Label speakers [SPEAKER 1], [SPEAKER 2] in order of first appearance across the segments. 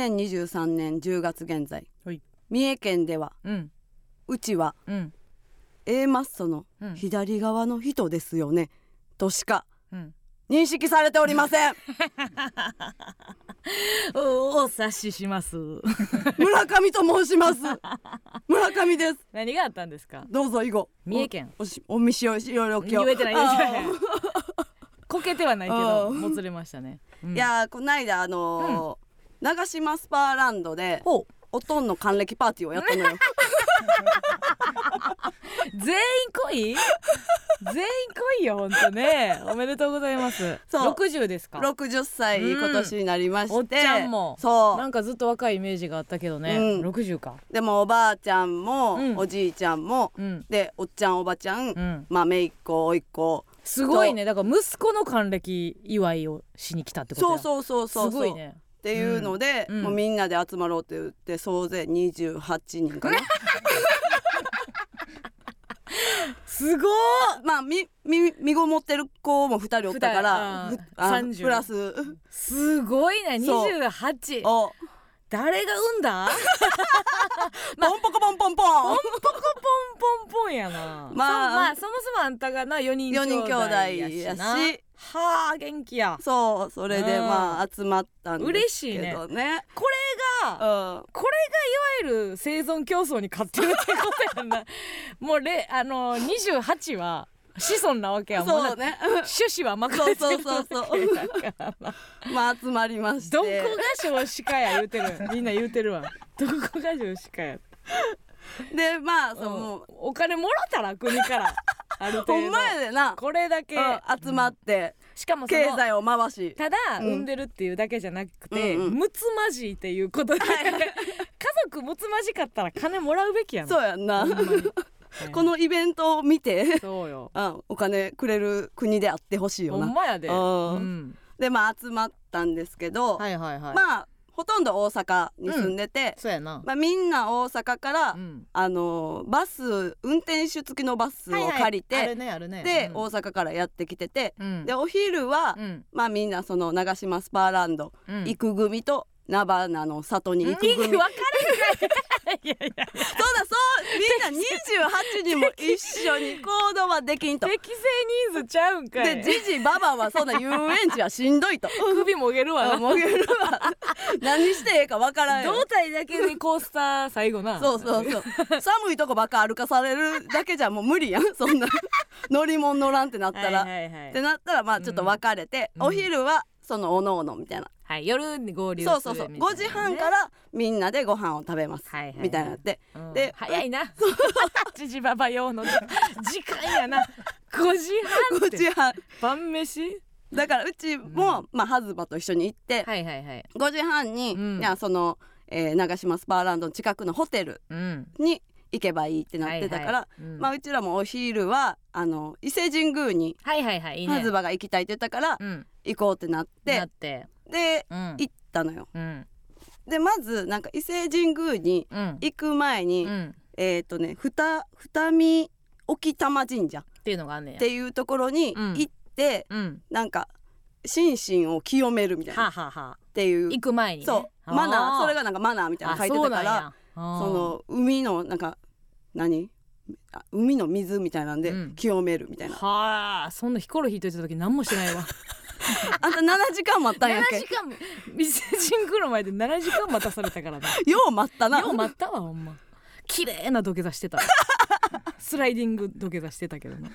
[SPEAKER 1] 2023年10月現在、
[SPEAKER 2] はい
[SPEAKER 1] 三重県では
[SPEAKER 2] うん
[SPEAKER 1] うちは
[SPEAKER 2] うん
[SPEAKER 1] A マッソの
[SPEAKER 2] うん
[SPEAKER 1] 左側の人ですよね、としか
[SPEAKER 2] うん
[SPEAKER 1] 認識されておりませ ん
[SPEAKER 2] おお察しします
[SPEAKER 1] 村上と申します村上です
[SPEAKER 2] 何があったんですか
[SPEAKER 1] どうぞ以後
[SPEAKER 2] 三重県
[SPEAKER 1] おおしおみしおしよろき
[SPEAKER 2] 言
[SPEAKER 1] ょ
[SPEAKER 2] えてない言えてない こけてはないけ
[SPEAKER 1] あ
[SPEAKER 2] ど
[SPEAKER 1] ー
[SPEAKER 2] もつれましたね、うん
[SPEAKER 1] いやーこないだあのー長島スパーランドで
[SPEAKER 2] ほう
[SPEAKER 1] おとんの還暦パーティーをやったのよ
[SPEAKER 2] 全員 来い全員来いよ本当ねおめでとうございます
[SPEAKER 1] そう
[SPEAKER 2] 六十ですか
[SPEAKER 1] 60歳
[SPEAKER 2] うん
[SPEAKER 1] 今年になりまして、
[SPEAKER 2] おっちゃんも
[SPEAKER 1] そう
[SPEAKER 2] なんかずっと若いイメージがあったけど
[SPEAKER 1] う
[SPEAKER 2] ね
[SPEAKER 1] ん
[SPEAKER 2] 六十、60か
[SPEAKER 1] でもおばあちゃんも、
[SPEAKER 2] うん
[SPEAKER 1] おじいちゃんも、
[SPEAKER 2] うん
[SPEAKER 1] でおっちゃんおばちゃん、
[SPEAKER 2] うん
[SPEAKER 1] まあ姪っ子甥っ子
[SPEAKER 2] すごいねだから息子の還暦祝いをしに来たってこと
[SPEAKER 1] そ
[SPEAKER 2] や
[SPEAKER 1] うそうそうそうそう
[SPEAKER 2] すごいね
[SPEAKER 1] っていうので、
[SPEAKER 2] うんうん
[SPEAKER 1] もうみんなで集まろうって言って総勢28人かな
[SPEAKER 2] すごー
[SPEAKER 1] まあみみ身ごもってる子も2人おったから
[SPEAKER 2] 二人
[SPEAKER 1] ふあ
[SPEAKER 2] 30
[SPEAKER 1] プラス
[SPEAKER 2] すごいね
[SPEAKER 1] そう
[SPEAKER 2] 28
[SPEAKER 1] を
[SPEAKER 2] 誰が産んだ
[SPEAKER 1] ポンポコポンポン ポン
[SPEAKER 2] ポンポンポンや
[SPEAKER 1] まあ
[SPEAKER 2] なそうまあそもそもあんたがな4人
[SPEAKER 1] 四人兄弟
[SPEAKER 2] 兄
[SPEAKER 1] や
[SPEAKER 2] 弟
[SPEAKER 1] し
[SPEAKER 2] やしなはあ元気や
[SPEAKER 1] そうそれでまあ集まったんですけどね
[SPEAKER 2] これが
[SPEAKER 1] うん
[SPEAKER 2] これがいわゆる生存競争に勝ってるってことや んなもうれあの28は子孫なわけやもん
[SPEAKER 1] そ
[SPEAKER 2] な
[SPEAKER 1] うね
[SPEAKER 2] 種子は任せてる
[SPEAKER 1] そうそう
[SPEAKER 2] わ
[SPEAKER 1] そう
[SPEAKER 2] けだからな
[SPEAKER 1] まあ集まりまして
[SPEAKER 2] どこが少子化や言うてるみんな言うてるわどこが少子化や
[SPEAKER 1] でまあその、
[SPEAKER 2] うんお金もろたら国 からある程
[SPEAKER 1] ほん
[SPEAKER 2] 度
[SPEAKER 1] まやでな
[SPEAKER 2] これだけ
[SPEAKER 1] うん集まって、
[SPEAKER 2] しかもそ
[SPEAKER 1] 経
[SPEAKER 2] の
[SPEAKER 1] 済を回し、
[SPEAKER 2] ただ
[SPEAKER 1] うん
[SPEAKER 2] 産んでるっていうだけじゃなくて、
[SPEAKER 1] うんうん
[SPEAKER 2] むつまじいっていうことで家族むつまじかったら金もらうべきやな
[SPEAKER 1] そうやんな、
[SPEAKER 2] ほんまにね
[SPEAKER 1] このイベントを見て
[SPEAKER 2] そうよ
[SPEAKER 1] あお金くれる国であってほしいよ
[SPEAKER 2] ほん
[SPEAKER 1] な
[SPEAKER 2] まやで、
[SPEAKER 1] うん
[SPEAKER 2] うん
[SPEAKER 1] でまあ集まったんですけど、
[SPEAKER 2] いはいは
[SPEAKER 1] まあほとんど大阪に住んでて、
[SPEAKER 2] そうやな、
[SPEAKER 1] まあ、みんな大阪から、
[SPEAKER 2] うん
[SPEAKER 1] あのバス運転手付きのバスを借りて、
[SPEAKER 2] はいはいあるねあるね
[SPEAKER 1] で、
[SPEAKER 2] うん
[SPEAKER 1] 大阪からやってきてて、
[SPEAKER 2] うん
[SPEAKER 1] でお昼は、
[SPEAKER 2] うん
[SPEAKER 1] まあみんなその長島スパーランド
[SPEAKER 2] うん
[SPEAKER 1] 行く組と菜花の里に行く組、
[SPEAKER 2] 分かれへん いやいや
[SPEAKER 1] そうだそうみんな28人も一緒に行動はできんと。
[SPEAKER 2] 適正ニーズちゃうんか
[SPEAKER 1] で
[SPEAKER 2] い
[SPEAKER 1] じじばばはそんな遊園地はしんどい と。
[SPEAKER 2] 首もげるわな
[SPEAKER 1] あもう言うわ何してええかわからんよ
[SPEAKER 2] 胴体だけにコースター最後な
[SPEAKER 1] そうそうそう寒いとこばっか歩かされるだけじゃもう無理やんそ んな乗り物乗らんってなったら。
[SPEAKER 2] はいはいは
[SPEAKER 1] っ
[SPEAKER 2] い
[SPEAKER 1] てなったらまあちょっと別れて、
[SPEAKER 2] うん
[SPEAKER 1] お昼はそのおのおのみたいな、
[SPEAKER 2] はい、夜に合流する、
[SPEAKER 1] そうそうそう5時半かららみんなでご飯を食べます、
[SPEAKER 2] はいはいはい
[SPEAKER 1] みたいになって
[SPEAKER 2] うん
[SPEAKER 1] で
[SPEAKER 2] 早 いなジジババ用の時間やな5時半っ
[SPEAKER 1] 5
[SPEAKER 2] て
[SPEAKER 1] 時半
[SPEAKER 2] 晩飯
[SPEAKER 1] だからうちも、まあ、ハズバと一緒に行って、
[SPEAKER 2] はいはいはい
[SPEAKER 1] 5時半に、
[SPEAKER 2] うん
[SPEAKER 1] いやその、えー長島スパーランドの近くのホテル
[SPEAKER 2] うん
[SPEAKER 1] に行けばいいってなってたから、
[SPEAKER 2] はいはいうん
[SPEAKER 1] まあうちらもお昼はあの伊勢神宮に
[SPEAKER 2] はいはいはいいいね
[SPEAKER 1] ハズバが行きたいって言ったから、
[SPEAKER 2] うん
[SPEAKER 1] 行こうってなって
[SPEAKER 2] なって
[SPEAKER 1] で
[SPEAKER 2] うん
[SPEAKER 1] 行ったのよ。
[SPEAKER 2] うん
[SPEAKER 1] でまずなんか伊勢神宮に
[SPEAKER 2] うん
[SPEAKER 1] 行く前に、
[SPEAKER 2] うん
[SPEAKER 1] えっ、とねふた二見沖玉神社っ
[SPEAKER 2] っていうのがあんねや
[SPEAKER 1] ていうところに
[SPEAKER 2] うん
[SPEAKER 1] 行って、
[SPEAKER 2] うん
[SPEAKER 1] なんか心身を清めるみたいな
[SPEAKER 2] は
[SPEAKER 1] っ
[SPEAKER 2] あ、はあはあ、
[SPEAKER 1] ていう、
[SPEAKER 2] 行く前にね
[SPEAKER 1] そうマナーそれ
[SPEAKER 2] が
[SPEAKER 1] がなんかマナーみたいなの書いてたからその海のなんか何あ海の水みたいなんで
[SPEAKER 2] うん
[SPEAKER 1] 清めるみたいな、
[SPEAKER 2] はあそんなヒコロヒーと言ってた時何もし てないわ
[SPEAKER 1] あんた7時間待ったんやっ
[SPEAKER 2] 7時
[SPEAKER 1] け
[SPEAKER 2] 間伊勢神宮の前で7時間待たされたか らな
[SPEAKER 1] よう待ったな
[SPEAKER 2] よう待ったわほんま綺麗な土下座し てたスライディング土下座してたけどな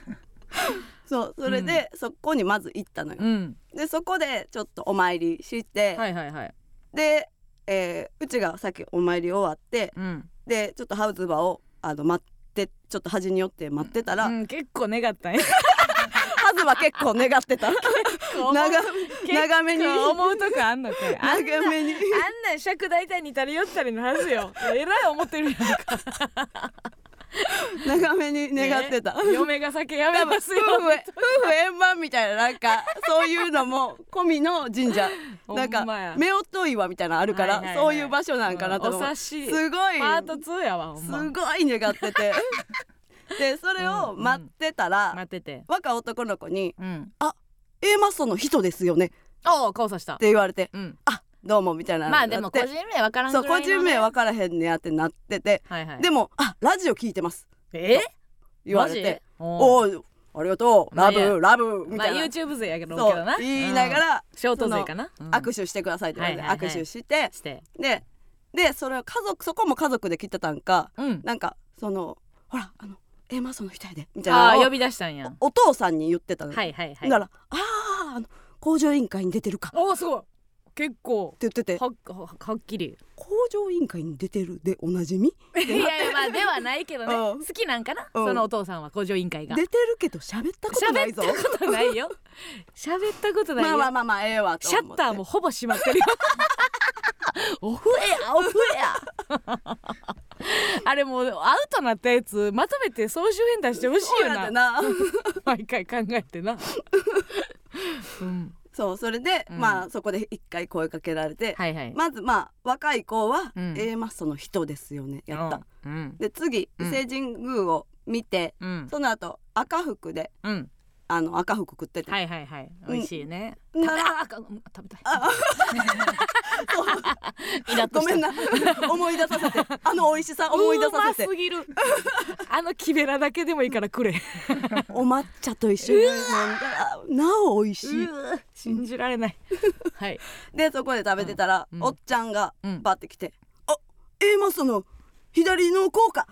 [SPEAKER 1] そうそれで、そこにまず行ったのよ、
[SPEAKER 2] うん
[SPEAKER 1] でそこでちょっとお参りして、
[SPEAKER 2] はいはいはい
[SPEAKER 1] で、えーうちがさっきお参り終わって
[SPEAKER 2] うん、
[SPEAKER 1] でちょっとハウズバをあの待ってちょっと端に寄って待ってたら、
[SPEAKER 2] うん、結構願ったんや
[SPEAKER 1] ハズバ結構願って た
[SPEAKER 2] 思う
[SPEAKER 1] 長
[SPEAKER 2] 結構
[SPEAKER 1] 長めに
[SPEAKER 2] 思うとこあんのか いあん
[SPEAKER 1] 長めに
[SPEAKER 2] あんなん尺大体似たり寄ったりのはずよえらい思ってるやんか
[SPEAKER 1] 長めに 願ってた、
[SPEAKER 2] ね嫁が酒やめ
[SPEAKER 1] 多分
[SPEAKER 2] ま
[SPEAKER 1] 夫
[SPEAKER 2] す
[SPEAKER 1] 婦
[SPEAKER 2] よ
[SPEAKER 1] 夫婦円満みたいななん かそういうのも込みの神社なん
[SPEAKER 2] ほんまや
[SPEAKER 1] か夫婦岩みたいなのあるから、
[SPEAKER 2] はいはいはい
[SPEAKER 1] そういう場所なんかなと思う、
[SPEAKER 2] うんお察し
[SPEAKER 1] すごい
[SPEAKER 2] パート2やわほん
[SPEAKER 1] す
[SPEAKER 2] ま
[SPEAKER 1] ごい願っててでそれを待ってたら、
[SPEAKER 2] 待ってて
[SPEAKER 1] 若い男の子に
[SPEAKER 2] うん
[SPEAKER 1] 「A マッソの人ですよね」
[SPEAKER 2] ああ顔さした
[SPEAKER 1] って言われて
[SPEAKER 2] うん
[SPEAKER 1] 「あどうもみたいなの
[SPEAKER 2] ま
[SPEAKER 1] が
[SPEAKER 2] あ
[SPEAKER 1] って
[SPEAKER 2] でも個人名わからん
[SPEAKER 1] そう
[SPEAKER 2] ぐら
[SPEAKER 1] 個
[SPEAKER 2] いのね
[SPEAKER 1] 人名分からへんねやってなってて、
[SPEAKER 2] はいはい
[SPEAKER 1] でも「あラジオ聞いてます
[SPEAKER 2] え」
[SPEAKER 1] 言われて「
[SPEAKER 2] マジおう
[SPEAKER 1] おおありがとう
[SPEAKER 2] まあ
[SPEAKER 1] ラ
[SPEAKER 2] いや
[SPEAKER 1] ブラブ」み
[SPEAKER 2] まあ
[SPEAKER 1] たいな、
[SPEAKER 2] YouTube 勢やけど
[SPEAKER 1] そ
[SPEAKER 2] けど
[SPEAKER 1] う
[SPEAKER 2] な
[SPEAKER 1] 言いなが
[SPEAKER 2] うん
[SPEAKER 1] ら
[SPEAKER 2] ショート勢かなうん
[SPEAKER 1] 握手してくださいって言われて
[SPEAKER 2] はいはいはい
[SPEAKER 1] 握手して
[SPEAKER 2] して
[SPEAKER 1] ででそれを家族そこも家族で来てたんか
[SPEAKER 2] うん
[SPEAKER 1] なんかそのほらあの A マッソの人やでみたい
[SPEAKER 2] あ
[SPEAKER 1] な
[SPEAKER 2] あ
[SPEAKER 1] のを
[SPEAKER 2] 呼び出したんや
[SPEAKER 1] お父さんに言ってたの、
[SPEAKER 2] はいはいはい
[SPEAKER 1] だから「あああの工場委員会に出てるか」って
[SPEAKER 2] おおすごい結構
[SPEAKER 1] 言ってて
[SPEAKER 2] はははっきり
[SPEAKER 1] 「工場委員会に出てる」でおなじみ
[SPEAKER 2] いやいやまあではないけどね
[SPEAKER 1] うん
[SPEAKER 2] 好きなんかな
[SPEAKER 1] うん
[SPEAKER 2] そのお父さんは工場委員会が
[SPEAKER 1] 出てるけど喋ったことな
[SPEAKER 2] 喋
[SPEAKER 1] い
[SPEAKER 2] っ
[SPEAKER 1] ぞ
[SPEAKER 2] たことないよ喋ったことない
[SPEAKER 1] まあまあ
[SPEAKER 2] よ
[SPEAKER 1] まあまあええわと
[SPEAKER 2] シ
[SPEAKER 1] 思っ
[SPEAKER 2] ャ
[SPEAKER 1] て
[SPEAKER 2] ッターもほぼ閉まってるよオフエ アオフエアあれもうアウトなったやつまとめて総集編出してほしい
[SPEAKER 1] そう
[SPEAKER 2] よ
[SPEAKER 1] やっ
[SPEAKER 2] な
[SPEAKER 1] てな
[SPEAKER 2] 毎回考えてな、うん、
[SPEAKER 1] そうそれで、
[SPEAKER 2] うん
[SPEAKER 1] まあそこで一回声かけられて、
[SPEAKER 2] はいはい、
[SPEAKER 1] まずまあ若い子は
[SPEAKER 2] うん
[SPEAKER 1] A マッソの人ですよねやった、
[SPEAKER 2] うん
[SPEAKER 1] で次伊
[SPEAKER 2] うん
[SPEAKER 1] 勢神宮を見て、
[SPEAKER 2] うん
[SPEAKER 1] その後赤服で
[SPEAKER 2] うん
[SPEAKER 1] あの赤服食ってて、
[SPEAKER 2] はいはいはい
[SPEAKER 1] うん
[SPEAKER 2] 美味しいね、
[SPEAKER 1] な
[SPEAKER 2] 食べああか食べた
[SPEAKER 1] あ
[SPEAKER 2] いイラッと
[SPEAKER 1] ご
[SPEAKER 2] した
[SPEAKER 1] め んな思い出させてあの美味しさ思い出させ
[SPEAKER 2] うま
[SPEAKER 1] て
[SPEAKER 2] すぎる あの木べらだけでもいいからくれ
[SPEAKER 1] お抹茶と一緒に飲んだらなお美味しい
[SPEAKER 2] 信じられないはい
[SPEAKER 1] でそこで食べてたら、
[SPEAKER 2] うんうん
[SPEAKER 1] おっちゃんが
[SPEAKER 2] うん
[SPEAKER 1] バッて来て「あ A マッソの左の効果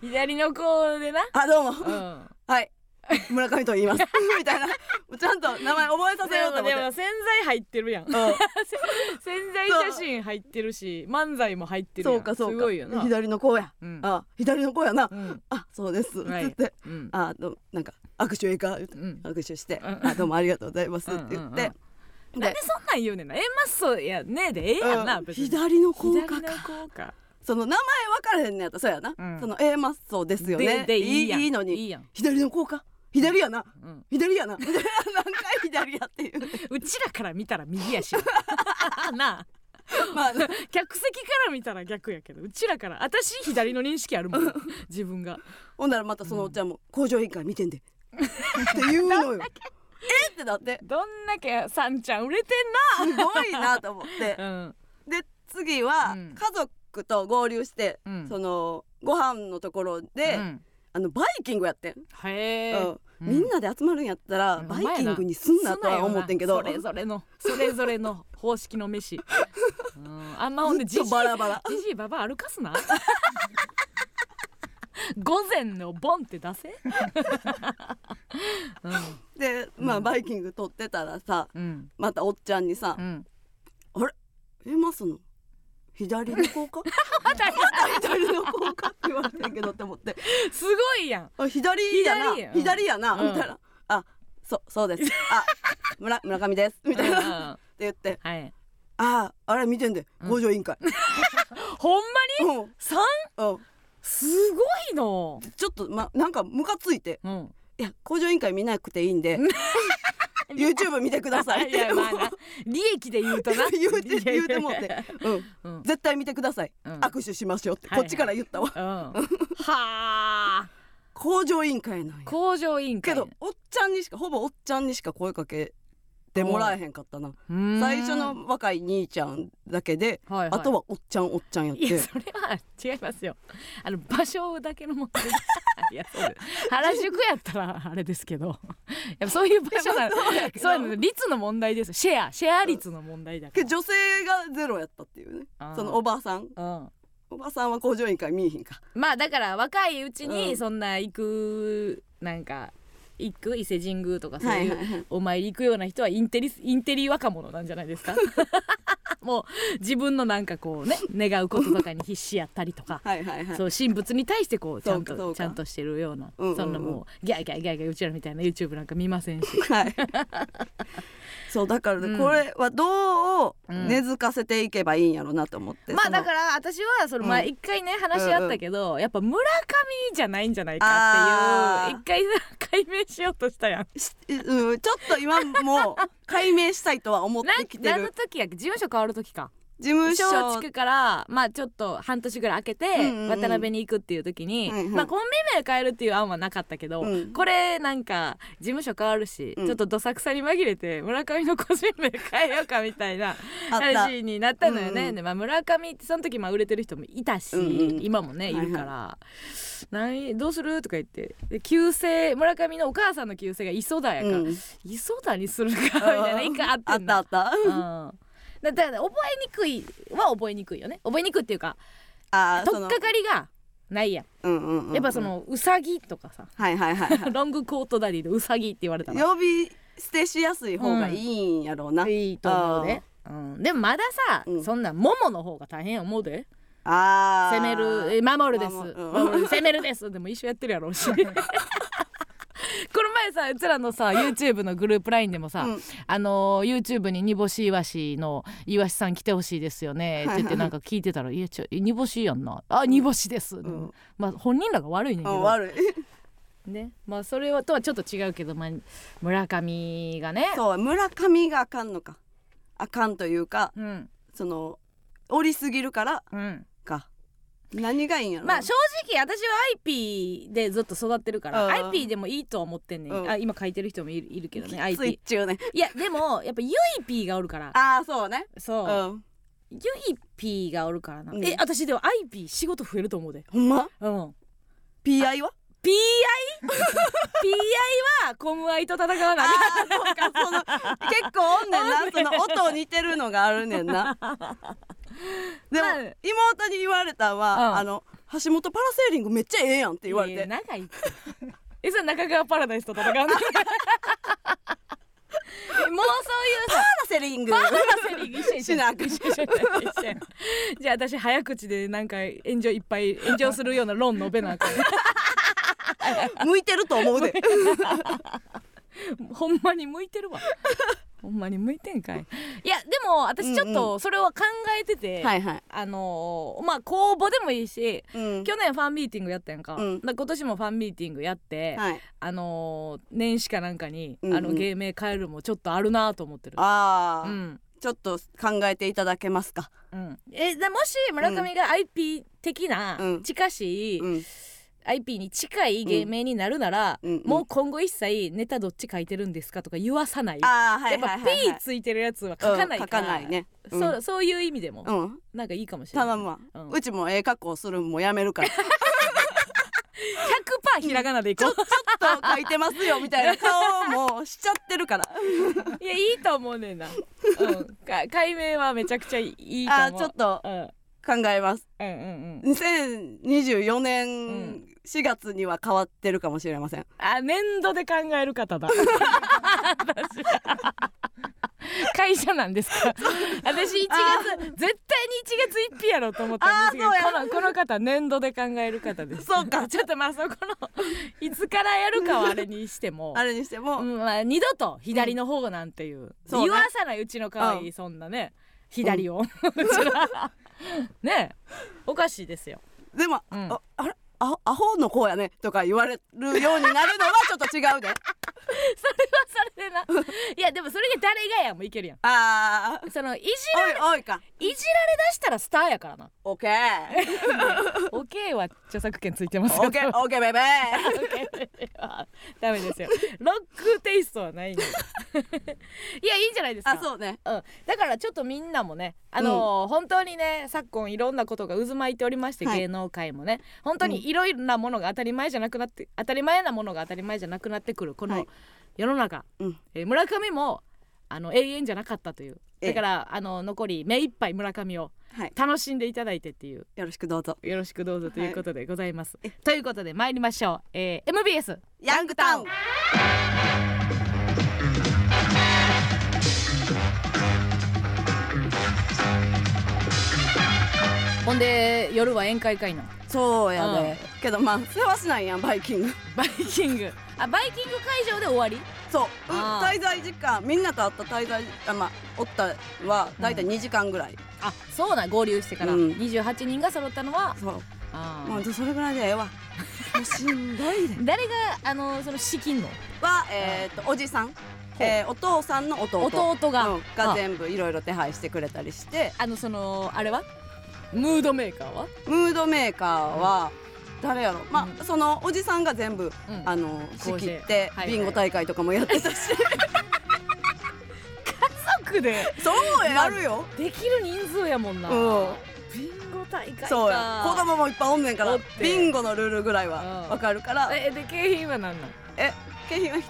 [SPEAKER 2] 左の子でな
[SPEAKER 1] あどうも」
[SPEAKER 2] うん
[SPEAKER 1] はい村上と言います みたいなちゃんと名前覚えさせ
[SPEAKER 2] で
[SPEAKER 1] ようと思
[SPEAKER 2] もで
[SPEAKER 1] っ
[SPEAKER 2] も
[SPEAKER 1] て
[SPEAKER 2] 洗剤入ってるやん洗剤写真入ってるし漫才も入ってるや
[SPEAKER 1] そ
[SPEAKER 2] ん
[SPEAKER 1] うかそうか
[SPEAKER 2] すごいよな
[SPEAKER 1] 左の子や
[SPEAKER 2] うん
[SPEAKER 1] あ左の子やな
[SPEAKER 2] うん
[SPEAKER 1] あそうです
[SPEAKER 2] はい
[SPEAKER 1] つって
[SPEAKER 2] うん
[SPEAKER 1] あどうなんか握手ええか言うて
[SPEAKER 2] うん
[SPEAKER 1] 握手して
[SPEAKER 2] うん
[SPEAKER 1] あどうもありがとうございます
[SPEAKER 2] う
[SPEAKER 1] っ
[SPEAKER 2] ん
[SPEAKER 1] て言っ
[SPEAKER 2] うん
[SPEAKER 1] て
[SPEAKER 2] なんでそんなん言うねんなえマッソやねえでええやんな
[SPEAKER 1] うん
[SPEAKER 2] 別に
[SPEAKER 1] 左の効果
[SPEAKER 2] 左の
[SPEAKER 1] か
[SPEAKER 2] 効果
[SPEAKER 1] その名前分からへんのやったらそうやな
[SPEAKER 2] うん
[SPEAKER 1] その A マッソですよ
[SPEAKER 2] で
[SPEAKER 1] ね
[SPEAKER 2] でいいやん
[SPEAKER 1] いいの
[SPEAKER 2] い
[SPEAKER 1] に
[SPEAKER 2] いやん
[SPEAKER 1] 左の効果左やな
[SPEAKER 2] うん
[SPEAKER 1] 左やな 何回左やっていう
[SPEAKER 2] うちらから見たら右やし なあ
[SPEAKER 1] まあ
[SPEAKER 2] 客席から見たら逆やけどうちらから私左の認識あるもん自分が
[SPEAKER 1] ほんならまたそのおっちゃんも「工場委員会見てんで」って言う のよ。えってなって
[SPEAKER 2] どんだけさんちゃん売れて
[SPEAKER 1] すごいなと思って
[SPEAKER 2] んな
[SPEAKER 1] で次は
[SPEAKER 2] うん
[SPEAKER 1] 家族と合流して、
[SPEAKER 2] うん
[SPEAKER 1] そのご飯のところで、
[SPEAKER 2] うん
[SPEAKER 1] あのバイキングやってん、
[SPEAKER 2] へえ
[SPEAKER 1] うん
[SPEAKER 2] うん
[SPEAKER 1] みんなで集まるんやったら、
[SPEAKER 2] うん
[SPEAKER 1] バイキングにすんなとは思ってんけど
[SPEAKER 2] それぞれのそれぞれの方式の飯うんあんまほんで
[SPEAKER 1] ず
[SPEAKER 2] じ
[SPEAKER 1] っ
[SPEAKER 2] じ
[SPEAKER 1] とバラ バラ
[SPEAKER 2] いじじいばば歩かすな午前のボンって出せう
[SPEAKER 1] で、ま
[SPEAKER 2] う
[SPEAKER 1] あ、
[SPEAKER 2] ん
[SPEAKER 1] バイキング取ってたらさ
[SPEAKER 2] んうん
[SPEAKER 1] またおっちゃんにさ「
[SPEAKER 2] うん
[SPEAKER 1] あれえマスの左の効果
[SPEAKER 2] また
[SPEAKER 1] 左の効果?」って言われてんけどって思って
[SPEAKER 2] すごいやん
[SPEAKER 1] あ左やな
[SPEAKER 2] 左や
[SPEAKER 1] 左
[SPEAKER 2] うん
[SPEAKER 1] やな、
[SPEAKER 2] うん
[SPEAKER 1] みたいな「あそそうですあ村村上です」みたいな、って
[SPEAKER 2] な
[SPEAKER 1] 言って
[SPEAKER 2] はい
[SPEAKER 1] 「あああれ見てんで
[SPEAKER 2] うん
[SPEAKER 1] 工場委員会」
[SPEAKER 2] ほんまに
[SPEAKER 1] うんうん
[SPEAKER 2] 三すごいの
[SPEAKER 1] ちょっとまなんかムカついて
[SPEAKER 2] うん
[SPEAKER 1] 「いや工場委員会見なくていいんで YouTube 見てください」っ
[SPEAKER 2] い
[SPEAKER 1] て
[SPEAKER 2] やまあな利益で言うとな
[SPEAKER 1] 言うて言うてもって、 うん
[SPEAKER 2] うん
[SPEAKER 1] 絶対見てください、
[SPEAKER 2] うん
[SPEAKER 1] 握手しましょうって
[SPEAKER 2] はいは
[SPEAKER 1] こ
[SPEAKER 2] い
[SPEAKER 1] っちから言ったわ、
[SPEAKER 2] うんはあ
[SPEAKER 1] 工場委員会なんや
[SPEAKER 2] 工場委員
[SPEAKER 1] け
[SPEAKER 2] 会
[SPEAKER 1] どおっちゃんにしかほぼおっちゃんにしか声かけてもらえへんかったな
[SPEAKER 2] うーん
[SPEAKER 1] 最初の若い兄ちゃんだけで、
[SPEAKER 2] はいはい
[SPEAKER 1] あとはおっちゃんおっちゃんやっ
[SPEAKER 2] い
[SPEAKER 1] て
[SPEAKER 2] やそれは違いますよあの場所だけ の問題いやそうです原宿やったらあれですけどやっぱそういう場所なそういうの率の問題ですシェアシェア率の問題だか
[SPEAKER 1] けど女性がゼロやったっていうね
[SPEAKER 2] あー
[SPEAKER 1] そのおばさん
[SPEAKER 2] ら、うん、
[SPEAKER 1] おばさんは工場委員会見えへんか
[SPEAKER 2] まあだから若いうち
[SPEAKER 1] う
[SPEAKER 2] に
[SPEAKER 1] ん
[SPEAKER 2] そんな行くなんか行く伊勢神宮とかそうい
[SPEAKER 1] はいはいは
[SPEAKER 2] う
[SPEAKER 1] い
[SPEAKER 2] お参り行くような人はインテリインテリ若者なんじゃないですか もう自分のなんかこうね願うこととかに必死やったりとか
[SPEAKER 1] はいはいはい
[SPEAKER 2] そう神仏に対してこうちゃん
[SPEAKER 1] そうかそ
[SPEAKER 2] と
[SPEAKER 1] うか
[SPEAKER 2] ちゃんとしてるような
[SPEAKER 1] うんうんうん
[SPEAKER 2] そんなもうギャーギャーギャーギャーうちらみたいな YouTube なんか見ませんし
[SPEAKER 1] はいそうだから
[SPEAKER 2] う
[SPEAKER 1] ね
[SPEAKER 2] ん
[SPEAKER 1] これはどう
[SPEAKER 2] うん
[SPEAKER 1] 根付かせていけばいいんやろなと思って
[SPEAKER 2] まあ
[SPEAKER 1] その
[SPEAKER 2] だから私はそのまあ
[SPEAKER 1] うん
[SPEAKER 2] 一回ね話し合ったけどやっぱ村上じゃないんじゃないかっていう
[SPEAKER 1] あー
[SPEAKER 2] 一回さ解明しようとしたやん。
[SPEAKER 1] しうんちょっと今もう解明したいとは思っ
[SPEAKER 2] な
[SPEAKER 1] てきて
[SPEAKER 2] 何の
[SPEAKER 1] る
[SPEAKER 2] 時やっけ事務所変わる時か
[SPEAKER 1] 事務
[SPEAKER 2] 小
[SPEAKER 1] 所
[SPEAKER 2] 地区からまあちょっと半年ぐらい空けて
[SPEAKER 1] うんうんうん
[SPEAKER 2] 渡辺に行くっていう時に、
[SPEAKER 1] はいはい
[SPEAKER 2] まあコンビ名変えるっていう案はなかったけど、
[SPEAKER 1] うん
[SPEAKER 2] これなんか事務所変わるし、
[SPEAKER 1] うん
[SPEAKER 2] ちょっとどさくさに紛れて村上の個人名変えようかみたいな
[SPEAKER 1] あった
[SPEAKER 2] 話になったのよね。
[SPEAKER 1] うんうん
[SPEAKER 2] でまあ村上ってその時まあ売れてる人もいたし、
[SPEAKER 1] うんうん
[SPEAKER 2] 今もねいるから。
[SPEAKER 1] はい
[SPEAKER 2] ないどうするとか言ってで旧姓村上のお母さんの旧姓が磯田やから、
[SPEAKER 1] うん
[SPEAKER 2] 磯田にするかみたいな一回あってん
[SPEAKER 1] あったあった
[SPEAKER 2] うん、だだから覚えにくいは覚えにくいよね覚えにくいっていうか
[SPEAKER 1] あー
[SPEAKER 2] 取っかかりがないやん
[SPEAKER 1] そのうんうんうんうん
[SPEAKER 2] やっぱそのうさぎとかさ
[SPEAKER 1] はいはいはい はい
[SPEAKER 2] ロングコートダディでうさぎって言われたら
[SPEAKER 1] 呼び捨てしやすい方がいいんやろうな、
[SPEAKER 2] いいと思うで、うん、でもまださ、
[SPEAKER 1] うん
[SPEAKER 2] そんなももの方が大変や思うで
[SPEAKER 1] ああ
[SPEAKER 2] 攻めるえ守るです
[SPEAKER 1] 守るうん
[SPEAKER 2] 守る攻めるですでも一緒やってるやろ うしこの前さうちらのさ YouTube のグループ LINE でもさ、
[SPEAKER 1] うん
[SPEAKER 3] あの YouTube に煮干しイワシのイワシさん来てほしいですよねって言ってなんか聞いてたら「いやちょ煮干しやんなあ煮干しです」
[SPEAKER 1] ん
[SPEAKER 3] まあ本人らが悪いねんけ
[SPEAKER 1] うん
[SPEAKER 3] ど
[SPEAKER 1] 悪い
[SPEAKER 2] ねまあそれはとはちょっと違うけど、まあ、村上がね
[SPEAKER 1] そう村上があかんのかあかんというか
[SPEAKER 2] うん
[SPEAKER 1] そのおりすぎるから
[SPEAKER 2] うん、
[SPEAKER 1] か何がいいんやろうな
[SPEAKER 2] まあ正直私は IP でずっと育ってるか
[SPEAKER 1] う
[SPEAKER 2] ら
[SPEAKER 1] ん
[SPEAKER 2] IP でもいいとは思ってんねん、
[SPEAKER 1] うん
[SPEAKER 2] あ今書いてる人もいるいるけどね
[SPEAKER 1] スイ
[SPEAKER 2] IP
[SPEAKER 1] ッチをね
[SPEAKER 2] いやでもやっぱユイピーがおるから
[SPEAKER 1] ああそうねう
[SPEAKER 2] そう、
[SPEAKER 1] ん
[SPEAKER 2] ユイピーがおるからな、
[SPEAKER 1] うん
[SPEAKER 2] え私では IP 仕事増えると思うで
[SPEAKER 1] ほんま
[SPEAKER 2] うん
[SPEAKER 1] PI は
[SPEAKER 2] PI?PI はコムアイと戦わな
[SPEAKER 1] あ
[SPEAKER 2] い
[SPEAKER 1] あそうかその結構おんねんなその音似てるのがあるねんな でも
[SPEAKER 2] まあ
[SPEAKER 1] 妹に言われたんは、
[SPEAKER 2] うん
[SPEAKER 1] あの橋本パラセーリングめっちゃええやんって言われ
[SPEAKER 2] いや
[SPEAKER 1] て
[SPEAKER 2] 長いってえそれ中川パラダイスと戦う のえもうそういうさ
[SPEAKER 1] パラセリング
[SPEAKER 2] パラセリング一緒に
[SPEAKER 1] しなあかん
[SPEAKER 2] 一緒に一緒に一緒にじゃあ私早口でなんか炎上いっぱい炎上するような論述べなあかん
[SPEAKER 1] 向いてると思うで
[SPEAKER 2] ほんまに向いてるわほんまに向いてんかいいやでも私ちょっとそれは考えてて、
[SPEAKER 1] はいはい、
[SPEAKER 2] あのーまあ公募でもいいし
[SPEAKER 1] うん
[SPEAKER 2] 去年ファンミーティングやったやんか,、
[SPEAKER 1] うん
[SPEAKER 2] 今年もファンミーティングやって、
[SPEAKER 1] はい、
[SPEAKER 2] あのー年始かなんかに、
[SPEAKER 1] うんうん
[SPEAKER 2] あの芸名変えるもちょっとあるなと思ってる。
[SPEAKER 1] あ
[SPEAKER 2] う
[SPEAKER 1] あ、
[SPEAKER 2] ん
[SPEAKER 1] ちょっと考えていただけますか、
[SPEAKER 2] うん、えでもし村上が IP 的な
[SPEAKER 1] うん
[SPEAKER 2] 近しい、
[SPEAKER 1] うん
[SPEAKER 2] IP に近い芸名になるなら、
[SPEAKER 1] うんうん
[SPEAKER 2] もう今後一切ネタどっち書いてるんですかとか言わさない。
[SPEAKER 1] ああはい
[SPEAKER 2] やっ
[SPEAKER 1] は
[SPEAKER 2] ぱ
[SPEAKER 1] いはい、はい、
[SPEAKER 2] P ついてるやつは書かない
[SPEAKER 1] うん書
[SPEAKER 2] から、
[SPEAKER 1] かないねうん
[SPEAKER 2] そうそういう意味でも、
[SPEAKER 1] うん
[SPEAKER 2] なんかいいかもしれない
[SPEAKER 1] 頼むわ、
[SPEAKER 2] う
[SPEAKER 1] うんちもええ格好するんもやめるからちょ
[SPEAKER 2] 100%ひらがなでいこう、
[SPEAKER 1] っと書いてますよみたいな顔もしちゃってるから
[SPEAKER 2] いやいいと思うねんな、うん、か 解明はめちゃくちゃい いと
[SPEAKER 1] あー
[SPEAKER 2] 思う
[SPEAKER 1] ちょっと
[SPEAKER 2] うん、
[SPEAKER 1] 考えます
[SPEAKER 2] うんうんうん
[SPEAKER 1] 2024年
[SPEAKER 2] ん
[SPEAKER 1] 4月には変わってるかもしれません、
[SPEAKER 2] あ年度で考える方だ私会社なんですか私1月絶対に1月1日やろうと思ったんですけどこのこの方年度で考える方ですそうかちょっとまあそこのいつからやるかはあれにしても
[SPEAKER 1] あれにしても、
[SPEAKER 2] うんまあ、二度と左の方なんていう,、
[SPEAKER 1] そうね
[SPEAKER 2] 言わさないうちの可愛いそんなね左を、うちら ねおかしいですよ
[SPEAKER 1] でも、
[SPEAKER 2] うん
[SPEAKER 1] ああれアホアホの子やねとか言われるようになるのはちょっと違うで
[SPEAKER 2] それは それでないやでもそれが誰がやもいけるやん
[SPEAKER 1] ああ
[SPEAKER 2] そのいじられ
[SPEAKER 1] おいおいか
[SPEAKER 2] いじられだしたらスターやから な。
[SPEAKER 1] オッケ ー
[SPEAKER 2] オケーは著作権ついてます
[SPEAKER 1] オ
[SPEAKER 2] よ。
[SPEAKER 1] ッケーオッケー ベイベー
[SPEAKER 2] はダメですよ。ロックテイストはないんで。 いやいいんじゃないですか。
[SPEAKER 1] あそうね
[SPEAKER 2] うん、だからちょっとみんなもね、あのー本当にね昨今いろんなことが渦巻いておりまして、
[SPEAKER 1] はい
[SPEAKER 2] 芸能界もね本当にいろいろなものが当たり前じゃなくなって当たり前なものが当たり前じゃなくなってくるこ
[SPEAKER 1] は
[SPEAKER 2] の
[SPEAKER 1] い
[SPEAKER 2] 世の中、
[SPEAKER 1] うん
[SPEAKER 2] えー村上もあの永遠じゃなかったという
[SPEAKER 1] ええ
[SPEAKER 2] だから、あの残り目いっぱい村上を
[SPEAKER 1] はい
[SPEAKER 2] 楽しんでいただいてっていう
[SPEAKER 1] よろしくどうぞ
[SPEAKER 2] よろしくどうぞということでございます。ということで参りましょう、えー MBS
[SPEAKER 1] ヤングタウン
[SPEAKER 2] ほんで夜は宴会会の
[SPEAKER 1] そうや
[SPEAKER 2] うん
[SPEAKER 1] で、けどまあ世話しないやんバイキング
[SPEAKER 2] バイキングあバイキング会場で終わり
[SPEAKER 1] そうう
[SPEAKER 2] あー
[SPEAKER 1] 滞在時間みんなと会った滞在あまあおったは大体2時間ぐらい、
[SPEAKER 2] あそうなん合流してから、
[SPEAKER 1] うん
[SPEAKER 2] 28人が揃ったのは
[SPEAKER 1] そう
[SPEAKER 2] あー
[SPEAKER 1] もうそれぐらいでええわ もうしんどいで
[SPEAKER 2] 誰があのその資金の
[SPEAKER 1] はえー、っとおじさんえーお父さんの弟
[SPEAKER 2] 弟が
[SPEAKER 1] うんが全部いろいろ手配してくれたりして
[SPEAKER 2] あのそのあれはムードメーカーは、
[SPEAKER 1] ムードメーカーは誰やろま
[SPEAKER 2] う
[SPEAKER 1] あそのおじさんが全部
[SPEAKER 2] うん
[SPEAKER 1] あの仕
[SPEAKER 2] こう
[SPEAKER 1] 切
[SPEAKER 2] して
[SPEAKER 1] って
[SPEAKER 2] はいはい
[SPEAKER 1] ビンゴ大会とかもやってたし
[SPEAKER 2] クで
[SPEAKER 1] そうやあるよ
[SPEAKER 2] できる人数やもんな、
[SPEAKER 1] うん
[SPEAKER 2] ビンゴ大会か
[SPEAKER 1] そうや子供もいっぱいおんねんか
[SPEAKER 2] お
[SPEAKER 1] ら
[SPEAKER 2] って
[SPEAKER 1] ビンゴのルールぐらいうは
[SPEAKER 2] ん
[SPEAKER 1] わかるから
[SPEAKER 2] えで景品は何なの
[SPEAKER 1] 景品は一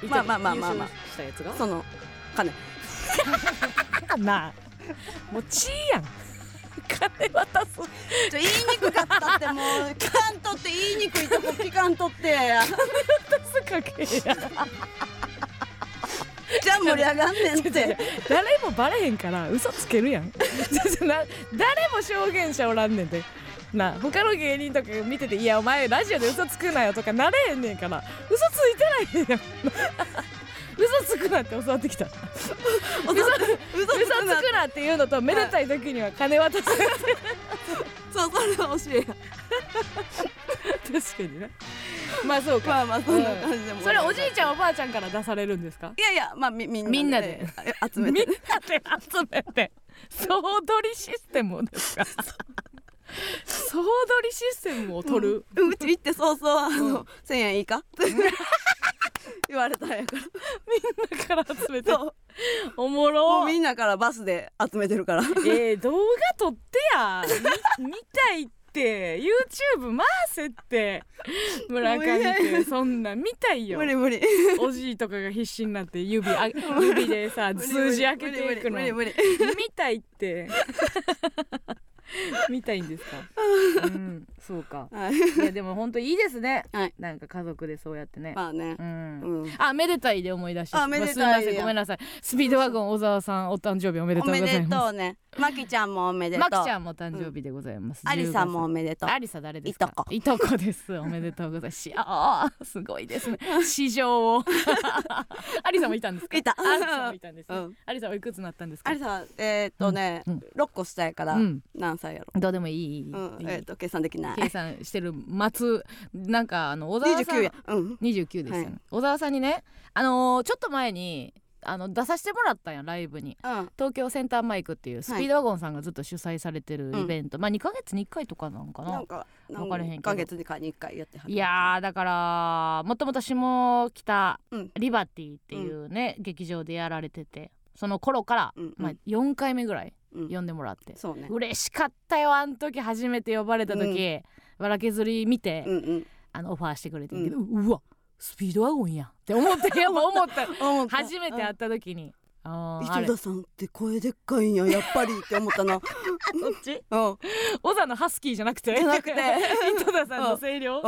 [SPEAKER 1] 人まあまあまあまあまあ
[SPEAKER 2] 優勝したやつが
[SPEAKER 1] その金
[SPEAKER 4] かな
[SPEAKER 2] もうちいやん金渡す
[SPEAKER 1] ちょ言いにくかったってもう聞かんとって言いにくいとこ聞かんと って
[SPEAKER 2] すかけや
[SPEAKER 1] じゃあ盛り上がんねんって
[SPEAKER 4] 誰もバレへんから嘘つけるやん
[SPEAKER 2] な誰も証言者おらんねんでな他の芸人とか見てて「いやお前ラジオで嘘つくなよ」とかなれへんねんから嘘ついてないやん 嘘つくなって教わってき た
[SPEAKER 1] 嘘 嘘
[SPEAKER 2] 嘘
[SPEAKER 1] つくな
[SPEAKER 2] つくなっていうのとめでたい時には金渡す確
[SPEAKER 1] そうそれは教 えや
[SPEAKER 2] かになまあそうか
[SPEAKER 1] まあまあそんな感じでも
[SPEAKER 2] それおじいちゃんおばあちゃんから出されるんですか
[SPEAKER 1] いやいやまあみみんな
[SPEAKER 2] みんなで
[SPEAKER 1] え集
[SPEAKER 2] み
[SPEAKER 1] め
[SPEAKER 2] んな
[SPEAKER 1] て
[SPEAKER 2] で集めて総取りシステムですか総取りシステムを取る、
[SPEAKER 1] うんうち行ってそうそうあの千円いいか って言われたんやから
[SPEAKER 2] みんなから集めて
[SPEAKER 1] そう
[SPEAKER 2] おも
[SPEAKER 1] も
[SPEAKER 2] ろ
[SPEAKER 1] うみんなからバスで集めてるから
[SPEAKER 2] えー、動画撮ってやみ見たいって YouTube 回せって村上
[SPEAKER 1] もう
[SPEAKER 2] 君そんなん見たいよ
[SPEAKER 1] 無理無理
[SPEAKER 2] おじいとかが必死になって指あ指でさ数字開けていくの
[SPEAKER 1] 無理無理無理無理無理
[SPEAKER 2] 見たいって見たいんですかうんそうか
[SPEAKER 1] はい
[SPEAKER 2] いやでも本当いいですね、
[SPEAKER 1] はい
[SPEAKER 2] なんか家族でそうやってね、
[SPEAKER 1] まあね
[SPEAKER 2] うん
[SPEAKER 1] うん
[SPEAKER 2] あめでたいで思い出した
[SPEAKER 1] あめでたい
[SPEAKER 2] すいません
[SPEAKER 1] や
[SPEAKER 2] ごめんなさいスピードワゴン小沢さんお誕生日おめで
[SPEAKER 1] お
[SPEAKER 2] とうござ
[SPEAKER 1] め
[SPEAKER 2] います
[SPEAKER 1] でとうねまきちゃんもおめでと
[SPEAKER 2] マ
[SPEAKER 1] う
[SPEAKER 2] キちゃんもお誕生日でございます。
[SPEAKER 1] ありさんもお
[SPEAKER 2] 15
[SPEAKER 1] めでとう
[SPEAKER 2] 歳。アリサ誰ですか。
[SPEAKER 1] いとこ
[SPEAKER 2] いとこです。おめでとう ございます。ああ、すごいですね。市場を。アリサもいたんですか。
[SPEAKER 1] いた
[SPEAKER 2] アリサもいたんですね、
[SPEAKER 1] うん
[SPEAKER 2] アリサおいくつになったんですか。
[SPEAKER 1] あれさえーっとね
[SPEAKER 2] うん
[SPEAKER 1] 六個下やから
[SPEAKER 2] うん
[SPEAKER 1] 何歳やろ
[SPEAKER 2] どうでもいい。いい
[SPEAKER 1] うんえーっと計算できない
[SPEAKER 2] 計算してる松なんかあの小沢
[SPEAKER 1] 二十
[SPEAKER 2] さ
[SPEAKER 1] 九
[SPEAKER 2] ん
[SPEAKER 1] やうん
[SPEAKER 2] 29ですよね、
[SPEAKER 1] はい
[SPEAKER 2] 小沢さんにねあのーちょっと前にあの出させてもらったんやライブに
[SPEAKER 1] うん
[SPEAKER 2] 東京センターマイクっていうスピードワゴンさんがずっと主催されてるイベント、まあ2ヶ月に1回とかなんかな
[SPEAKER 1] なんか
[SPEAKER 2] わかれへんけ
[SPEAKER 1] 何
[SPEAKER 2] ど
[SPEAKER 1] ヶ月にかに一回やってはる
[SPEAKER 2] いやーだからもともと下北
[SPEAKER 1] うん
[SPEAKER 2] リバティっていうね、劇場でやられててその頃から、
[SPEAKER 1] うんうん
[SPEAKER 2] まあ、4回目ぐらい
[SPEAKER 1] うん
[SPEAKER 2] 呼んでもらって、
[SPEAKER 1] そうね
[SPEAKER 2] 嬉しかったよあん時初めて呼ばれた時、わら削り見て、
[SPEAKER 1] うんうん
[SPEAKER 2] あのオファーしてくれてんけど、うわスピードワゴンやんって思って やっぱ思った
[SPEAKER 1] 思った
[SPEAKER 2] 初めて会った時に、あーあ
[SPEAKER 1] 磯
[SPEAKER 2] れ
[SPEAKER 1] 田さんって声でっかいんややっぱりって思ったな
[SPEAKER 2] ち
[SPEAKER 1] うん
[SPEAKER 2] 小沢のハスキーじゃなくて
[SPEAKER 1] じゃなくて
[SPEAKER 2] 井戸田さんの声量
[SPEAKER 1] う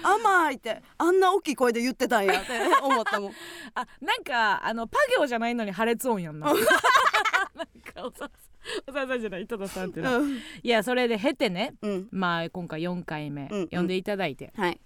[SPEAKER 1] ん甘いってあんな大きい声で言ってたんやって思った もん
[SPEAKER 2] あなんかあのパ行じゃないのに破裂音やんな。 なんかおさおささんじゃない井戸田さんってな。
[SPEAKER 1] うん
[SPEAKER 2] いやそれで経てね
[SPEAKER 1] うん
[SPEAKER 2] まあ今回4回目
[SPEAKER 1] うん
[SPEAKER 2] 呼んでいただいて、
[SPEAKER 1] はい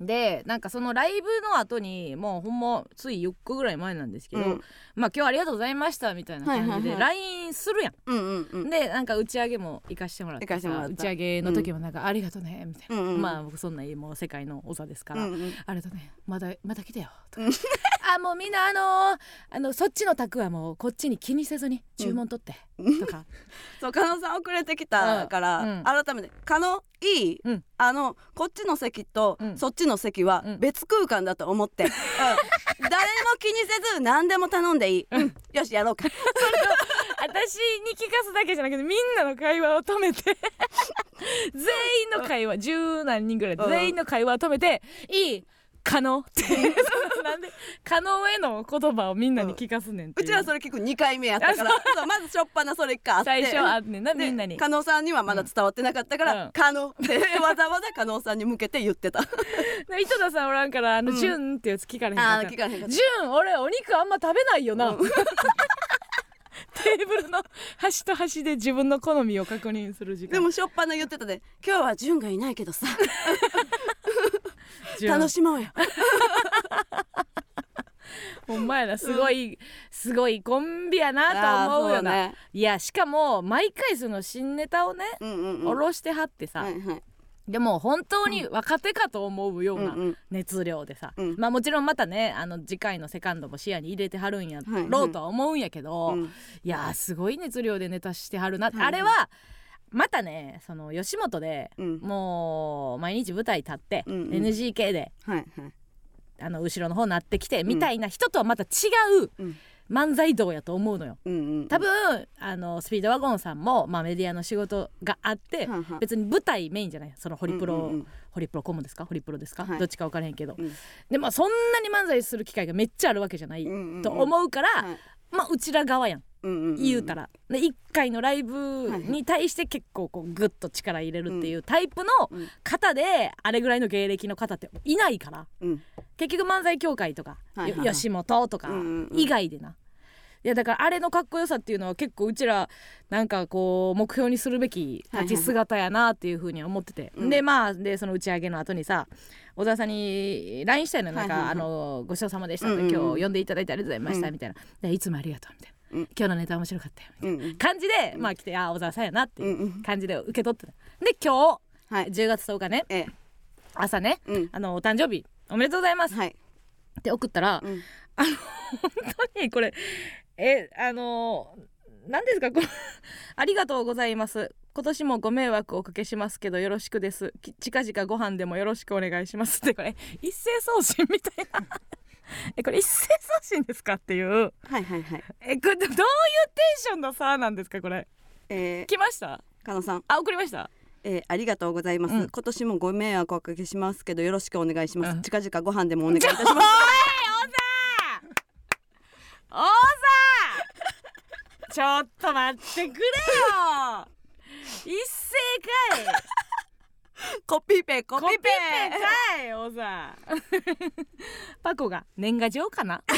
[SPEAKER 2] でなんかそのライブの後にもうほんまつい4日ぐらい前なんですけど、
[SPEAKER 1] うん
[SPEAKER 2] まあ今日ありがとうございましたみたいな感じで
[SPEAKER 1] はいは
[SPEAKER 2] LINE するやん。
[SPEAKER 1] うんうんうん
[SPEAKER 2] でなんか打ち上げも行かしてもらってさ
[SPEAKER 1] 行かしてもらった
[SPEAKER 2] 打ち上げの時もなんか「ありがとね」みたいな、
[SPEAKER 1] うんうん
[SPEAKER 2] まあ僕そんなもう世界の長ですか
[SPEAKER 1] う
[SPEAKER 2] ら、
[SPEAKER 1] んうん
[SPEAKER 2] あれだねまだまだ来てよとか あもうみんなあのーあのそっちの宅はもうこっちに気にせずに注文取って、とか
[SPEAKER 1] そう加納さん遅れてきたから、
[SPEAKER 2] うん
[SPEAKER 1] 改めて「加納いい、
[SPEAKER 2] うん
[SPEAKER 1] あのこっちの席と、
[SPEAKER 2] うん
[SPEAKER 1] そっちの席は
[SPEAKER 2] うん
[SPEAKER 1] 別空間だと思って、うん誰も気にせず何でも頼んでいい、うんよしやろうか
[SPEAKER 2] 私に聞かすだけじゃなくてみんなの会話を止 めて全員の会話十何人ぐらい
[SPEAKER 1] うん
[SPEAKER 2] 全員の会話を止めて「いい可能」ってなんで可能への言葉をみんなに聞かすねんって
[SPEAKER 1] う
[SPEAKER 2] い
[SPEAKER 1] ちらそれ聞く2回目やったからそうまず初っ端それ一回あって
[SPEAKER 2] 最初あ
[SPEAKER 1] で
[SPEAKER 2] んねんなみんなに
[SPEAKER 1] 加納さんにはまだ伝わってなかったから「
[SPEAKER 2] うん
[SPEAKER 1] 加納」って わざわざ加納さんに向けて言ってた
[SPEAKER 2] で井戸田さんおらんから「あの、ジュン」っていうやつ聞かれへんか
[SPEAKER 1] あ
[SPEAKER 2] った
[SPEAKER 1] ー聞かれへんかった
[SPEAKER 2] ジュン俺お肉あんま食べないよな、 テーブルの端と端で自分の好みを確認する時間
[SPEAKER 1] でも初っ端言ってたで「今日は潤がいないけどさ
[SPEAKER 2] ジュン
[SPEAKER 1] 楽しもうよ」
[SPEAKER 2] ほんまやなすごい、すごいコンビやなと思うよな
[SPEAKER 1] あーそうね
[SPEAKER 2] いやしかも毎回その新ネタをね、
[SPEAKER 1] うんうんうん
[SPEAKER 2] おろしてはってさ、
[SPEAKER 1] はいはい
[SPEAKER 2] でも本当に若手かと思うような
[SPEAKER 1] うんうん
[SPEAKER 2] 熱量でさ、
[SPEAKER 1] うん
[SPEAKER 2] まあもちろんまたねあの次回のセカンドも視野に入れてはるんや
[SPEAKER 1] はい
[SPEAKER 2] ろうとは思うんやけど、
[SPEAKER 1] うん
[SPEAKER 2] いやーすごい熱量でネタしてはるな、
[SPEAKER 1] はいはい
[SPEAKER 2] あれはまたねその吉本で
[SPEAKER 1] うん
[SPEAKER 2] もう毎日舞台立って、
[SPEAKER 1] うんうん
[SPEAKER 2] NGK で
[SPEAKER 1] はいはい
[SPEAKER 2] あの後ろの方なってきてみたいな人とはまた違う
[SPEAKER 1] うん
[SPEAKER 2] 漫才道やと思うのよ。
[SPEAKER 1] うんうん
[SPEAKER 2] 多分あのスピードワゴンさんも、まあ、メディアの仕事があって
[SPEAKER 1] はんはん
[SPEAKER 2] 別に舞台メインじゃないそのホリプロ、
[SPEAKER 1] うんうんうん
[SPEAKER 2] ホリプロコムですかホリプロですか、
[SPEAKER 1] はい
[SPEAKER 2] どっちか分からへんけど、
[SPEAKER 1] うん
[SPEAKER 2] でまあそんなに漫才する機会がめっちゃあるわけじゃない
[SPEAKER 1] うんうんうん
[SPEAKER 2] と思うから、
[SPEAKER 1] はい
[SPEAKER 2] まあうちら側やん
[SPEAKER 1] うんうんうん
[SPEAKER 2] 言うたら、で1回のライブ
[SPEAKER 1] はい
[SPEAKER 2] に対して結構こうグッと力入れるっていうタイプの
[SPEAKER 1] うん
[SPEAKER 2] 方で、あれぐらいの芸歴の方っていないから
[SPEAKER 1] うん
[SPEAKER 2] 結局漫才協会とか、
[SPEAKER 1] はいはいはい
[SPEAKER 2] よ吉本とか
[SPEAKER 1] うんうんうん
[SPEAKER 2] 以外でな。いやだからあれのかっこよさっていうのは結構うちらなんかこう目標にするべき立ち姿やなっていうふうには思ってて、
[SPEAKER 1] うん
[SPEAKER 2] でまあでその打ち上げの後にさ小沢さんに LINE したよねなんか、
[SPEAKER 1] はいはいはい
[SPEAKER 2] あのごちそうさまでした
[SPEAKER 1] うんうんうん
[SPEAKER 2] 今日呼んでいただいてありがとうございました、
[SPEAKER 1] うん
[SPEAKER 2] みたいなでいつもありがとうみたいな、
[SPEAKER 1] うん
[SPEAKER 2] 今日のネタ面白かったよみたいな
[SPEAKER 1] うんうん
[SPEAKER 2] 感じで、まあ来てあー小沢さんやなって
[SPEAKER 1] う
[SPEAKER 2] い
[SPEAKER 1] ん
[SPEAKER 2] う
[SPEAKER 1] うん
[SPEAKER 2] 感じで受け取ってたで今
[SPEAKER 1] は
[SPEAKER 2] 日
[SPEAKER 1] い
[SPEAKER 2] 10月10日ね
[SPEAKER 1] ええ
[SPEAKER 2] 朝ね
[SPEAKER 1] うん
[SPEAKER 2] あのお誕生日おめでとうございます
[SPEAKER 1] はい
[SPEAKER 2] って送ったら、
[SPEAKER 1] うん
[SPEAKER 2] 本当にこれえあの何ですかこのありがとうございます今年もご迷惑をおかけしますけどよろしくですき近々ご飯でもよろしくお願いしますってこれ一斉送信みたいなえこれ一斉送信ですかっていう
[SPEAKER 1] はいはいはい
[SPEAKER 2] えこれどういうテンションの差なんですかこれ
[SPEAKER 1] え
[SPEAKER 2] 来ました
[SPEAKER 1] ーかのさん
[SPEAKER 2] あ送りました
[SPEAKER 1] えーありがとうございます、
[SPEAKER 2] うん
[SPEAKER 1] 今年もご迷惑をおかけしますけどよろしくお願いします、
[SPEAKER 2] うん
[SPEAKER 1] 近々ご飯でもお願いいたします
[SPEAKER 2] おいおざおざちょっと待ってくれよ一斉かい
[SPEAKER 1] コピペコ
[SPEAKER 2] コピペかいおざパコが年賀状かな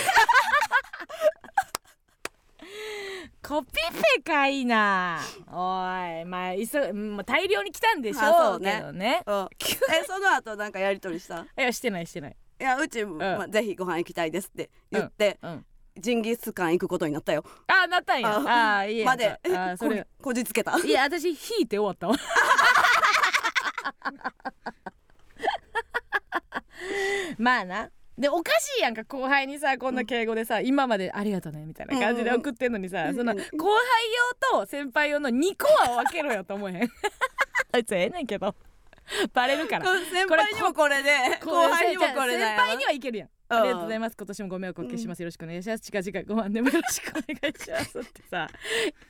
[SPEAKER 2] コピペかいなおいまあ急ぐまあ大量に来たんでし
[SPEAKER 1] あ
[SPEAKER 2] ょ
[SPEAKER 1] そううね
[SPEAKER 2] けどね
[SPEAKER 1] うんえその後なんかやり取りした
[SPEAKER 2] いやしてないしてない
[SPEAKER 1] いやうちも、まあ、ぜひご飯行きたいですって言って、
[SPEAKER 2] うん
[SPEAKER 1] ジンギスカン行くことになったよ
[SPEAKER 2] あなったんやああいいや
[SPEAKER 1] まで
[SPEAKER 2] あーそれ
[SPEAKER 1] ここじつけた
[SPEAKER 2] いや私引いて終わったわ まあなでおかしいやんか後輩にさこんな敬語でさ、今までありがとねみたいな感じで送ってんのにさ、そんな後輩用と先輩用の2個は分けろよと思えへん あいつええねんけどバレるから
[SPEAKER 1] 先輩にもこれで後輩にもこれ
[SPEAKER 2] じ
[SPEAKER 1] だ
[SPEAKER 2] ゃ
[SPEAKER 1] よ
[SPEAKER 2] あ先輩にはいけるやん
[SPEAKER 1] うん
[SPEAKER 2] ありがとうございます今年もご迷惑をおかけします、よろしくお願いします近々ご飯でもよろしくお願いしますって さ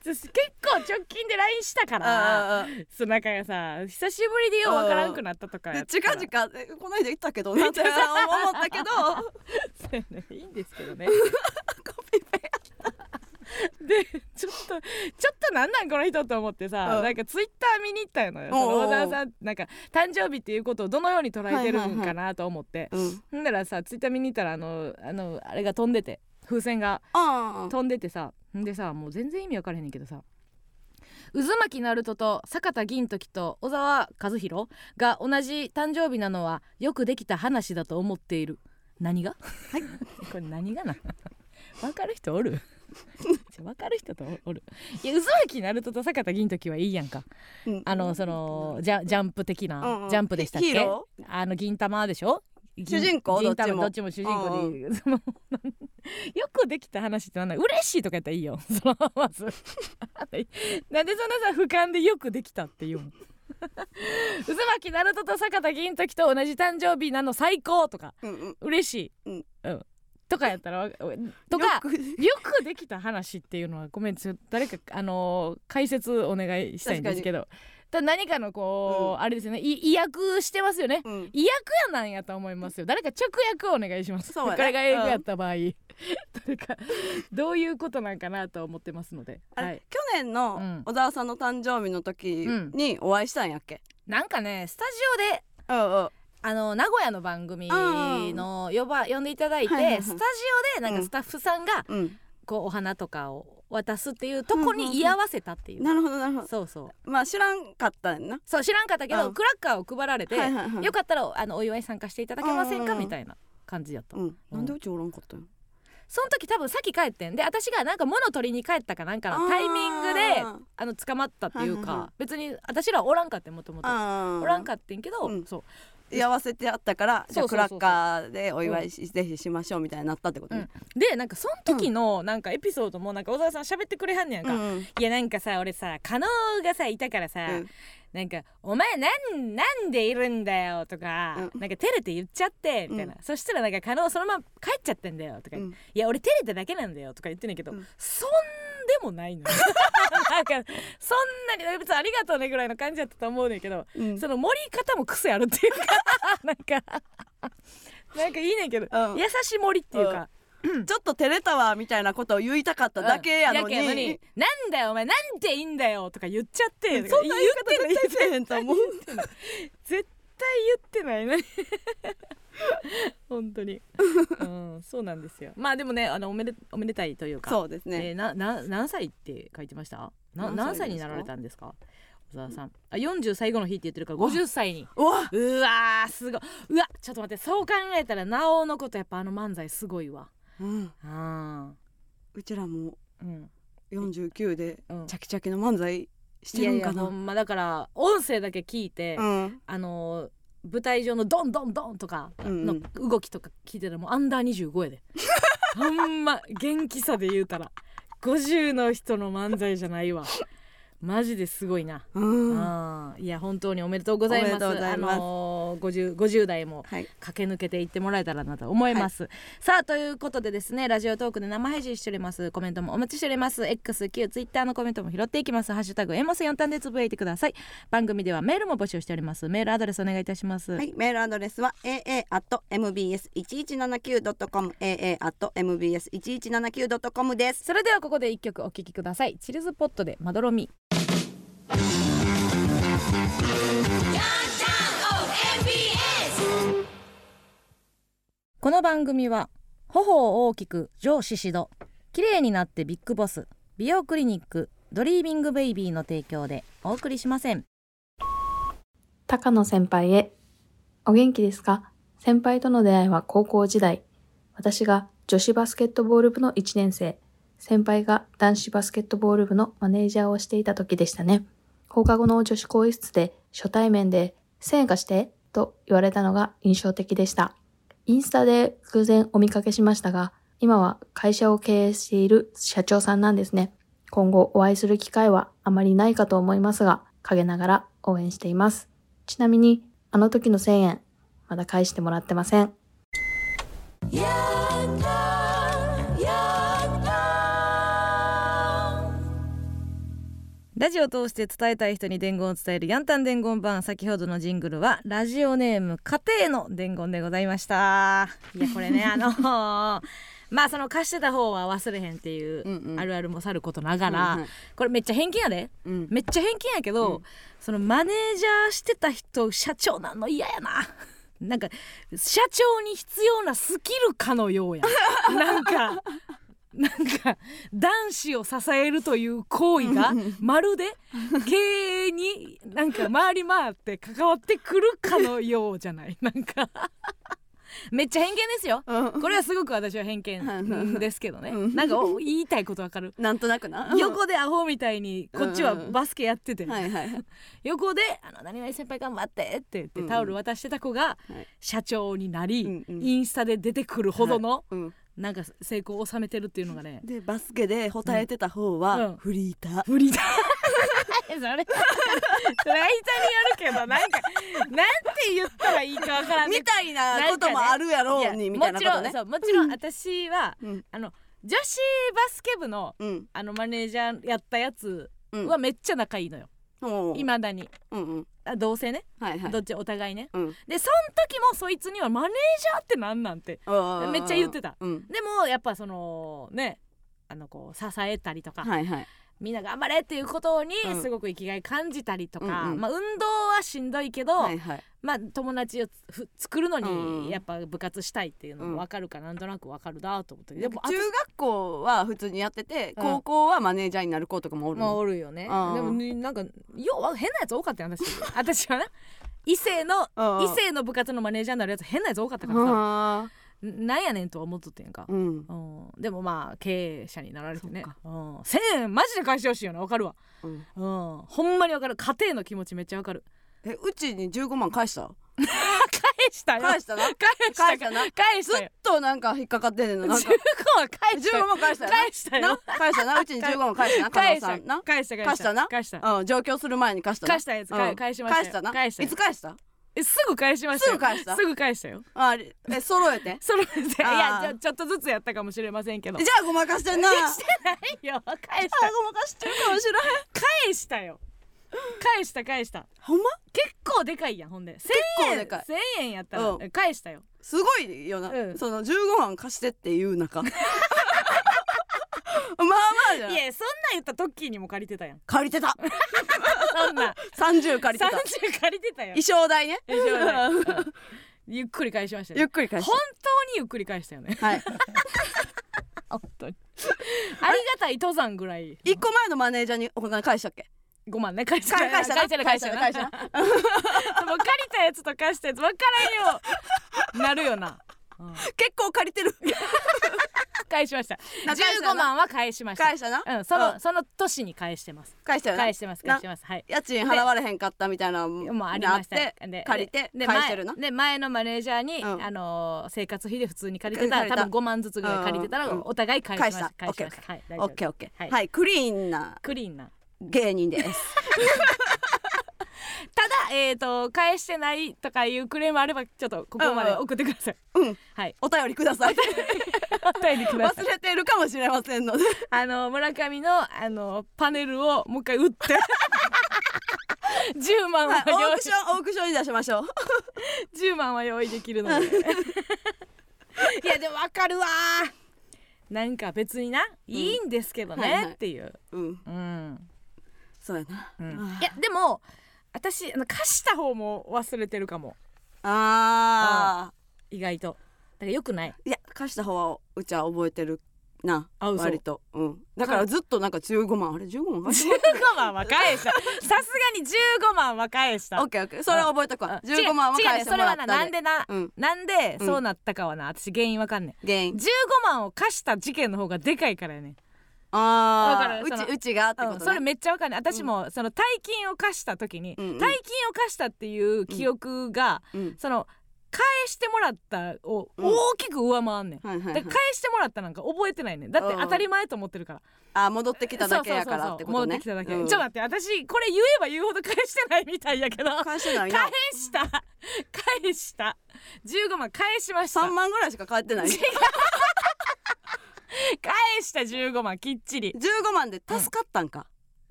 [SPEAKER 2] 私結構直近で LINE したから
[SPEAKER 1] ああ
[SPEAKER 2] そうなんかさ久しぶりでようわからんくなったとかや
[SPEAKER 1] で
[SPEAKER 2] ったら
[SPEAKER 1] 近々えこの間行ったけどなって思 ったけど
[SPEAKER 2] そうやねいいんですけ どねでちょっとちょっとなんなんこの人と思ってさ、
[SPEAKER 1] うん
[SPEAKER 2] なんかツイッター見に行ったのよそ
[SPEAKER 1] おうおう
[SPEAKER 2] の小沢さんなんか誕生日っていうことをどのように捉えてるんかなと思って、
[SPEAKER 1] うん
[SPEAKER 2] ほんならさツイッター見に行ったらあのあのあれが飛んでて風船が
[SPEAKER 1] あ
[SPEAKER 2] 飛んでてさんでさもう全然意味わからへんねんけどさ渦巻ナルトと坂田銀時と小沢和弘が同じ誕生日なのはよくできた話だと思っている何がはい これ何がな分かる人お るちょ分かる人とおるいや渦巻ナルトと坂田銀時はいいやんか
[SPEAKER 1] うん
[SPEAKER 2] あのそのジャジャンプ的
[SPEAKER 1] うんう
[SPEAKER 2] なんジャンプでしたっけ、
[SPEAKER 1] ヒーロ
[SPEAKER 2] あの銀玉でしょ銀
[SPEAKER 1] 主人公
[SPEAKER 2] 銀玉
[SPEAKER 1] ど
[SPEAKER 2] ど
[SPEAKER 1] っ
[SPEAKER 2] っ
[SPEAKER 1] ち
[SPEAKER 2] ち
[SPEAKER 1] も
[SPEAKER 2] も主人公で、 そのよくできた話ってなんだ嬉しいとかやったらいいよ そのまずなんでそんなさ俯瞰でよくできたっていうの 渦巻ナルトと坂田銀時と同じ誕生日なの最高とか
[SPEAKER 1] うんうん
[SPEAKER 2] 嬉しい、
[SPEAKER 1] うん
[SPEAKER 2] とかやったらわとか
[SPEAKER 1] よく
[SPEAKER 2] よくできた話っていうのはごめんちょ誰かあのー解説お願いしたいんですけどただ何かのこう、あれですよねい意訳してますよね
[SPEAKER 1] うん
[SPEAKER 2] 意訳やなんやと思いますよ誰か直訳をお願いします
[SPEAKER 1] そうやね
[SPEAKER 2] これが英語やった場合、誰かどういうことなんかなと思ってますので、
[SPEAKER 1] あれ、
[SPEAKER 2] はい、
[SPEAKER 1] 去年
[SPEAKER 2] う
[SPEAKER 1] の
[SPEAKER 2] ん
[SPEAKER 1] 小沢さんの誕生日の時にお会いしたんやっけ、
[SPEAKER 2] なんかねスタジオで
[SPEAKER 1] うんうん
[SPEAKER 2] あの名古屋の番組の呼ば呼んでいただいて、
[SPEAKER 1] はいはいはい
[SPEAKER 2] スタジオでなんかスタッフさんが
[SPEAKER 1] うん、
[SPEAKER 2] こうお花とかを渡すっていうとこに居合わせたっていう
[SPEAKER 1] なるほどなるほど
[SPEAKER 2] そうそう
[SPEAKER 1] まあ知らんかったんやな
[SPEAKER 2] そう知らんかったけ
[SPEAKER 1] う
[SPEAKER 2] ど
[SPEAKER 1] ん
[SPEAKER 2] クラッカーを配られて
[SPEAKER 1] はいはいはい
[SPEAKER 2] よかったらあのお祝い参加していただけません
[SPEAKER 1] うんうん
[SPEAKER 2] か
[SPEAKER 1] うん
[SPEAKER 2] みたいな感じやった
[SPEAKER 1] うん、なんでうちおらんかったんや
[SPEAKER 2] その時多分先帰ってんで私がなんか物取りに帰ったかなんかのタイミングで
[SPEAKER 1] あー
[SPEAKER 2] あの捕まったっていうか、
[SPEAKER 1] はいはいは
[SPEAKER 2] 別に私らはおらんかってもともと
[SPEAKER 1] あー
[SPEAKER 2] おらんかってんけど、
[SPEAKER 1] うん
[SPEAKER 2] そう
[SPEAKER 1] 居合わせてあったからじゃあ
[SPEAKER 2] そう
[SPEAKER 1] ク
[SPEAKER 2] そ
[SPEAKER 1] ラ
[SPEAKER 2] うそうそう
[SPEAKER 1] ッカーでお祝いし、ぜひしましょうみたいになったってことね、
[SPEAKER 2] でなんかその時のなんかエピソードもなんか小沢さん喋ってくれはんねやん
[SPEAKER 1] う
[SPEAKER 2] か、
[SPEAKER 1] ん
[SPEAKER 2] いやなんかさ俺さ加納がさいたからさ、
[SPEAKER 1] うん
[SPEAKER 2] なんか「お前なんなんでいるんだよ」とか、
[SPEAKER 1] うん
[SPEAKER 2] なんか照れて言っちゃってみたいな、
[SPEAKER 1] う
[SPEAKER 2] そしたらなんか加納そのまま帰っちゃってんだよとか、
[SPEAKER 1] うん
[SPEAKER 2] いや俺照れただけなんだよとか言ってんねんけど、
[SPEAKER 1] うん
[SPEAKER 2] そんでもないの なんかそんなに別にありがとうねぐらいの感じだったと思うねんけど、
[SPEAKER 1] うん
[SPEAKER 2] その盛り方も癖あるっていうか なんかなんかいいねんけど、
[SPEAKER 1] うん
[SPEAKER 2] 優しい盛りっていうか、
[SPEAKER 1] ちょっと照れたわみたいなことを言いたかっただけやのに,、
[SPEAKER 2] うんなんだよお前なんていいんだよとか言っちゃって
[SPEAKER 1] そんな言い方
[SPEAKER 2] 言ってない
[SPEAKER 1] 絶対せえへんと思う
[SPEAKER 2] 絶対言ってないね 本当に、うん、そうなんですよまあでもねあのおめでおめでたいというか
[SPEAKER 1] そうです
[SPEAKER 2] えー
[SPEAKER 1] ね、
[SPEAKER 2] なな何歳って書いてましたな何
[SPEAKER 1] 何
[SPEAKER 2] 歳
[SPEAKER 1] 歳ですか
[SPEAKER 2] になられたんですか小沢さんあ40歳後の日って言ってるから50歳に
[SPEAKER 1] うわ
[SPEAKER 2] うわーすごいうわちょっと待ってそう考えたらなおのことやっぱあの漫才すごいわ
[SPEAKER 1] うん
[SPEAKER 2] あ
[SPEAKER 1] うちらも
[SPEAKER 2] ーうん
[SPEAKER 1] 49で
[SPEAKER 2] うん
[SPEAKER 1] チャキチャキの漫才して
[SPEAKER 2] い
[SPEAKER 1] る
[SPEAKER 2] や
[SPEAKER 1] ん
[SPEAKER 2] い
[SPEAKER 1] か
[SPEAKER 2] や
[SPEAKER 1] な
[SPEAKER 2] ほんまだから音声だけ聞いて、
[SPEAKER 1] うん
[SPEAKER 2] あのー舞台上のドンドンドンとか
[SPEAKER 1] うんう
[SPEAKER 2] の
[SPEAKER 1] ん
[SPEAKER 2] 動きとか聞いてたらもうアンダー25やで ほんま元気さで言うたら50の人の漫才じゃないわマジですごいな、
[SPEAKER 1] うんは
[SPEAKER 2] あーいや本当におめでとうございます
[SPEAKER 1] おめでとうございます
[SPEAKER 2] あのー、50, 50代も
[SPEAKER 1] い
[SPEAKER 2] 駆け抜けていってもらえたらなと思います、さあということでですねラジオトークで生配信しておりますコメントもお待ちしております XQ ツイッターのコメントも拾っていきますハッシュタグエモス4単でつぶやいてください番組ではメールも募集しておりますメールアドレスお願いいたします、
[SPEAKER 1] はい、メールアドレスは aa mbs 一一七九ドットコム aa mbs 一一七九ドットコムです。
[SPEAKER 2] それではここで一曲お聴きくださいチルズポットでまどろみこの番組は頬を大きく上シシド綺麗になってビッグボス美容クリニックドリーミングベイビーの提供でお送りしません
[SPEAKER 5] 高野先輩へ。お元気ですか先輩との出会いは高校時代。私が女子バスケットボール部の1年生。先輩が男子バスケットボール部のマネージャーをしていた時でしたね。放課後の女子更衣室で初対面で1000円貸してと言われたのが印象的でした。インスタで偶然お見かけしましたが、今は会社を経営している社長さんなんですね。今後お会いする機会はあまりないかと思いますが、陰ながら応援しています。ちなみに、あの時の1000円、まだ返してもらってません。
[SPEAKER 2] ラジオを通して伝えたい人に伝言を伝えるヤンタン伝言版先ほどのジングルはラジオネーム家庭の伝言でございましたいやこれねあの ーまあその貸してた方は忘れへんっていう
[SPEAKER 1] うんうん
[SPEAKER 2] あるあるもさることながら、
[SPEAKER 1] うんうん
[SPEAKER 2] これめっちゃ返金やで
[SPEAKER 1] うん、
[SPEAKER 2] めっちゃ返金やけど、そのマネージャーしてた人社長なんの嫌やな なんか社長に必要なスキルかのようやなん かなんか男子を支えるという行為 がまるで経営になんか回り回って関わってくるかのようじゃない なんかめっちゃ偏見ですよ
[SPEAKER 1] うん、
[SPEAKER 2] これはすごく私は偏見ですけどねなんかお言いたいことわかる
[SPEAKER 1] なんとなくな。
[SPEAKER 2] 横でアホみたいにこっちはバスケやってて、
[SPEAKER 1] はいはいはい。
[SPEAKER 2] 横で「あの何々先輩頑張って」って言って
[SPEAKER 1] うん
[SPEAKER 2] タオル渡してた子が
[SPEAKER 1] はい
[SPEAKER 2] 社長になり、
[SPEAKER 1] うんうん
[SPEAKER 2] インスタで出てくるほどの
[SPEAKER 1] うん、
[SPEAKER 2] なんか成功を収めてるっていうのがね
[SPEAKER 1] でバスケで答えてた方
[SPEAKER 2] うん
[SPEAKER 1] はフリーター。
[SPEAKER 2] 無理だそれそれは人によるけどなんか なんて言ったらいいかわから ん
[SPEAKER 1] みたいなこともあるやろう
[SPEAKER 2] いや
[SPEAKER 1] に、みたいなこと
[SPEAKER 2] もちろん
[SPEAKER 1] ね。
[SPEAKER 2] そうもちろん私は、
[SPEAKER 1] うん
[SPEAKER 2] あの女子バスケ部の
[SPEAKER 1] うん、
[SPEAKER 2] あのマネージャーやったやつ
[SPEAKER 1] うん、
[SPEAKER 2] はめっちゃ仲いいのよ
[SPEAKER 1] もう
[SPEAKER 2] い、ま、だに
[SPEAKER 1] うんうん、
[SPEAKER 2] あ同性ね、
[SPEAKER 1] はいはい
[SPEAKER 2] ど。っちお互いね
[SPEAKER 1] うん、
[SPEAKER 2] でそん時もそいつにはマネージャーってなんなんて
[SPEAKER 1] あー
[SPEAKER 2] めっちゃ言ってた
[SPEAKER 1] うん、
[SPEAKER 2] でもやっぱそのねあのこう支えたりとか、
[SPEAKER 1] はいはい。
[SPEAKER 2] みんな頑張れっていうことに
[SPEAKER 1] うん
[SPEAKER 2] すごく生きがい感じたりとか、
[SPEAKER 1] うんうん
[SPEAKER 2] まあ、運動はしんどいけど、
[SPEAKER 1] はいはい。
[SPEAKER 2] まあ、友達をつふ作るの
[SPEAKER 1] うん
[SPEAKER 2] にやっぱ部活したいっていうのも分かるから、なんとなく分かるなと思ってで
[SPEAKER 1] でも
[SPEAKER 2] も
[SPEAKER 1] 中
[SPEAKER 2] あ
[SPEAKER 1] 学校は普通にやってて、
[SPEAKER 2] うん
[SPEAKER 1] 高校はマネージャーになる子とかもお
[SPEAKER 2] と
[SPEAKER 1] る
[SPEAKER 2] まあ
[SPEAKER 1] の。
[SPEAKER 2] おるよね、
[SPEAKER 1] うん
[SPEAKER 2] でもねなんかようわ変なやつ多かったよ私 私はな異性の
[SPEAKER 1] うんうん
[SPEAKER 2] 異性の部活のマネージャーになるやつ変なやつ多かったからさ、
[SPEAKER 1] あ
[SPEAKER 2] なんやねんとは思っとってんやんか、
[SPEAKER 1] うん
[SPEAKER 2] うん、でもまあ経営者になられてね
[SPEAKER 1] そっか
[SPEAKER 2] うん、1000円マジで返してほしいよなわかるわ、
[SPEAKER 1] うん
[SPEAKER 2] うん、ほんまにわかる家庭の気持ちめっちゃわかる
[SPEAKER 1] えうちに15万返した
[SPEAKER 2] 返したよ
[SPEAKER 1] 返したな
[SPEAKER 2] 返
[SPEAKER 1] 返し
[SPEAKER 2] し
[SPEAKER 1] たた
[SPEAKER 2] な
[SPEAKER 1] な
[SPEAKER 2] 返し
[SPEAKER 1] ず
[SPEAKER 2] たよ
[SPEAKER 1] っとなんか引っかかってんねんな なんか
[SPEAKER 2] 15は返した
[SPEAKER 1] 15
[SPEAKER 2] よ
[SPEAKER 1] 万返したよなな返
[SPEAKER 2] 返したよ
[SPEAKER 1] した なうちに15万返したな加
[SPEAKER 2] 返
[SPEAKER 1] 納さ
[SPEAKER 2] し
[SPEAKER 1] んな
[SPEAKER 2] た返した
[SPEAKER 1] 返したな
[SPEAKER 2] 返した
[SPEAKER 1] うん上京する前に貸したな
[SPEAKER 2] 返したやつ返返しましたよ
[SPEAKER 1] 返したな
[SPEAKER 2] 返したよ
[SPEAKER 1] いつ返した
[SPEAKER 2] えすぐ返しました
[SPEAKER 1] す
[SPEAKER 2] よ
[SPEAKER 1] ぐ返した
[SPEAKER 2] すぐ返したよ
[SPEAKER 1] あえ揃えて
[SPEAKER 2] その先生い
[SPEAKER 1] あー
[SPEAKER 2] やじゃちょっとずつやったかもしれませんけど
[SPEAKER 1] じゃあごまかしてんな
[SPEAKER 2] いや返し
[SPEAKER 1] あごまかしてるかもし れん
[SPEAKER 2] 返したよ返した返した
[SPEAKER 1] ほんま
[SPEAKER 2] 結構でかいやんほんで1000
[SPEAKER 1] 構
[SPEAKER 2] 円
[SPEAKER 1] でかい
[SPEAKER 2] 1000円やったら、
[SPEAKER 1] うん
[SPEAKER 2] 返したよ
[SPEAKER 1] すごいよな、
[SPEAKER 2] うん
[SPEAKER 1] その15万貸してっていう 中まあまあじゃ
[SPEAKER 2] い
[SPEAKER 1] ん
[SPEAKER 2] やそんなん言ったらトッキーにも借りてたやん
[SPEAKER 1] 借りてた
[SPEAKER 2] そん なん
[SPEAKER 1] 30借りてた
[SPEAKER 2] 30借りてたやん
[SPEAKER 1] 衣装代ね
[SPEAKER 2] 衣装代うんゆっくり返しました
[SPEAKER 1] ゆっ
[SPEAKER 2] ね
[SPEAKER 1] くり返
[SPEAKER 2] 本
[SPEAKER 1] し
[SPEAKER 2] 当にゆっくり返したよね
[SPEAKER 1] たはい
[SPEAKER 2] 本当にありがたい登山ぐらい
[SPEAKER 1] 一個前のマネージャーにお金返したっけ
[SPEAKER 2] 5万ね返した
[SPEAKER 1] 返したな
[SPEAKER 2] 返したな返したな
[SPEAKER 1] 返したな
[SPEAKER 2] でも借りたやつと貸したやつ分からんようなるよな、うん
[SPEAKER 1] 結構借りてる
[SPEAKER 2] 返しました
[SPEAKER 1] な返したな
[SPEAKER 2] 15万は返しました
[SPEAKER 1] 返したな、
[SPEAKER 2] うん、その、
[SPEAKER 1] うん
[SPEAKER 2] その年に返してます
[SPEAKER 1] 返したよな
[SPEAKER 2] 返してます
[SPEAKER 1] な
[SPEAKER 2] 返してますはい
[SPEAKER 1] 家賃払われへんかったみたいなの
[SPEAKER 2] もうありました
[SPEAKER 1] なって
[SPEAKER 2] で
[SPEAKER 1] 借りて
[SPEAKER 2] で
[SPEAKER 1] 返してるな
[SPEAKER 2] 前で前のマネージャーに、
[SPEAKER 1] うん
[SPEAKER 2] あのー生活費で普通に借りてたら
[SPEAKER 1] 借り
[SPEAKER 2] 多
[SPEAKER 1] た
[SPEAKER 2] 分5万ずつぐらい借りてたら、
[SPEAKER 1] うんうん
[SPEAKER 2] お互い返しました
[SPEAKER 1] 返した
[SPEAKER 2] ましたはい大丈
[SPEAKER 1] オ
[SPEAKER 2] 夫
[SPEAKER 1] ッケーオッケー
[SPEAKER 2] は
[SPEAKER 1] はいい、クリーンな
[SPEAKER 2] クリーンな
[SPEAKER 1] 芸人 です
[SPEAKER 2] ただえっ、と返してないとかいうクレームあればちょっとここまで
[SPEAKER 1] うんうん
[SPEAKER 2] 送ってください、
[SPEAKER 1] うん
[SPEAKER 2] はい
[SPEAKER 1] お便りくだ さい
[SPEAKER 2] お便りください
[SPEAKER 1] 忘れてるかもしれません ので
[SPEAKER 2] あの村上のあのパネルをもう一回打って 10万
[SPEAKER 1] は
[SPEAKER 2] はい
[SPEAKER 1] オ
[SPEAKER 2] 用
[SPEAKER 1] ー
[SPEAKER 2] 意
[SPEAKER 1] クションオークションに出しましょう
[SPEAKER 2] 10万は用意できるの でいやでもわかるわーなんか別にな、いいんですけどね、
[SPEAKER 1] はいはい
[SPEAKER 2] っていう
[SPEAKER 1] うん
[SPEAKER 2] うん、
[SPEAKER 1] そうやな、
[SPEAKER 2] いやでも私あの貸した方も忘れてるかも
[SPEAKER 1] ああ
[SPEAKER 2] 意外とだからよくない
[SPEAKER 1] いや貸した方はうちは覚えてるな
[SPEAKER 2] あ嘘
[SPEAKER 1] 割とうんだからずっとなんか15万あれ15万貸し
[SPEAKER 2] 15万は返した さすがに15万は返し
[SPEAKER 1] た
[SPEAKER 2] た
[SPEAKER 1] オッケーオッケーそれは覚えとくわ
[SPEAKER 2] うん違う
[SPEAKER 1] 15万は返してもらっ
[SPEAKER 2] 違うね
[SPEAKER 1] た
[SPEAKER 2] それはななんでな、
[SPEAKER 1] うん
[SPEAKER 2] なんでそうなったかはな私原因わかんねん
[SPEAKER 1] 原因
[SPEAKER 2] 15万を貸した事件の方がでかいからやねんわか
[SPEAKER 1] あ
[SPEAKER 2] る
[SPEAKER 1] あ
[SPEAKER 2] その
[SPEAKER 1] うちうちがってこと、ね
[SPEAKER 2] うんそれめっちゃわかんない私もその大金を貸した時に、
[SPEAKER 1] うんうん
[SPEAKER 2] 大金を貸したっていう記憶が、
[SPEAKER 1] うん
[SPEAKER 2] その返してもらったを
[SPEAKER 1] うん
[SPEAKER 2] 大きく上回んねん、
[SPEAKER 1] はいはい、は
[SPEAKER 2] で
[SPEAKER 1] い
[SPEAKER 2] 返、してもらったなんか覚えてないねんだって当たり前と思ってるから
[SPEAKER 1] あ戻ってきただけやからってこと
[SPEAKER 2] 戻っ
[SPEAKER 1] ね
[SPEAKER 2] てきただけ、
[SPEAKER 1] うん
[SPEAKER 2] ちょっと待って私これ言えば言うほど返してないみたいやけど 返
[SPEAKER 1] 返してないな
[SPEAKER 2] した返した15万返しました
[SPEAKER 1] 3万ぐらいしか返ってない
[SPEAKER 2] 返した15万きっちり
[SPEAKER 1] 15万で助かったんか、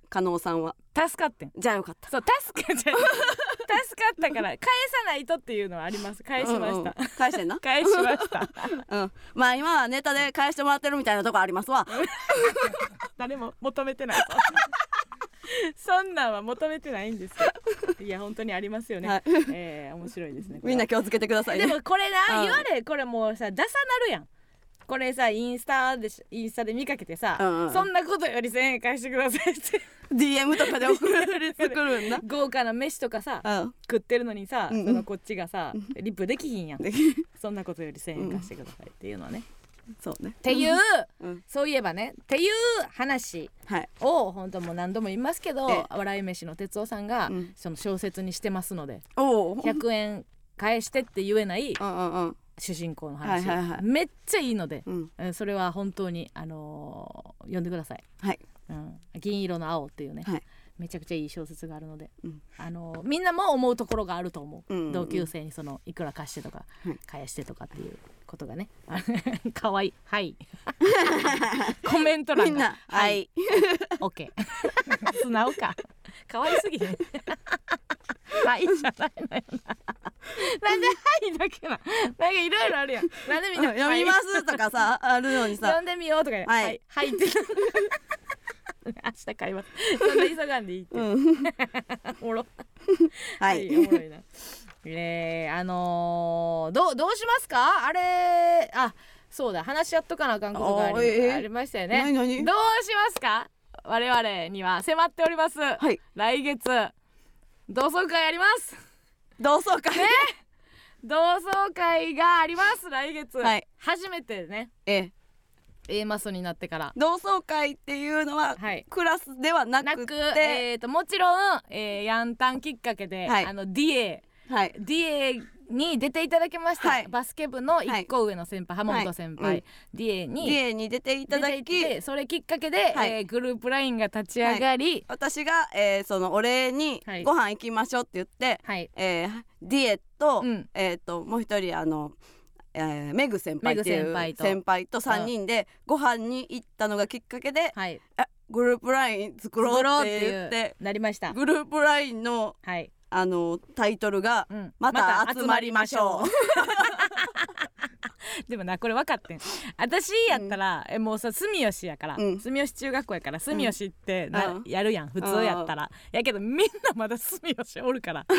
[SPEAKER 1] 加納さんは
[SPEAKER 2] 助かってん
[SPEAKER 1] じゃあよかった
[SPEAKER 2] そう助かっちゃう助かったから返さないとっていうのはあります返しました、
[SPEAKER 1] うんうん返してんな
[SPEAKER 2] 返しました
[SPEAKER 1] うんまあ今はネタで返してもらってるみたいなとこありますわ
[SPEAKER 2] 誰も求めてないそんなんは求めてないんですよいや本当にありますよね、
[SPEAKER 1] はい
[SPEAKER 2] えー面白いですねこれ
[SPEAKER 1] み
[SPEAKER 2] は
[SPEAKER 1] んな気をつけてください
[SPEAKER 2] で
[SPEAKER 1] ね
[SPEAKER 2] もこれな、
[SPEAKER 1] うん
[SPEAKER 2] 言われこれもうさダサなるやんこれさインスタでしインスタで見かけてさ、
[SPEAKER 1] うんうん
[SPEAKER 2] そんなことより1,000円返してくださいって
[SPEAKER 1] DM とかで送る作る んだ
[SPEAKER 2] 豪華な飯とかさ、
[SPEAKER 1] うん
[SPEAKER 2] 食ってるのにさ、
[SPEAKER 1] うんうん
[SPEAKER 2] そのこっちがさリップできひんやん
[SPEAKER 1] で き
[SPEAKER 2] そんなことより1,000円貸してくださいっていうのはね、
[SPEAKER 1] そうね
[SPEAKER 2] っていう、
[SPEAKER 1] うん
[SPEAKER 2] そういえばねっていう話
[SPEAKER 1] はい
[SPEAKER 2] を本当もう何度も言いますけど
[SPEAKER 1] え
[SPEAKER 2] 笑い飯の哲夫さんが、
[SPEAKER 1] うん
[SPEAKER 2] その小説にしてますので
[SPEAKER 1] おおうん
[SPEAKER 2] 100円返してって言えない
[SPEAKER 1] うんうん
[SPEAKER 2] 主人公の話、
[SPEAKER 1] はいはいはい
[SPEAKER 2] めっちゃいいので、
[SPEAKER 1] うん
[SPEAKER 2] えーそれは本当にあのー読んでください、
[SPEAKER 1] はい
[SPEAKER 2] うん銀色の青っていうね、
[SPEAKER 1] はい
[SPEAKER 2] めちゃくちゃいい小説があるので、
[SPEAKER 1] うん
[SPEAKER 2] あのーみんなも思うところがあると思う,、
[SPEAKER 1] うんうんうん
[SPEAKER 2] 同級生にそのいくら貸してとか、
[SPEAKER 1] はい
[SPEAKER 2] 返してとかっていうことがね かわいいはい コメント欄が
[SPEAKER 1] みんなは、い
[SPEAKER 2] OK 素直か可愛すぎへん はいじゃないのよななんではいだけななんかいろいろあるやんなんでみんな
[SPEAKER 1] 読みま
[SPEAKER 2] はい
[SPEAKER 1] すとかさあるのにさ
[SPEAKER 2] 読んでみようとか言う
[SPEAKER 1] はい
[SPEAKER 2] はいはいって 明日買いますそんな急がんでいいって、 おもろ
[SPEAKER 1] は
[SPEAKER 2] お
[SPEAKER 1] い
[SPEAKER 2] もろいなえー、あのー、どうどうしますかあれあそうだ話し合っとかなあかんことがあ
[SPEAKER 1] あ
[SPEAKER 2] り,、
[SPEAKER 1] ーえー
[SPEAKER 2] ありましたよね
[SPEAKER 1] 何何
[SPEAKER 2] どうしますか我々には迫っております、
[SPEAKER 1] はい
[SPEAKER 2] 来月同窓会やります
[SPEAKER 1] 同窓会
[SPEAKER 2] ね同窓会があります来月、
[SPEAKER 1] はい
[SPEAKER 2] 初めてね
[SPEAKER 1] ええ
[SPEAKER 2] A マスになってから
[SPEAKER 1] 同窓会っていうのは、
[SPEAKER 2] はい
[SPEAKER 1] クラスではな
[SPEAKER 2] な
[SPEAKER 1] く
[SPEAKER 2] く、
[SPEAKER 1] て
[SPEAKER 2] えー、ともちろん、えー、ヤンタンきっかけで、
[SPEAKER 1] はい
[SPEAKER 2] あの DA
[SPEAKER 1] はい、
[SPEAKER 2] DA に出ていただきました、
[SPEAKER 1] はい
[SPEAKER 2] バスケ部の一個上の先輩、浜本先輩、
[SPEAKER 1] はいうん
[SPEAKER 2] DA に
[SPEAKER 1] DA に出ていただ
[SPEAKER 2] 出てい
[SPEAKER 1] き
[SPEAKER 2] てそれきっかけで、
[SPEAKER 1] はい
[SPEAKER 2] えーグループラインが立ち上がり、
[SPEAKER 1] 私が、えーそのお礼に
[SPEAKER 2] はい
[SPEAKER 1] ご飯行きましょうって言って、
[SPEAKER 2] はい
[SPEAKER 1] えーディエと,、
[SPEAKER 2] うん
[SPEAKER 1] えー、ともう一人あの、えーメグ先輩ってい
[SPEAKER 2] メ
[SPEAKER 1] う
[SPEAKER 2] グ先輩と
[SPEAKER 1] 先輩と3人でご飯に行ったのがきっかけで、
[SPEAKER 2] はい、
[SPEAKER 1] あグループライン作ろうって言って
[SPEAKER 2] なりました。
[SPEAKER 1] グループラインの
[SPEAKER 2] はい、
[SPEAKER 1] あのタイトルが、
[SPEAKER 2] うん
[SPEAKER 1] また集まりましょう。
[SPEAKER 2] でもなこれ分かってん私やったら、えもうさ住吉やから、
[SPEAKER 1] うん
[SPEAKER 2] 住吉中学校やから住吉ってな、
[SPEAKER 1] うん
[SPEAKER 2] やるやん普通やったら、やけどみんなまだ住吉おる から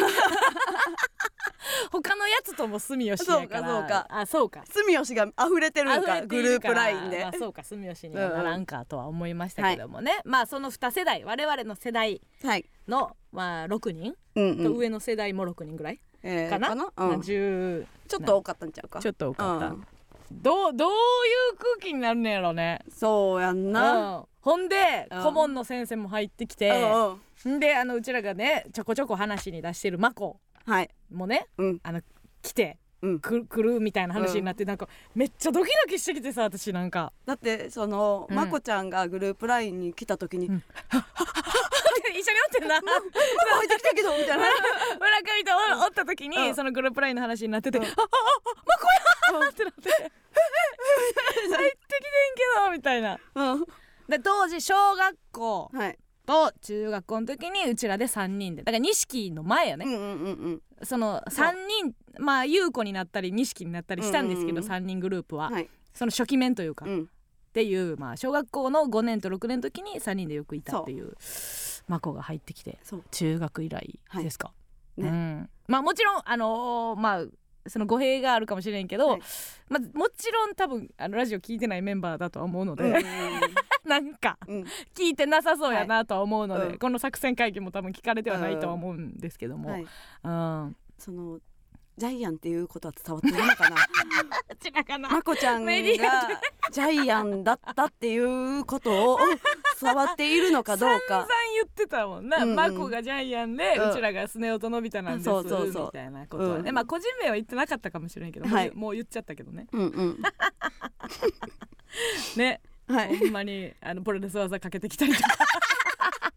[SPEAKER 2] 他のやつとも住吉やから
[SPEAKER 1] そうかそうか
[SPEAKER 2] あそうか
[SPEAKER 1] 住吉が溢れてるん
[SPEAKER 2] 溢
[SPEAKER 1] か
[SPEAKER 2] れて
[SPEAKER 1] グ
[SPEAKER 2] い
[SPEAKER 1] ル
[SPEAKER 2] る
[SPEAKER 1] ー
[SPEAKER 2] から
[SPEAKER 1] プラインで
[SPEAKER 2] まあ、そうか住吉にはならんかとは思いましたけどもね、まあその2世代我々の世代
[SPEAKER 1] はい、
[SPEAKER 2] の、まあ、6人
[SPEAKER 1] うんう
[SPEAKER 2] と
[SPEAKER 1] ん
[SPEAKER 2] 上の世代も6人ぐらい
[SPEAKER 1] えー
[SPEAKER 2] かな,、
[SPEAKER 1] うん
[SPEAKER 2] まあ10
[SPEAKER 1] ちょっと多かったんちゃうか
[SPEAKER 2] ちょっと多かった、
[SPEAKER 1] うん
[SPEAKER 2] どうどういう空気になるんねやろね
[SPEAKER 1] そうやんな、
[SPEAKER 2] うんほんで、
[SPEAKER 1] うん
[SPEAKER 2] 顧問の先生も入ってきて、
[SPEAKER 1] うんうん
[SPEAKER 2] んであのうちらがねちょこちょこ話に出してるマコ
[SPEAKER 1] はい
[SPEAKER 2] もね
[SPEAKER 1] うん
[SPEAKER 2] あの来て
[SPEAKER 1] うん
[SPEAKER 2] く来るみたいな話になって、なんかめっちゃドキドキしてきてさ私なん か
[SPEAKER 1] だってその、
[SPEAKER 2] うん
[SPEAKER 1] まこちゃんがグループラインに来た時に、
[SPEAKER 2] ん一緒におってんな 村
[SPEAKER 1] 入ってきたけどみ たいな
[SPEAKER 2] 上とおおった時に、
[SPEAKER 1] うん
[SPEAKER 2] そのグループラインの話になってて、あああマコやってなって入って きてんけどみたいな
[SPEAKER 1] うん
[SPEAKER 2] で当時小学校
[SPEAKER 1] はい、
[SPEAKER 2] と中学校の時にうちらで3人でだから錦の前よね
[SPEAKER 1] うんうんうんうん
[SPEAKER 2] その3人まあ優子になったり錦になったりしたんですけ
[SPEAKER 1] うんうん
[SPEAKER 2] ど、
[SPEAKER 1] うん
[SPEAKER 2] 三3人グループは、
[SPEAKER 1] はい、
[SPEAKER 2] その初期面というか、
[SPEAKER 1] う
[SPEAKER 2] っ
[SPEAKER 1] ん、
[SPEAKER 2] ていう、まあ、小学校の5年と6年の時に3人でよくいたっていう真子が入ってきて
[SPEAKER 1] そう
[SPEAKER 2] 中学以来ですか、
[SPEAKER 1] いね
[SPEAKER 2] うん、まあもちろんあのーまあその語弊があるかもしれんけど、
[SPEAKER 1] はい
[SPEAKER 2] まあ、もちろん多分あのラジオ聞いてないメンバーだとは思うので、
[SPEAKER 1] うん
[SPEAKER 2] なんか
[SPEAKER 1] うんうん
[SPEAKER 2] 聞いてなさそうやなとは思うので、
[SPEAKER 1] はいうん
[SPEAKER 2] この作戦会議も多分聞かれてはないとは思うんですけども、
[SPEAKER 1] はい、
[SPEAKER 2] うん、
[SPEAKER 1] そのジャイアンっていうことは伝わってるの かな
[SPEAKER 2] こちらかな
[SPEAKER 1] まこちゃんが
[SPEAKER 2] メ
[SPEAKER 1] ジ
[SPEAKER 2] ディア
[SPEAKER 1] ャイアンだったっていうことを伝わっているのかどう
[SPEAKER 2] 散々
[SPEAKER 1] か
[SPEAKER 2] 言ってたもんな、
[SPEAKER 1] うんうん
[SPEAKER 2] マコがジャイアンで、う
[SPEAKER 1] うん
[SPEAKER 2] ちらがスネ夫とのび太なんです
[SPEAKER 1] そうそうそう
[SPEAKER 2] みたいなことはね、
[SPEAKER 1] うん
[SPEAKER 2] まあ個人名は言ってなかったかもしれんけど、
[SPEAKER 1] はい
[SPEAKER 2] もう言っちゃったけどね
[SPEAKER 1] うんうん
[SPEAKER 2] ね、
[SPEAKER 1] はい
[SPEAKER 2] ほんまにあのプロレス技かけてきたりとか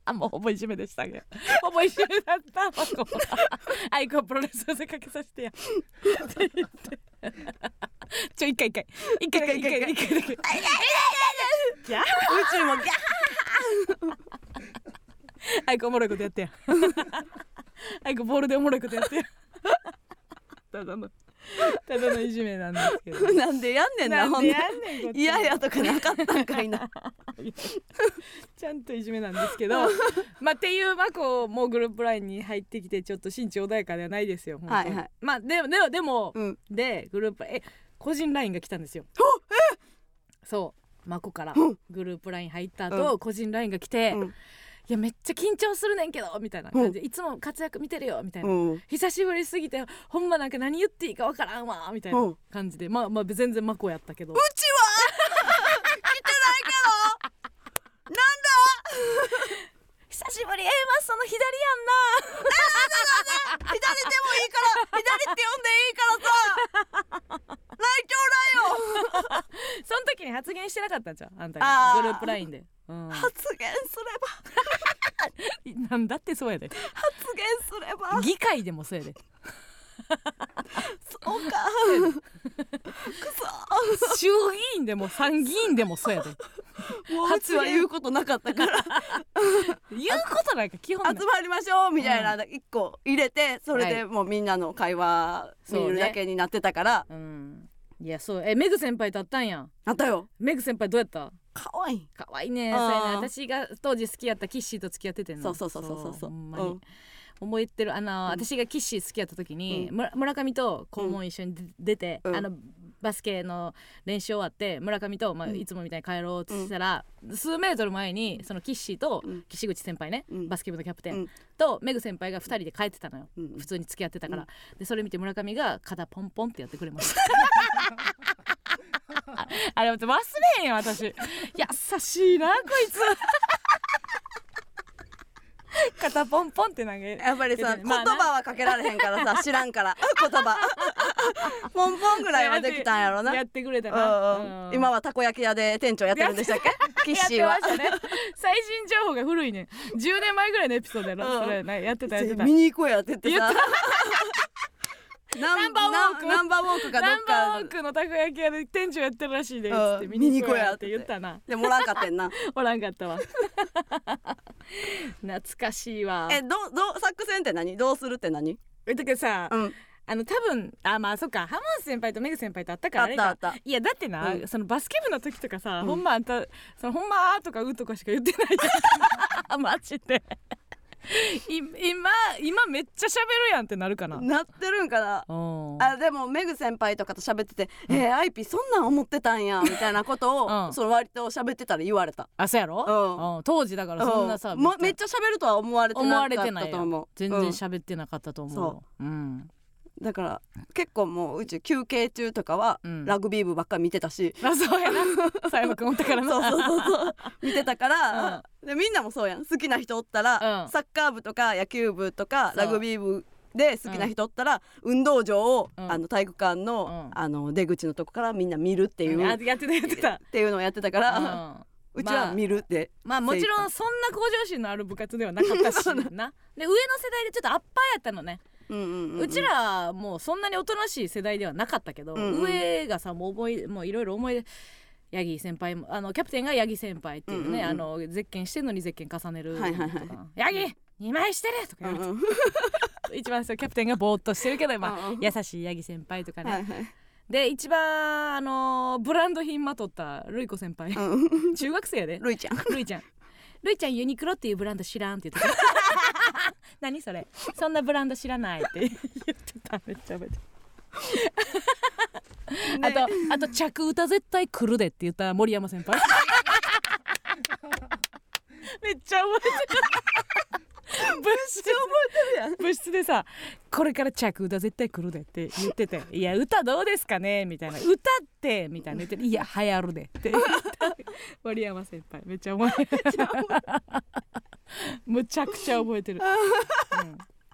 [SPEAKER 2] あ もうほぼいじめでしたねほぼいじめだったマコ アイコはプロレス技かけさせてやって言ってちょ一回一回一回だけ一回だけ一回だけ
[SPEAKER 1] 宇宙 もギャー
[SPEAKER 2] アイコおもろいことやってやアイコボールでおもろいことやってやただのただのいじめなんですけど
[SPEAKER 1] なんでやんねんな、
[SPEAKER 2] な
[SPEAKER 1] ほん
[SPEAKER 2] んで
[SPEAKER 1] で
[SPEAKER 2] や。ねんこっち
[SPEAKER 1] いやいやとかなかったんかいな。
[SPEAKER 2] ちゃんといじめなんですけどまあっていうマコもグループラインに入ってきてちょっと心地穏やかではないですよ本当に
[SPEAKER 1] はいはい
[SPEAKER 2] まあでもでもでも、
[SPEAKER 1] うん。
[SPEAKER 2] でグループえ個人ラインが来たんですよそうマコから
[SPEAKER 1] うん
[SPEAKER 2] グループライン入った後、個人ラインが来て、
[SPEAKER 1] うん
[SPEAKER 2] いやめっちゃ緊張するねんけどみたいな感じで、いつも活躍見てるよみたいな、
[SPEAKER 1] うん。
[SPEAKER 2] 久しぶりすぎてほんまなんか何言っていいかわからんわみたい
[SPEAKER 1] うん
[SPEAKER 2] な感じでまあまあ全然マコやったけどうちは来て ないけどなんだ久しぶり A マスその左やんな
[SPEAKER 1] 左でもいいから、左って呼んでいいからさ。来京来よ。
[SPEAKER 2] その時に発言してなかったんじゃうあんた
[SPEAKER 1] あ
[SPEAKER 2] が
[SPEAKER 1] ー
[SPEAKER 2] グループラインで、うん、
[SPEAKER 1] 発言すれば、
[SPEAKER 2] なんだってそうやで
[SPEAKER 1] 発言すれば。
[SPEAKER 2] 議会でもそうやで
[SPEAKER 1] そうか。
[SPEAKER 2] 衆議院でも参議院でもそうやで
[SPEAKER 1] もううちは言うことなかったから、
[SPEAKER 2] 言うことなんか基本ない
[SPEAKER 1] 集まりましょうみたいな一個入れて、それでもうみんなの会話見るだけになってたから。
[SPEAKER 2] うんいやそうえメグ先輩と会ったんやん
[SPEAKER 1] あったよ。
[SPEAKER 2] メグ先輩どうやった
[SPEAKER 1] かわいい。
[SPEAKER 2] 可愛いね
[SPEAKER 1] あ
[SPEAKER 2] そ
[SPEAKER 1] ー
[SPEAKER 2] うやな私が当時好きやったキッシーと付き合っててんの
[SPEAKER 1] そうそうそうそうそうそう
[SPEAKER 2] ほんま
[SPEAKER 1] う
[SPEAKER 2] に
[SPEAKER 1] ん
[SPEAKER 2] 思いってるあの、私がキッシー好きやった時に、
[SPEAKER 1] う
[SPEAKER 2] 村村上と校門一緒に出出て、
[SPEAKER 1] うん
[SPEAKER 2] あの
[SPEAKER 6] バスケの練習終わって村上と、まあ、いつもみたいに帰ろうってしたら、数メートル前にそのキッシーと
[SPEAKER 1] うん
[SPEAKER 6] 岸口先輩ね、
[SPEAKER 1] うん
[SPEAKER 6] バスケ部のキャプテン、
[SPEAKER 1] うん
[SPEAKER 6] とメグ先輩が2人で帰ってたのよ、
[SPEAKER 1] うん
[SPEAKER 6] 普通に付き合ってたから、でそれ見て村上が肩ポンポンってやってくれま した
[SPEAKER 2] あれ忘れへんよ私
[SPEAKER 6] 優しいなこいつ
[SPEAKER 2] 肩ポンポンって投げ
[SPEAKER 1] やっぱりさ
[SPEAKER 2] いや
[SPEAKER 1] 言
[SPEAKER 2] まあな
[SPEAKER 1] 葉はかけられへんからさ知らんから言葉ポンポンぐらいはできたんやろな
[SPEAKER 2] やってくれた
[SPEAKER 1] うん
[SPEAKER 2] な、
[SPEAKER 1] う
[SPEAKER 2] うんん
[SPEAKER 1] 今はたこ焼き屋で店長やってるんでしたっけキッシー
[SPEAKER 2] や
[SPEAKER 1] は
[SPEAKER 2] ってましたね最新情報が古いねん10年前ぐらいのエピソードやろ、
[SPEAKER 1] うん
[SPEAKER 2] それなやってたやってた
[SPEAKER 1] 見に行こうやって言ってさ ナンバー
[SPEAKER 2] ナンバーウォーク
[SPEAKER 1] ナンバーウォークかどっ
[SPEAKER 2] ナンバーウォ
[SPEAKER 1] か
[SPEAKER 2] ークのたこ焼き屋で店長やってるらしいで、
[SPEAKER 1] うん
[SPEAKER 2] つって見に行こうやって言ったな
[SPEAKER 1] でもおらんかってんな
[SPEAKER 2] おらんかったわ懐かしいわ
[SPEAKER 1] えどうどう作戦って何どうするって何
[SPEAKER 2] えだけどさ、
[SPEAKER 1] うん
[SPEAKER 2] あの多分あまあそっか浜松先輩とメグ先輩とあったから
[SPEAKER 1] あ
[SPEAKER 2] あ
[SPEAKER 1] っ
[SPEAKER 2] れ
[SPEAKER 1] た
[SPEAKER 2] か
[SPEAKER 1] あった
[SPEAKER 2] いやだってな、
[SPEAKER 1] うん
[SPEAKER 2] そのバスケ部の時とかさ、
[SPEAKER 1] うん
[SPEAKER 2] ほんまあんたそのほんまあーとかうとかしか 言ってないやんマジでい今今めっちゃ喋るやんってなるかな、
[SPEAKER 1] なってるんかな
[SPEAKER 2] おー
[SPEAKER 1] あでもメグ先輩とかと喋ってて「えー、アイピーそんなん思ってたんや」みたいなことを、
[SPEAKER 2] うん
[SPEAKER 1] その割と喋ってたら言われた。
[SPEAKER 2] あそうやろ、
[SPEAKER 1] うん
[SPEAKER 2] うん当時だからそんなさ、
[SPEAKER 1] うもめっちゃ喋るとは思われて
[SPEAKER 2] 思
[SPEAKER 1] な
[SPEAKER 2] われ
[SPEAKER 1] か
[SPEAKER 2] て
[SPEAKER 1] っ
[SPEAKER 2] な
[SPEAKER 1] た
[SPEAKER 2] いや
[SPEAKER 1] と
[SPEAKER 2] ん
[SPEAKER 1] 思う
[SPEAKER 2] 全然
[SPEAKER 1] うん
[SPEAKER 2] 喋ってなかったと思う
[SPEAKER 1] そ
[SPEAKER 2] うん
[SPEAKER 1] だから結構もううち休憩中とかは
[SPEAKER 2] うん
[SPEAKER 1] ラグビー部ばっかり見てた し、
[SPEAKER 2] あそうやなさやまくんおったから
[SPEAKER 1] そう
[SPEAKER 2] な
[SPEAKER 1] そうそうそう 見てたから、でみんなもそうやん好きな人おったら、
[SPEAKER 2] うん
[SPEAKER 1] サッカー部とか野球部とか
[SPEAKER 2] そう
[SPEAKER 1] ラグビー部で好きな人おったら、運動場を、
[SPEAKER 2] うん
[SPEAKER 1] あの体育館の,、
[SPEAKER 2] うん
[SPEAKER 1] あの出口のとこからみんな見るっていう、
[SPEAKER 2] あや
[SPEAKER 1] っ
[SPEAKER 2] ってたやってた、
[SPEAKER 1] ていうのをやってたか
[SPEAKER 2] う、
[SPEAKER 1] ら、 うんちは見るって、
[SPEAKER 2] まあもちろんそんな向上心のある部活ではなかったし なで上の世代でちょっとアッパーやったのね、
[SPEAKER 1] うんうん
[SPEAKER 2] う
[SPEAKER 1] うんうん
[SPEAKER 2] ちらもうそんなにおとなしい世代ではなかったけど、
[SPEAKER 1] うんうん
[SPEAKER 2] 上がさもう思いもういろいろ思い出ヤギ先輩もあのキャプテンがヤギ先輩っていうね、
[SPEAKER 1] うんうんうん
[SPEAKER 2] あのゼッケンしてんのにゼッケン重ねるとか、
[SPEAKER 1] はいはいはい
[SPEAKER 2] ヤギ2枚してるとか
[SPEAKER 1] う
[SPEAKER 2] 言わ
[SPEAKER 1] ん
[SPEAKER 2] れて、
[SPEAKER 1] うん
[SPEAKER 2] 一番そうキャプテンがぼーっとしてるけど今、
[SPEAKER 1] うんうん
[SPEAKER 2] 優しいヤギ先輩とかね、
[SPEAKER 1] はいはい
[SPEAKER 2] で一番あのブランド品まとったルイ子先輩、
[SPEAKER 1] うん
[SPEAKER 2] 中学生やで
[SPEAKER 1] ルイちゃん
[SPEAKER 2] ルイちゃ ん。ルイちゃんユニクロっていうブランド知らんって言ってた。 何それ。そんなブランド知らないって言ってた。めちゃめちゃ。 あと、あと着歌絶対来るでって言った森山先輩。 めっちゃ覚えてる。 物質覚えてるやん物質でさこれから着歌絶対来るでって言って て「いや歌どうですかね?」みたいな「歌って」みたいな言ってて「いや流行るで」って言った 森山先輩めっちゃ覚えてるむちゃくちゃ覚え てる、うんっ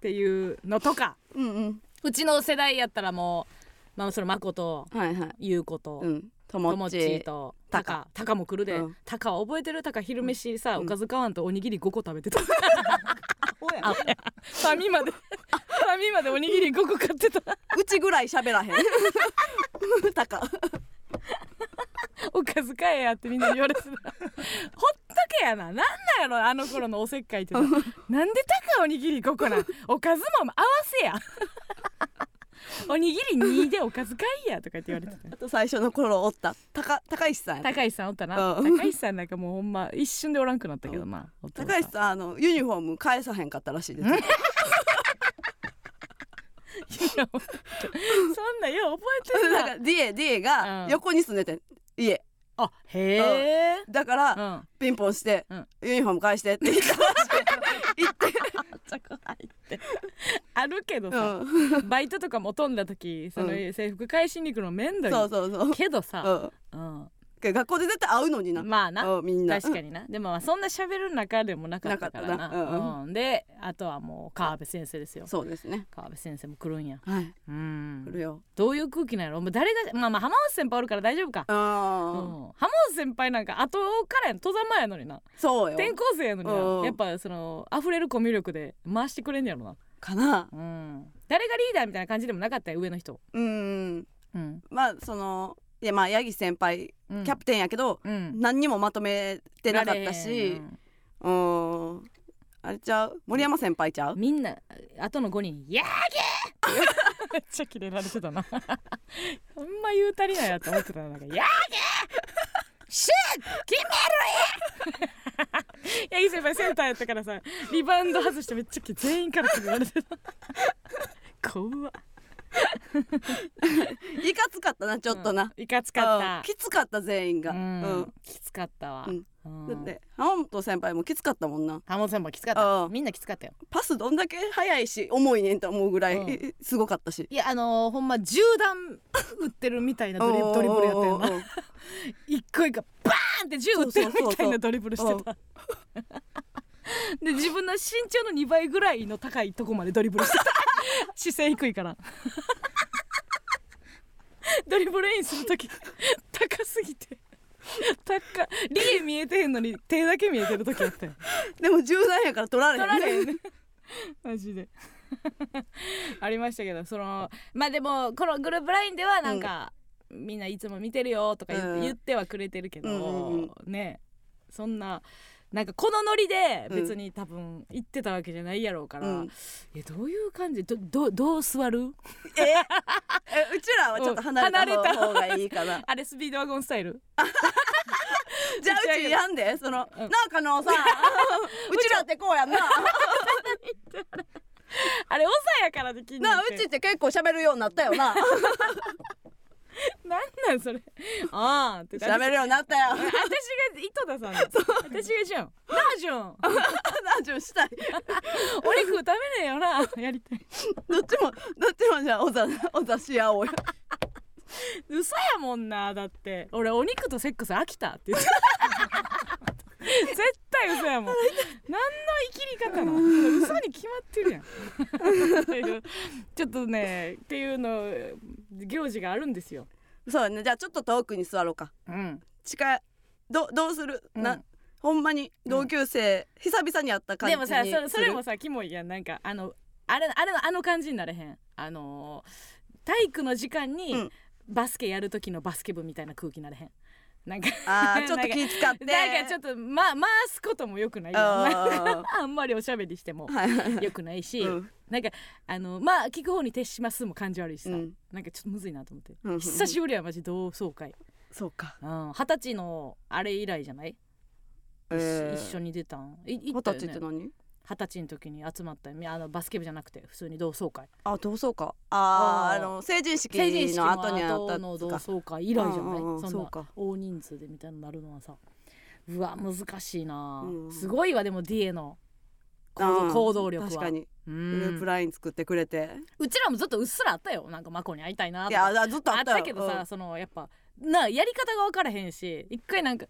[SPEAKER 2] ていうのとか
[SPEAKER 1] うんうん
[SPEAKER 2] うちの世代やったらもうまあそれまこと
[SPEAKER 1] はいはい
[SPEAKER 2] 優子と、
[SPEAKER 1] うんと
[SPEAKER 2] と
[SPEAKER 1] も
[SPEAKER 2] も
[SPEAKER 1] っ
[SPEAKER 2] っちー
[SPEAKER 1] ち
[SPEAKER 2] と
[SPEAKER 1] タ
[SPEAKER 2] タ
[SPEAKER 1] カ
[SPEAKER 2] カタカも来るで、
[SPEAKER 1] うん
[SPEAKER 2] タカは覚えてるタカ昼飯さ、
[SPEAKER 1] うん
[SPEAKER 2] おかず買わんとおにぎり5個食べてたフ
[SPEAKER 1] あ
[SPEAKER 2] ァ ミマでファミマでおにぎり5個買ってた
[SPEAKER 1] うちぐらい喋らへんたか
[SPEAKER 2] おかず買えやってみんなに言われてたほっとけやななんなんやろあの頃のおせっかいってさなんで高おにぎり5個なんおかずも合わせや おにぎり2でおかず買いやとかって言われてた
[SPEAKER 1] あと最初の頃おったたか高石さんや
[SPEAKER 2] 高橋さんおったな
[SPEAKER 1] う
[SPEAKER 2] 高
[SPEAKER 1] ん
[SPEAKER 2] 橋さんなんかもうほんま一瞬でおらんくなったけどなお父さん
[SPEAKER 1] 高石さんあのユニフォーム返さへんかったらしいです
[SPEAKER 2] いやほんとそんなんよう覚えてる
[SPEAKER 1] な
[SPEAKER 2] なん
[SPEAKER 1] か DA DA が
[SPEAKER 2] うん
[SPEAKER 1] 横に住んでて家
[SPEAKER 2] あへえ
[SPEAKER 1] だから、
[SPEAKER 2] うん
[SPEAKER 1] ピンポンして、
[SPEAKER 2] うん
[SPEAKER 1] ユニフォーム返してって言ったら
[SPEAKER 2] あるけどさ、
[SPEAKER 1] しい、うん、
[SPEAKER 2] バイトとかも飛んだ時その
[SPEAKER 1] う
[SPEAKER 2] 制服返しに行くのめんどい
[SPEAKER 1] そうそうそう、
[SPEAKER 2] けどさ、
[SPEAKER 1] うん
[SPEAKER 2] うん、
[SPEAKER 1] けど学校で絶対会うのにな、
[SPEAKER 2] まあな
[SPEAKER 1] うんみんな
[SPEAKER 2] 確かになでもまあそんな喋る中でもなかったから
[SPEAKER 1] な
[SPEAKER 2] な
[SPEAKER 1] かったなうん
[SPEAKER 2] うんであとはもう川辺先生ですよ
[SPEAKER 1] そうですね
[SPEAKER 2] 川辺先生も来るんや
[SPEAKER 1] はい
[SPEAKER 2] うん
[SPEAKER 1] 来るよ
[SPEAKER 2] どういう空気なんやろもう誰がまあまあ浜松先輩おるから大丈夫か、うん
[SPEAKER 1] あ、ん、
[SPEAKER 2] 浜松先輩なんか後からやん登山前やのにな
[SPEAKER 1] そうよ
[SPEAKER 2] 転校生やのに
[SPEAKER 1] うん
[SPEAKER 2] なやっぱその溢れるコミュ力で回してくれんねやろな
[SPEAKER 1] かな
[SPEAKER 2] うん誰がリーダーみたいな感じでもなかったよ上の人
[SPEAKER 1] うん
[SPEAKER 2] うん、
[SPEAKER 1] まあそのいやまあ八木先輩
[SPEAKER 2] うん、
[SPEAKER 1] キャプテンやけど、
[SPEAKER 2] うん
[SPEAKER 1] 何にもまとめてなかったしうんあれちゃう森山先輩ちゃう、
[SPEAKER 2] みんな後の5人「ヤーゲー! 」 めっちゃキレられてたな ほんま言うたりないやと思ってたななんか「ヤーゲー!」シュート決めろや ヤギ先輩センターやったからさ リバウンド外してめっちゃ全員からキレられてた怖っ
[SPEAKER 1] いかつかったなちょっとな、
[SPEAKER 2] いかつかった
[SPEAKER 1] うんきつかった全員が、
[SPEAKER 2] うん
[SPEAKER 1] うん
[SPEAKER 2] きつかったわ、
[SPEAKER 1] うん
[SPEAKER 2] うん
[SPEAKER 1] だって浜本先輩もきつかったもんな
[SPEAKER 2] 浜本さんもきつかっ
[SPEAKER 1] う
[SPEAKER 2] た
[SPEAKER 1] ん
[SPEAKER 2] みんなきつかったよ
[SPEAKER 1] パスどんだけ速いし重いねんと思うぐらい、
[SPEAKER 2] うん
[SPEAKER 1] えすごかったし
[SPEAKER 2] いやあのーほんま銃弾 撃ってるみたいなドリドリブルやったよな
[SPEAKER 1] うんうんうん
[SPEAKER 2] 一個一個バーンって銃撃ってるみたいなドリブルしてた で自分の身長の2倍ぐらいの高いとこまでドリブルしてた 姿勢低いから ドリブルインする時高すぎて高リエ見えてへんのに手だけ見えてる時あったよ
[SPEAKER 1] でも柔軟やから取られへんね
[SPEAKER 2] ね マジで ありましたけどそのまあでもこのグループラインではなんか、みんないつも見てるよとか言って,、
[SPEAKER 1] うん
[SPEAKER 2] 言ってはくれてるけど、
[SPEAKER 1] うんうん
[SPEAKER 2] ねそんななんかこのノリで別に多分行ってたわけじゃないやろうから、
[SPEAKER 1] うん
[SPEAKER 2] えどういう感じどどどう座る
[SPEAKER 1] え うちらはちょっと離れ
[SPEAKER 2] うん
[SPEAKER 1] た
[SPEAKER 2] 離れた
[SPEAKER 1] 方がいいかな
[SPEAKER 2] あれスピードワゴンスタイル
[SPEAKER 1] じゃあうちやんでそのな
[SPEAKER 2] うん
[SPEAKER 1] あ加納 さんうちらってこうやんな
[SPEAKER 2] あれオサやからで気に
[SPEAKER 1] な
[SPEAKER 2] な
[SPEAKER 1] あ
[SPEAKER 2] っ
[SPEAKER 1] う
[SPEAKER 2] て
[SPEAKER 1] ちって結構喋るようになったよ な
[SPEAKER 2] なんなんそれああって私
[SPEAKER 1] 喋るようになったよ
[SPEAKER 2] 私が井戸田さ んだ私がじゃんなあじゃん
[SPEAKER 1] なあじゅんしたい
[SPEAKER 2] お肉食べねえよなやりたい
[SPEAKER 1] どっちもどっちもじゃあおざおざし合おう よ
[SPEAKER 2] 嘘やもんなだって俺お肉とセックス飽きた って言って絶対嘘やもん何の生きり方なの嘘に決まって るやんというちょっとねっていうの行事があるんですよ
[SPEAKER 1] そうやねじゃあちょっと遠くに座ろうか
[SPEAKER 2] うん
[SPEAKER 1] 近いどどうする、
[SPEAKER 2] うん
[SPEAKER 1] なほんまに同級生、久々に会った感じ
[SPEAKER 2] で
[SPEAKER 1] に
[SPEAKER 2] も
[SPEAKER 1] す
[SPEAKER 2] さ
[SPEAKER 1] る
[SPEAKER 2] それそれもさキモいやんなんかあのあれあれのあの感じになれへんあのー体育の時間に、
[SPEAKER 1] うん
[SPEAKER 2] バスケやる時のバスケ部みたいな空気になれへんなんか
[SPEAKER 1] あーちょっと気使って
[SPEAKER 2] なんかちょっと、ま、回すこともよくないやん
[SPEAKER 1] あ
[SPEAKER 2] あんまりおしゃべりし ても
[SPEAKER 1] ーはいはい
[SPEAKER 2] よくないし、
[SPEAKER 1] うん
[SPEAKER 2] なんかあのまあ聞く方に徹しますも感じ悪いしさ、
[SPEAKER 1] うん
[SPEAKER 2] なんかちょっとむずいなと思って、
[SPEAKER 1] うんうんうん
[SPEAKER 2] 久しぶりやマジ同 窓会
[SPEAKER 1] そうか
[SPEAKER 2] うん二十、歳のあれ以来じゃない、
[SPEAKER 1] えー
[SPEAKER 2] 一緒に出たん
[SPEAKER 1] 二
[SPEAKER 2] い行っ
[SPEAKER 1] 十
[SPEAKER 2] た
[SPEAKER 1] 歳って
[SPEAKER 2] よね
[SPEAKER 1] 何
[SPEAKER 2] 二十歳の時に集まったみあのバスケ部じゃなくて普通に同窓会
[SPEAKER 1] あ同窓かあー
[SPEAKER 2] あー
[SPEAKER 1] あの成人式
[SPEAKER 2] 成人式
[SPEAKER 1] の
[SPEAKER 2] の
[SPEAKER 1] 後にあった
[SPEAKER 2] 後
[SPEAKER 1] や
[SPEAKER 2] の
[SPEAKER 1] つ
[SPEAKER 2] 同
[SPEAKER 1] か
[SPEAKER 2] 窓会以来じゃない、
[SPEAKER 1] うんうんうん
[SPEAKER 2] そん
[SPEAKER 1] そう
[SPEAKER 2] な
[SPEAKER 1] か
[SPEAKER 2] 大人数でみたいになるのはさうわ難しいな、
[SPEAKER 1] うん
[SPEAKER 2] すごいわでも DA の行
[SPEAKER 1] う
[SPEAKER 2] 動
[SPEAKER 1] ん
[SPEAKER 2] 行動力は
[SPEAKER 1] 確かにグ
[SPEAKER 2] うん
[SPEAKER 1] ループライン作ってくれて、
[SPEAKER 2] うちらもずっとうっすらあったよなんかマコに会いたいなと
[SPEAKER 1] い
[SPEAKER 2] か
[SPEAKER 1] やあずっと
[SPEAKER 2] あ
[SPEAKER 1] あ
[SPEAKER 2] っ
[SPEAKER 1] ったよ
[SPEAKER 2] たけどさ、、そのやっぱなやり方が分からへんし一回なんか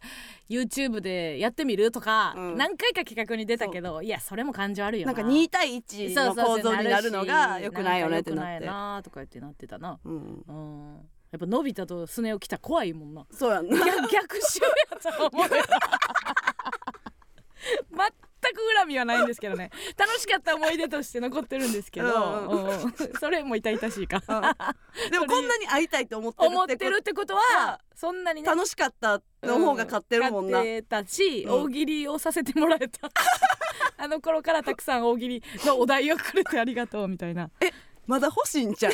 [SPEAKER 2] YouTube でやってみるとか、
[SPEAKER 1] うん
[SPEAKER 2] 何回か企画に出たけどいやそれも感じ悪い
[SPEAKER 1] うんな
[SPEAKER 2] よ
[SPEAKER 1] ん
[SPEAKER 2] な
[SPEAKER 1] か2対1の構造になるのが良くないよねってなっ
[SPEAKER 2] 良く
[SPEAKER 1] て
[SPEAKER 2] ないなとか言ってなってたな
[SPEAKER 1] うん、
[SPEAKER 2] うんやっぱのび太とスネ夫来たら怖いもんな
[SPEAKER 1] そう やんな
[SPEAKER 2] 逆逆襲やと思うよ全く恨みはないんですけどね楽しかった思い出として残ってるんですけど、
[SPEAKER 1] うんう
[SPEAKER 2] うんそれも痛々しいか
[SPEAKER 1] うんでもこんなに会いたいと思ってる
[SPEAKER 2] 思っ
[SPEAKER 1] って
[SPEAKER 2] て
[SPEAKER 1] こ
[SPEAKER 2] るってことはそんなに
[SPEAKER 1] と
[SPEAKER 2] ね
[SPEAKER 1] 楽しかったの方が勝ってるもんな、
[SPEAKER 2] うん勝ってたし、
[SPEAKER 1] うん
[SPEAKER 2] 大喜利をさせてもらえたあの頃からたくさん大喜利のお題をくれてありがとうみたいな
[SPEAKER 1] まだ欲しいんち ゃう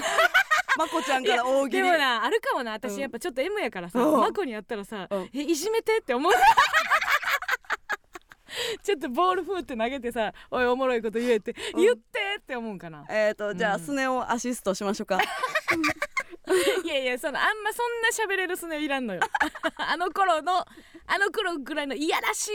[SPEAKER 1] まこちゃんから大喜
[SPEAKER 2] で
[SPEAKER 1] 利
[SPEAKER 2] もなあるかもな
[SPEAKER 1] う
[SPEAKER 2] 私
[SPEAKER 1] ん
[SPEAKER 2] やっぱちょっと M やからさ、
[SPEAKER 1] うん
[SPEAKER 2] マコにやったらさ、
[SPEAKER 1] うん
[SPEAKER 2] えいじめてって思う ちょっとボールフーって投げてさおいおもろいこと言えって、
[SPEAKER 1] うん
[SPEAKER 2] 言ってって思うんかな
[SPEAKER 1] えーとじゃあ、
[SPEAKER 2] うん
[SPEAKER 1] スネをアシストしましょうか
[SPEAKER 2] いやいやそのあんまそんな喋れるスネいら んのよあの頃のあの頃ぐらいのいやらし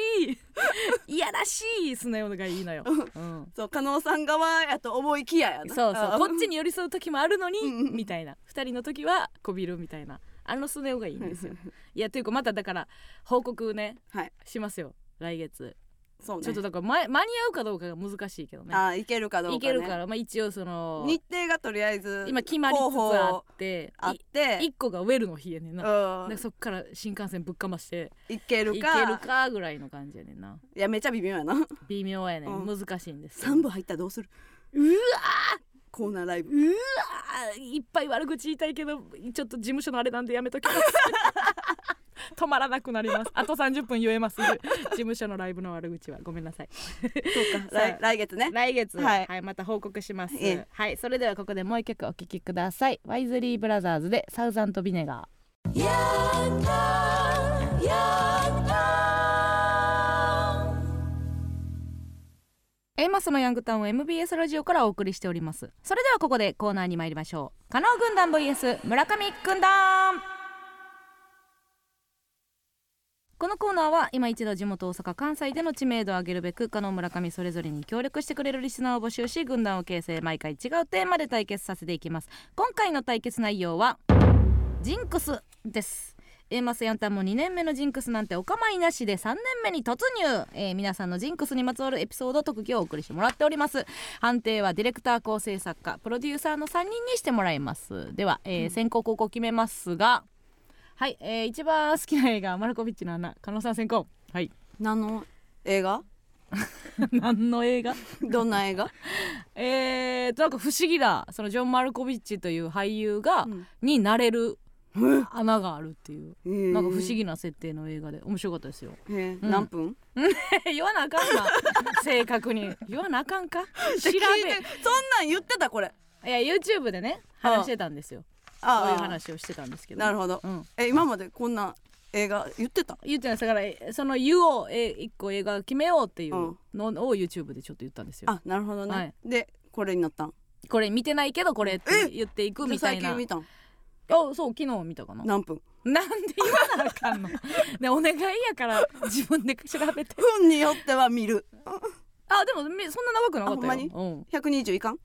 [SPEAKER 2] いいやらしいスネ夫がいいのよ、うん
[SPEAKER 1] そう加納さん側やと思いきややな
[SPEAKER 2] そうそう
[SPEAKER 1] あ
[SPEAKER 2] こっちに寄り添う時もあるのに
[SPEAKER 1] うんうん
[SPEAKER 2] みたいな2人の時はこびるみたいなあのスネ夫がいいん ですよ。いやというかまただから報告ね、
[SPEAKER 1] はい
[SPEAKER 2] しますよ来月、
[SPEAKER 1] そうね
[SPEAKER 2] ちょっとだから前間に合うかどうかが難しいけどね
[SPEAKER 1] あーいけるかどうか、ね、
[SPEAKER 2] いけるから、まあ、一応その
[SPEAKER 1] 日程がとりあえず
[SPEAKER 2] 今決まりつつあって
[SPEAKER 1] あって
[SPEAKER 2] 1個がウェルの日やねんな、だか
[SPEAKER 1] う
[SPEAKER 2] ら
[SPEAKER 1] ん
[SPEAKER 2] そっから新幹線ぶっかまして
[SPEAKER 1] いける
[SPEAKER 2] いけ
[SPEAKER 1] か
[SPEAKER 2] るかぐらいの感じやねんない
[SPEAKER 1] やめちゃ微妙やな
[SPEAKER 2] 微妙やねん、
[SPEAKER 1] うん
[SPEAKER 2] 難しいんですよ
[SPEAKER 1] 三部入ったらどうする
[SPEAKER 2] うわ
[SPEAKER 1] コーナーライブ
[SPEAKER 2] うわいっぱい悪口言いたいけどちょっと事務所のあれなんでやめとき ます止まらなくなりますあと30分言えます事務所のライブの悪口はごめんなさい
[SPEAKER 1] そうか
[SPEAKER 2] さあ
[SPEAKER 1] 来来月ね
[SPEAKER 2] 来月
[SPEAKER 1] は
[SPEAKER 2] はいい、また報告します
[SPEAKER 1] ええ
[SPEAKER 2] はいそれではここでもう一曲お聴きくださいワイズリーブラザーズでサウザンとビネガエマスのヤングタウン MBS ラジオからお送りしておりますそれではここでコーナーに参りましょう加納軍団 VS 村上軍団このコーナーは今一度地元大阪関西での知名度を上げるべく加納村上それぞれに協力してくれるリスナーを募集し軍団を形成毎回違うテーマで対決させていきます今回の対決内容はジンクスです A マスヤンタンも2年目のジンクスなんてお構いなしで3年目に突入、えー皆さんのジンクスにまつわるエピソード特技をお送りしてもらっております判定はディレクター構成作家プロデューサーの3人にしてもらいますでは、えー先行後攻決めますがはい、えー一番好きな映画マルコビッチの穴加納さん先行はい
[SPEAKER 1] 何の映 画
[SPEAKER 2] 何の映画
[SPEAKER 1] どんな映画、
[SPEAKER 2] えーとなんか不思議なそのジョン・マルコビッチという俳優が、
[SPEAKER 1] うん
[SPEAKER 2] になれる穴があるっていうな
[SPEAKER 1] なん
[SPEAKER 2] か不思議な設定の映画で面白かったですようん
[SPEAKER 1] 何分
[SPEAKER 2] 言わなあか んな正確に言わなあかんか調
[SPEAKER 1] 聞いてそ
[SPEAKER 2] べ
[SPEAKER 1] んなん言ってたこれ
[SPEAKER 2] いや YouTube でね
[SPEAKER 1] ああ
[SPEAKER 2] 話してたんですよ
[SPEAKER 1] あ
[SPEAKER 2] そ
[SPEAKER 1] あ
[SPEAKER 2] ういう話をしてたんですけど
[SPEAKER 1] なるほど
[SPEAKER 2] うん
[SPEAKER 1] え今までこんな映画言ってた
[SPEAKER 2] 言ってないですだからえその「湯をえ一個映画決めようっていうのを YouTube でちょっと言ったんですよ
[SPEAKER 1] あなるほど
[SPEAKER 2] は
[SPEAKER 1] ね
[SPEAKER 2] い
[SPEAKER 1] でこれになったん
[SPEAKER 2] これ見てないけどこれって言っていくみたい
[SPEAKER 1] 最
[SPEAKER 2] な
[SPEAKER 1] 近
[SPEAKER 2] あ
[SPEAKER 1] 見たん
[SPEAKER 2] そう昨日見たかな
[SPEAKER 1] 何分
[SPEAKER 2] なんで言わなあ かんのねお願いやから自分で調べて
[SPEAKER 1] 分によっては見る
[SPEAKER 2] あでもみそんな長くなかったよ
[SPEAKER 1] あほん
[SPEAKER 2] うん
[SPEAKER 1] 120いかん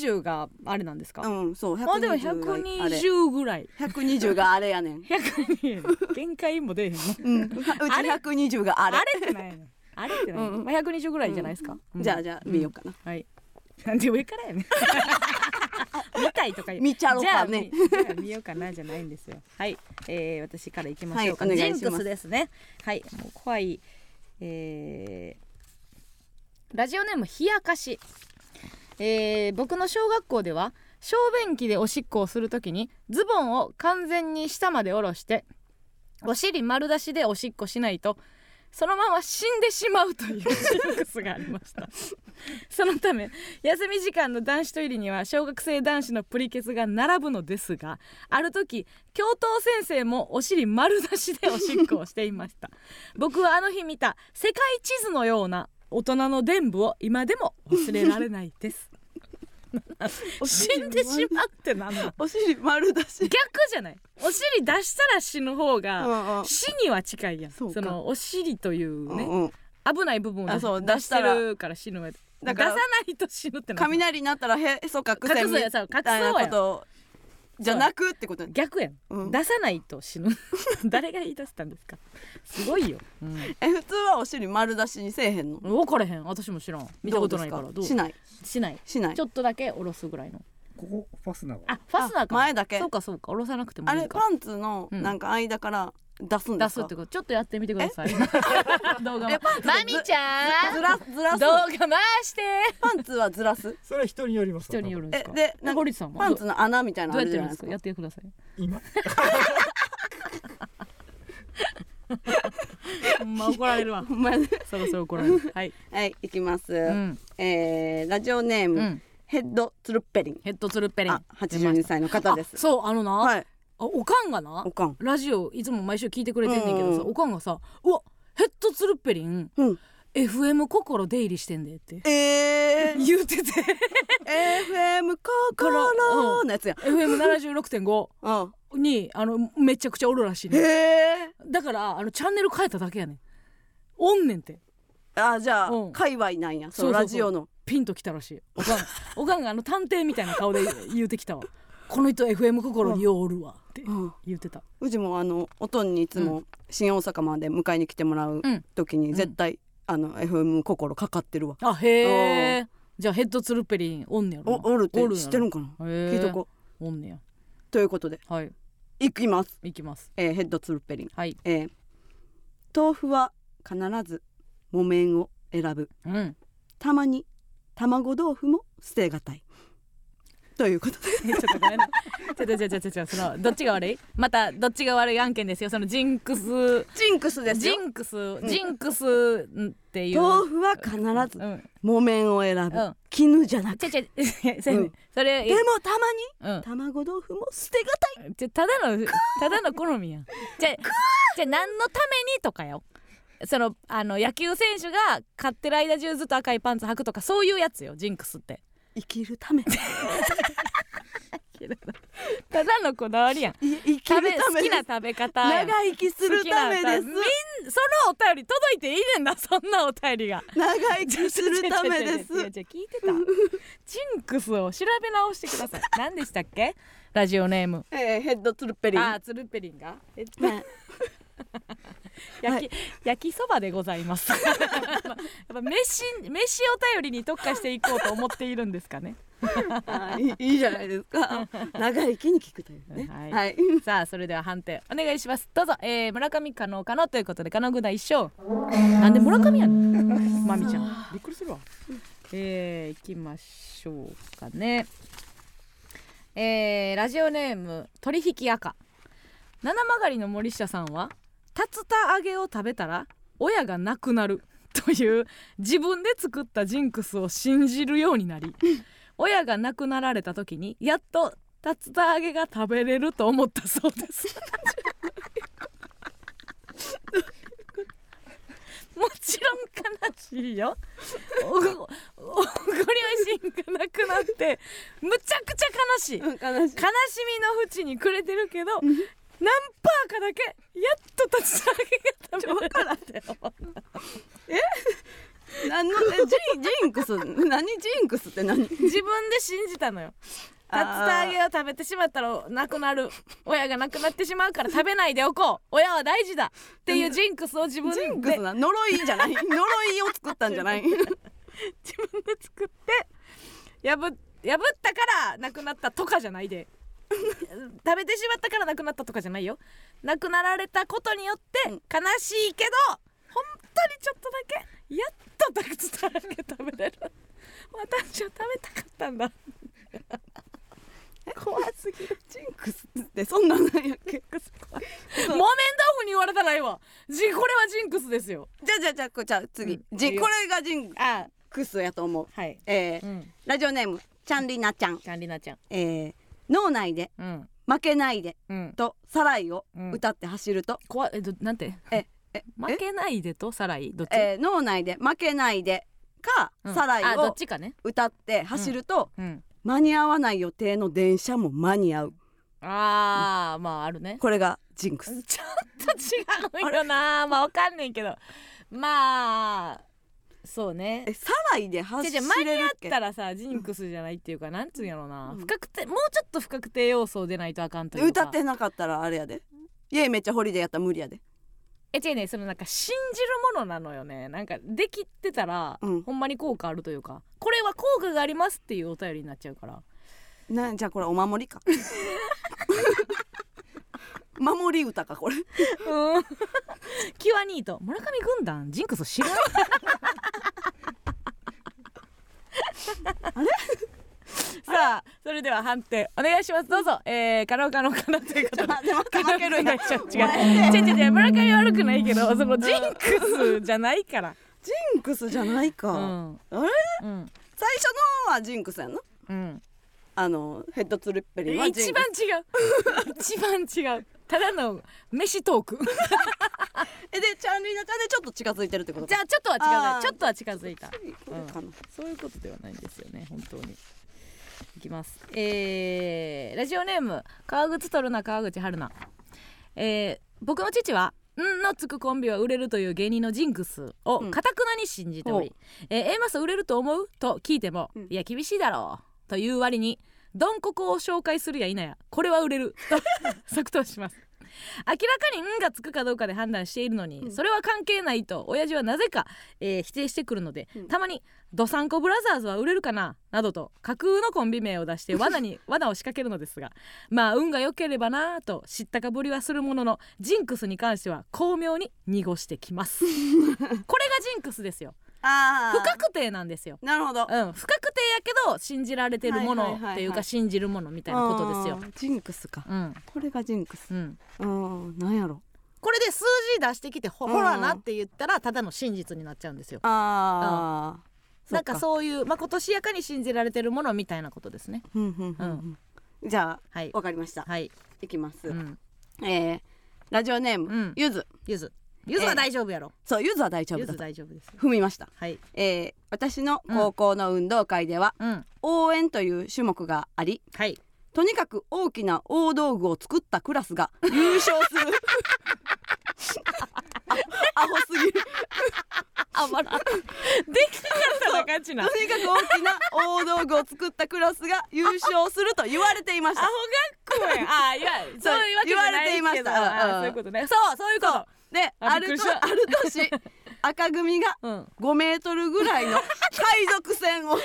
[SPEAKER 2] 120があれなんですか、
[SPEAKER 1] うんそう120
[SPEAKER 2] あでも
[SPEAKER 1] があれ
[SPEAKER 2] 120ぐらい
[SPEAKER 1] 120があれやねん
[SPEAKER 2] 120限界も出へんの
[SPEAKER 1] うんうち
[SPEAKER 2] あれ
[SPEAKER 1] 120があ
[SPEAKER 2] あ
[SPEAKER 1] れ
[SPEAKER 2] れってないの あれってないの、
[SPEAKER 1] うん
[SPEAKER 2] まあ、120ぐらいじゃないですか、
[SPEAKER 1] じゃあじゃあ見ようかな
[SPEAKER 2] あはいなんで上からやね ん見たいとか言う
[SPEAKER 1] 見ちゃろうかね
[SPEAKER 2] じゃあみ じゃあ見ようかなじゃないんですよはい、えー、私からいきましょうか、
[SPEAKER 1] はいお願いします
[SPEAKER 2] ジンクスですねはいもう怖いえー、ラジオネーム冷やかしえー僕の小学校では小便器でおしっこをするときにズボンを完全に下まで下ろしてお尻丸出しでおしっこしないとそのまま死んでしまうというジンクスがありましたそのため休み時間の男子トイレには小学生男子のプリケツが並ぶのですがある時教頭先生もお尻丸出しでおしっこをしていました僕はあの日見た世界地図のような大人の伝部を今でも忘れられないです死んでしまうってなんだ逆
[SPEAKER 1] お尻丸出し
[SPEAKER 2] じゃないお尻出したら死ぬ方が、
[SPEAKER 1] うんうん
[SPEAKER 2] 死には近いやん
[SPEAKER 1] そ
[SPEAKER 2] そ
[SPEAKER 1] か
[SPEAKER 2] うのお尻というね、
[SPEAKER 1] うんうん
[SPEAKER 2] 危ない部分を
[SPEAKER 1] あそう
[SPEAKER 2] 出
[SPEAKER 1] 出
[SPEAKER 2] し
[SPEAKER 1] してたら
[SPEAKER 2] るから死ぬわ
[SPEAKER 1] だから
[SPEAKER 2] 出さないと死ぬってな
[SPEAKER 1] 雷になったらへそ隠せ
[SPEAKER 2] 隠そうやそう
[SPEAKER 1] みたいなことじゃなくってこと
[SPEAKER 2] 逆やん、
[SPEAKER 1] うん
[SPEAKER 2] 出さないと死ぬ 誰が言い出したんですかすごいよ、
[SPEAKER 1] え普通はお尻丸出しにせえへんの
[SPEAKER 2] 分かれへん私も知らん見たことないから
[SPEAKER 1] どう
[SPEAKER 2] ど
[SPEAKER 1] で
[SPEAKER 2] う
[SPEAKER 1] すしない
[SPEAKER 2] しない
[SPEAKER 1] しない
[SPEAKER 2] ちょっとだけ下ろすぐらいの
[SPEAKER 7] ここファスナーが
[SPEAKER 2] あファスナーか
[SPEAKER 1] あ前だけ
[SPEAKER 2] そうかそうか下ろさなくても
[SPEAKER 1] あ
[SPEAKER 2] いい
[SPEAKER 1] れ
[SPEAKER 2] か
[SPEAKER 1] パンツの
[SPEAKER 2] うん
[SPEAKER 1] なんか間から出すんで
[SPEAKER 2] 出
[SPEAKER 1] す
[SPEAKER 2] すっ
[SPEAKER 1] か
[SPEAKER 2] てことちょっとやってみてください 動画
[SPEAKER 1] えパンツ
[SPEAKER 2] まみちゃ
[SPEAKER 1] ずらずら
[SPEAKER 2] ん
[SPEAKER 1] す
[SPEAKER 2] 動画回して
[SPEAKER 1] パンツはずらす
[SPEAKER 7] それは人によります
[SPEAKER 2] 人によるんで
[SPEAKER 1] え
[SPEAKER 2] すか
[SPEAKER 1] で
[SPEAKER 2] な
[SPEAKER 1] なんん
[SPEAKER 2] か
[SPEAKER 1] か
[SPEAKER 2] リさんは
[SPEAKER 1] パンツの穴みたいな
[SPEAKER 2] どう
[SPEAKER 1] のあ
[SPEAKER 2] やっ
[SPEAKER 1] る
[SPEAKER 2] て
[SPEAKER 1] じゃ
[SPEAKER 2] る
[SPEAKER 1] なんい
[SPEAKER 2] で
[SPEAKER 1] ですす
[SPEAKER 2] か
[SPEAKER 1] か
[SPEAKER 2] やってくださいほんま怒られるわ
[SPEAKER 1] ほんまやね
[SPEAKER 2] そろそろ怒られるはい、
[SPEAKER 1] はい行きます
[SPEAKER 2] うん
[SPEAKER 1] えーラジオネー
[SPEAKER 2] う
[SPEAKER 1] ム
[SPEAKER 2] ん、
[SPEAKER 1] ヘッドツルッペリン
[SPEAKER 2] ヘッドツルッペリン
[SPEAKER 1] あ82歳の方です
[SPEAKER 2] あそうあのな、
[SPEAKER 1] はい
[SPEAKER 2] あおかんがな
[SPEAKER 1] おかん
[SPEAKER 2] ラジオいつも毎週聞いてくれてんねんけどさ、
[SPEAKER 1] うん
[SPEAKER 2] おかんがさ「うわヘッドツルッペリン、
[SPEAKER 1] うん
[SPEAKER 2] FM 心出入りしてんで」 って
[SPEAKER 1] えー
[SPEAKER 2] 言うてて
[SPEAKER 1] FM
[SPEAKER 2] からう
[SPEAKER 1] 心
[SPEAKER 2] ん
[SPEAKER 1] のやつや。
[SPEAKER 2] FM76.5
[SPEAKER 1] うん。
[SPEAKER 2] にあのめちゃくちゃおるらしい
[SPEAKER 1] へ
[SPEAKER 2] ね
[SPEAKER 1] え。
[SPEAKER 2] だからあのチャンネル変えただけやねんおんねんて
[SPEAKER 1] あじゃあ、
[SPEAKER 2] うん
[SPEAKER 1] 界隈なんや。そ
[SPEAKER 2] そうそう
[SPEAKER 1] の
[SPEAKER 2] そう
[SPEAKER 1] ラジオの。
[SPEAKER 2] ピンときたらしい おかんおかんがあの探偵みたいな顔で言うてきたわこの人 FM 心にようおるわって
[SPEAKER 1] うん
[SPEAKER 2] 言うてた
[SPEAKER 1] うちもあのおとんにいつも新大阪まで迎えに来てもらう
[SPEAKER 2] うん
[SPEAKER 1] 時に絶対、あの FM 心かかってるわ。
[SPEAKER 2] あへえじゃあヘッドツルッペリンおんねやろな
[SPEAKER 1] おおるって
[SPEAKER 2] んやろ
[SPEAKER 1] 知ってるんかな。
[SPEAKER 2] へ
[SPEAKER 1] 聞いとこう。
[SPEAKER 2] おんねや
[SPEAKER 1] ということで
[SPEAKER 2] はい
[SPEAKER 1] いきます。
[SPEAKER 2] 行きます
[SPEAKER 1] えーヘッドツルッペリン。
[SPEAKER 2] はい
[SPEAKER 1] えー豆腐は必ず木綿を選ぶ。
[SPEAKER 2] うん
[SPEAKER 1] たまに卵豆腐も捨てがたい。ということで。
[SPEAKER 2] ちょっとごめんな ちょちょちょちょちょそのどっちが悪いまたどっちが悪い案件ですよそのジンクス
[SPEAKER 1] ジンクスです
[SPEAKER 2] ジ
[SPEAKER 1] よ。
[SPEAKER 2] ンクスジンクスっていう
[SPEAKER 1] 豆腐は必ず
[SPEAKER 2] うん
[SPEAKER 1] 木綿を選ぶ、
[SPEAKER 2] うん
[SPEAKER 1] 絹じゃなく
[SPEAKER 2] ちょちょ それ
[SPEAKER 1] うん
[SPEAKER 2] それ
[SPEAKER 1] でもたま
[SPEAKER 2] うん
[SPEAKER 1] に卵豆腐も捨てがたい
[SPEAKER 2] じゃただのただの好みやんじゃじゃ何のためにとかよそのあの野球選手が買ってる間中ずっと赤いパンツ履くとかそういうやつよジンク スって
[SPEAKER 1] 生きるた めい
[SPEAKER 2] ただのこだわりやん
[SPEAKER 1] 生き
[SPEAKER 2] 食
[SPEAKER 1] る
[SPEAKER 2] べ
[SPEAKER 1] た
[SPEAKER 2] 好
[SPEAKER 1] め
[SPEAKER 2] き
[SPEAKER 1] で
[SPEAKER 2] な
[SPEAKER 1] す
[SPEAKER 2] 食べ方やん
[SPEAKER 1] 長生きするためで
[SPEAKER 2] 好きな食
[SPEAKER 1] す
[SPEAKER 2] べみんそのお便り届いていいねんな そんなお便りが
[SPEAKER 1] 長生きするためです
[SPEAKER 2] 違う違う違う違う聞いてた ジンクスを調べ直してください何でしたっけラジオネーム
[SPEAKER 1] えーヘッドツルッペリン
[SPEAKER 2] あーツルッペリンがえ
[SPEAKER 1] はい
[SPEAKER 2] 焼き焼きそばでございます やっぱ飯飯お便りに特化していこうと思っているんですかね
[SPEAKER 1] あーいいいいじゃないですか長生きに聞くというね
[SPEAKER 2] はい
[SPEAKER 1] はい
[SPEAKER 2] さあそれでは判定お願いしますどうぞ、えー、村上可能可能ということで可能軍団一勝なんで村上やねんまみちゃん
[SPEAKER 7] びっくりするわ。
[SPEAKER 2] えー、いきましょうかねえー、ラジオネーム取引赤七曲りの森下さんは竜田揚げを食べたら親が亡くなるという自分で作ったジンクスを信じるようになり親が亡くなられた時にやっと竜田揚げが食べれると思ったそうですもちろん悲しいよおごおご両親が亡くなってむちゃくちゃ悲しい悲
[SPEAKER 1] うん
[SPEAKER 2] し
[SPEAKER 1] 悲しい
[SPEAKER 2] みの淵に暮れてるけど何パーかだけやっと竜田揚げが食べれるって思った
[SPEAKER 1] 何のえジンジンクス何ジンクスって何
[SPEAKER 2] 自分で信じたのよ竜田揚げを食べてしまったらなくなる親が亡くなってしまうから食べないでおこう親は大事だっていうジンクスを自分で
[SPEAKER 1] ジンクスな呪いじゃない呪いを作ったんじゃない
[SPEAKER 2] 自分で 作って破破ったからなくなったとかじゃないで 食べてしまったからなくなったとかじゃないよなくなられたことによって悲しいけど、本当にちょっとだけやっとたくつたらけ食べれる 私は食べたかったんだ
[SPEAKER 1] 怖すぎるジンクスってそんなんなんやっけ
[SPEAKER 2] 木綿豆腐に言われたらええわじこれはジンクスですよ
[SPEAKER 1] じゃあじゃあじゃあこじゃあ次、
[SPEAKER 2] うん
[SPEAKER 1] ジ
[SPEAKER 2] いいよ
[SPEAKER 1] これがジン
[SPEAKER 2] あ
[SPEAKER 1] クスやと思う
[SPEAKER 2] はい
[SPEAKER 1] えー
[SPEAKER 2] うん
[SPEAKER 1] ラジオネームちゃんりなちゃん、
[SPEAKER 2] ちゃんりなちゃん
[SPEAKER 1] えー脳内で
[SPEAKER 2] うん
[SPEAKER 1] 負けないで
[SPEAKER 2] うん
[SPEAKER 1] とサライを
[SPEAKER 2] うん
[SPEAKER 1] 歌って走ると、
[SPEAKER 2] 怖いえどなんて
[SPEAKER 1] ええ
[SPEAKER 2] 負けないでとサライどっち、
[SPEAKER 1] えー脳内で負けないでか、
[SPEAKER 2] うん
[SPEAKER 1] サラ
[SPEAKER 2] あ
[SPEAKER 1] イ
[SPEAKER 2] どっ
[SPEAKER 1] を
[SPEAKER 2] ちかね
[SPEAKER 1] 歌って走ると、
[SPEAKER 2] うん
[SPEAKER 1] 間に合わない予定の電車も間に合う
[SPEAKER 2] あーまああるね
[SPEAKER 1] これがジンクス
[SPEAKER 2] ちょっと違うよなまあわかんねんけどまあそうね
[SPEAKER 1] えサライで走
[SPEAKER 2] じゃ
[SPEAKER 1] れ
[SPEAKER 2] じゃ
[SPEAKER 1] るっ
[SPEAKER 2] 間
[SPEAKER 1] け
[SPEAKER 2] に合ったらさジンクスじゃないっていうかなんつうんやろうな
[SPEAKER 1] うん
[SPEAKER 2] 不確定もうちょっと不確定要素出ないとあかんというか
[SPEAKER 1] 歌ってなかったらあれやでイエイめっちゃホリデーやったら無理やで
[SPEAKER 2] え違うねそのなんか信じるものなのよねなんかできてたら、
[SPEAKER 1] うん
[SPEAKER 2] ほんまに効果あるというかこれは効果がありますっていうお便りになっちゃうから
[SPEAKER 1] なじゃあこれお守り か守り歌かこれ
[SPEAKER 2] うん キュアニート村上軍団ジンクス知らん さあそれでは判定お願いしますどうぞ、えー、カラオカのかなということで
[SPEAKER 1] あでも負けるんや
[SPEAKER 2] 違う違う違う違う村上悪くないけどそのジンクスじゃないから
[SPEAKER 1] ジンクスじゃないか、
[SPEAKER 2] うん
[SPEAKER 1] あれ
[SPEAKER 2] うん
[SPEAKER 1] 最初のはジンクスやんな
[SPEAKER 2] うん
[SPEAKER 1] あのヘッドツルッペリンはジ
[SPEAKER 2] 一
[SPEAKER 1] ンク
[SPEAKER 2] 番
[SPEAKER 1] ス
[SPEAKER 2] 違う 一番違うただの飯トーク
[SPEAKER 1] えでチャンリーナちゃんでちょっと近づいてるってこと
[SPEAKER 2] じゃ
[SPEAKER 1] ゃ
[SPEAKER 2] あちょっとは近づ
[SPEAKER 1] あー
[SPEAKER 2] いちょっとは近づいた
[SPEAKER 1] これかな、
[SPEAKER 2] そういうことではないんですよね本当にいきますえー、ラジオネーム川口とるな川口春奈えー、僕の父は「ん」のつくコンビは売れるという芸人のジンクスを
[SPEAKER 1] うん
[SPEAKER 2] かたくなに信じており「えー A マス売れると思う?」と聞いても「
[SPEAKER 1] うん
[SPEAKER 2] いや厳しいだろう」という割にドンココを紹介するや否やこれは売れる と即答します明らかに「ん」がつくかどうかで判断しているのに、
[SPEAKER 1] うん
[SPEAKER 2] それは関係ないと親父はなぜか、えー否定してくるので、
[SPEAKER 1] うん
[SPEAKER 2] たまに「ドサンコブラザーズは売れるかな?」などと架空のコンビ名を出して 罠に罠を仕掛けるのですがまあ運が良ければなぁと知ったかぶりはするもののジンクスに関しては巧妙に濁して きますこれがジンクスですよ
[SPEAKER 1] あ
[SPEAKER 2] 不
[SPEAKER 1] ー
[SPEAKER 2] 確定なんですよ
[SPEAKER 1] なるほど
[SPEAKER 2] うん、不確定やけど信じられてるも
[SPEAKER 1] はい
[SPEAKER 2] の
[SPEAKER 1] はいはいはい
[SPEAKER 2] というか信じるものみたいなことですよ
[SPEAKER 1] あ。ージンクスか
[SPEAKER 2] うん、
[SPEAKER 1] これがジンクス
[SPEAKER 2] うん、
[SPEAKER 1] うんなんやろ
[SPEAKER 2] これで数字出してきてほ
[SPEAKER 1] うん
[SPEAKER 2] ほらなって言ったらただの真実になっちゃうんですよ。
[SPEAKER 1] あー
[SPEAKER 2] なんかそういうまことしやかに信じられてるものみたいなことですね。
[SPEAKER 1] ううんうんうんうんじゃあ
[SPEAKER 2] はい、
[SPEAKER 1] わかりました
[SPEAKER 2] はい、
[SPEAKER 1] いきます
[SPEAKER 2] うん、
[SPEAKER 1] えーラジオネーム、
[SPEAKER 2] うん
[SPEAKER 1] ゆず
[SPEAKER 2] ゆず、
[SPEAKER 4] ゆずは大丈夫やろ
[SPEAKER 1] そうゆずは大丈
[SPEAKER 4] ゆ
[SPEAKER 1] 夫
[SPEAKER 4] ず
[SPEAKER 1] だと
[SPEAKER 4] 大丈夫です
[SPEAKER 1] 踏みました、
[SPEAKER 4] はい
[SPEAKER 1] えー私の高校の運動会では、
[SPEAKER 4] うん
[SPEAKER 1] 応援という種目があり
[SPEAKER 4] はい
[SPEAKER 1] とにかく大きな大道具を作ったクラスが優勝する アホすぎる
[SPEAKER 2] あまら
[SPEAKER 4] そう感じ
[SPEAKER 1] と
[SPEAKER 4] な
[SPEAKER 1] にかく大きな大道具を作ったクラスが優勝すると言われてい ました
[SPEAKER 4] 学校やあいやそういうわけじゃないけど
[SPEAKER 1] 言われていました
[SPEAKER 4] あそ
[SPEAKER 1] うん
[SPEAKER 4] ういうことね
[SPEAKER 1] そうそういうことで
[SPEAKER 4] あ
[SPEAKER 1] あ
[SPEAKER 4] びっく
[SPEAKER 1] る
[SPEAKER 4] りし
[SPEAKER 1] と
[SPEAKER 4] た
[SPEAKER 1] ある年赤組が
[SPEAKER 4] そううん
[SPEAKER 1] 5メートルぐらいの海賊船を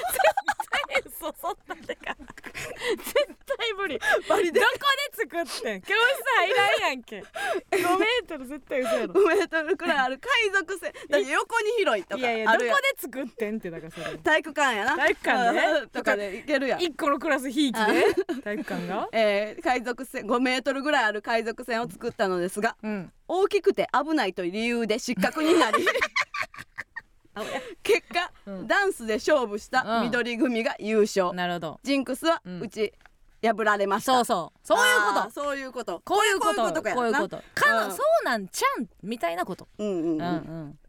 [SPEAKER 4] そそったてか絶対無理バリでどこで作ってん教室入らんやんけ5メートル絶対嘘やろ
[SPEAKER 1] 5メートルくらいある海賊船だって横に広いとかあ
[SPEAKER 4] い
[SPEAKER 1] るや
[SPEAKER 4] や
[SPEAKER 1] ん
[SPEAKER 4] いやどこで作ってんってだからそれ
[SPEAKER 1] 体育館やな
[SPEAKER 4] 体育館ね
[SPEAKER 1] うん とかでいけるやん
[SPEAKER 4] 一個のクラスひいきで体育館が
[SPEAKER 1] えー海賊船5メートルぐらいある海賊船を作ったのですが
[SPEAKER 4] うん
[SPEAKER 1] 大きくて危ないという理由で失格になり 結果、
[SPEAKER 4] うん
[SPEAKER 1] ダンスで勝負した
[SPEAKER 4] うん
[SPEAKER 1] 緑組が優勝、
[SPEAKER 4] なるほど
[SPEAKER 1] ジンクスは
[SPEAKER 4] うん
[SPEAKER 1] うち破られました、
[SPEAKER 2] そうそうそういうこ
[SPEAKER 1] あー
[SPEAKER 2] と
[SPEAKER 1] そういうこと
[SPEAKER 2] こういうこと
[SPEAKER 1] こういうことかや
[SPEAKER 2] こ
[SPEAKER 1] な
[SPEAKER 2] ういうことかな、
[SPEAKER 1] うん
[SPEAKER 2] そうなんちゃんみたいなこと
[SPEAKER 1] うんうん、う
[SPEAKER 4] うんんうん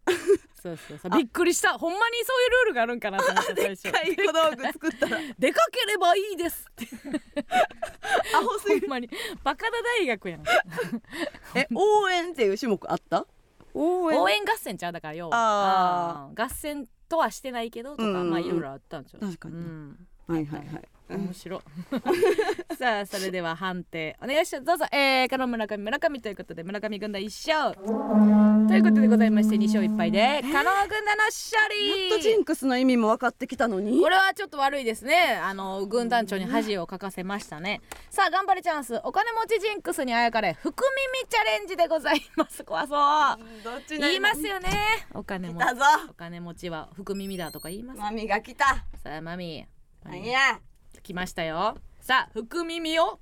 [SPEAKER 4] そうそうそうびっくりしたほんまにそういうルールがあるんかなと思った最初
[SPEAKER 1] 介護道具作ったら
[SPEAKER 2] でかければいいですって
[SPEAKER 1] アホすぎ
[SPEAKER 4] ほんまにバカだ大学やん
[SPEAKER 1] え応援っていう種目あった応
[SPEAKER 2] 応援合戦ちゃうだからよ
[SPEAKER 1] あ
[SPEAKER 2] 合戦とはしてないけどとか、
[SPEAKER 1] うん
[SPEAKER 2] まあいろいろあったんちゃう
[SPEAKER 1] 確かに
[SPEAKER 2] うん
[SPEAKER 1] はいはいはい
[SPEAKER 2] 面白い さあそれでは判定お願いしますどうぞえー、カロン村上村上ということで村上軍団一勝ということでございまして二勝一敗でカロン軍団の勝
[SPEAKER 1] と
[SPEAKER 2] 利
[SPEAKER 1] ジンクスの意味も分かってきたのに
[SPEAKER 2] これはちょっと悪いですねあの軍団長に恥をかかせましたねさあ頑張れチャンスお金持ちジンクスにあやかれ福耳チャレンジでございます怖そう
[SPEAKER 1] どっち
[SPEAKER 2] 言いますよねお金持ち
[SPEAKER 1] だぞ
[SPEAKER 2] お金持ちは福耳だとか言います
[SPEAKER 1] マミが来た
[SPEAKER 2] さあマミー
[SPEAKER 1] なんや
[SPEAKER 2] 来ましたよさあ福耳を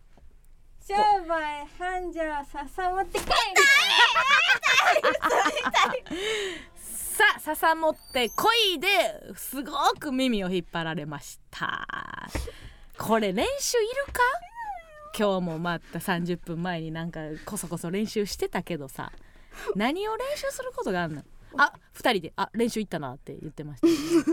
[SPEAKER 8] 商売繁盛ささもってかい
[SPEAKER 2] さあ笹持ってこいですごく耳を引っ張られましたこれ練習いるか今日もまた30分前になんかこそこそ練習してたけどさ何を練習することがあんのあ二人であ練習行ったなって言ってました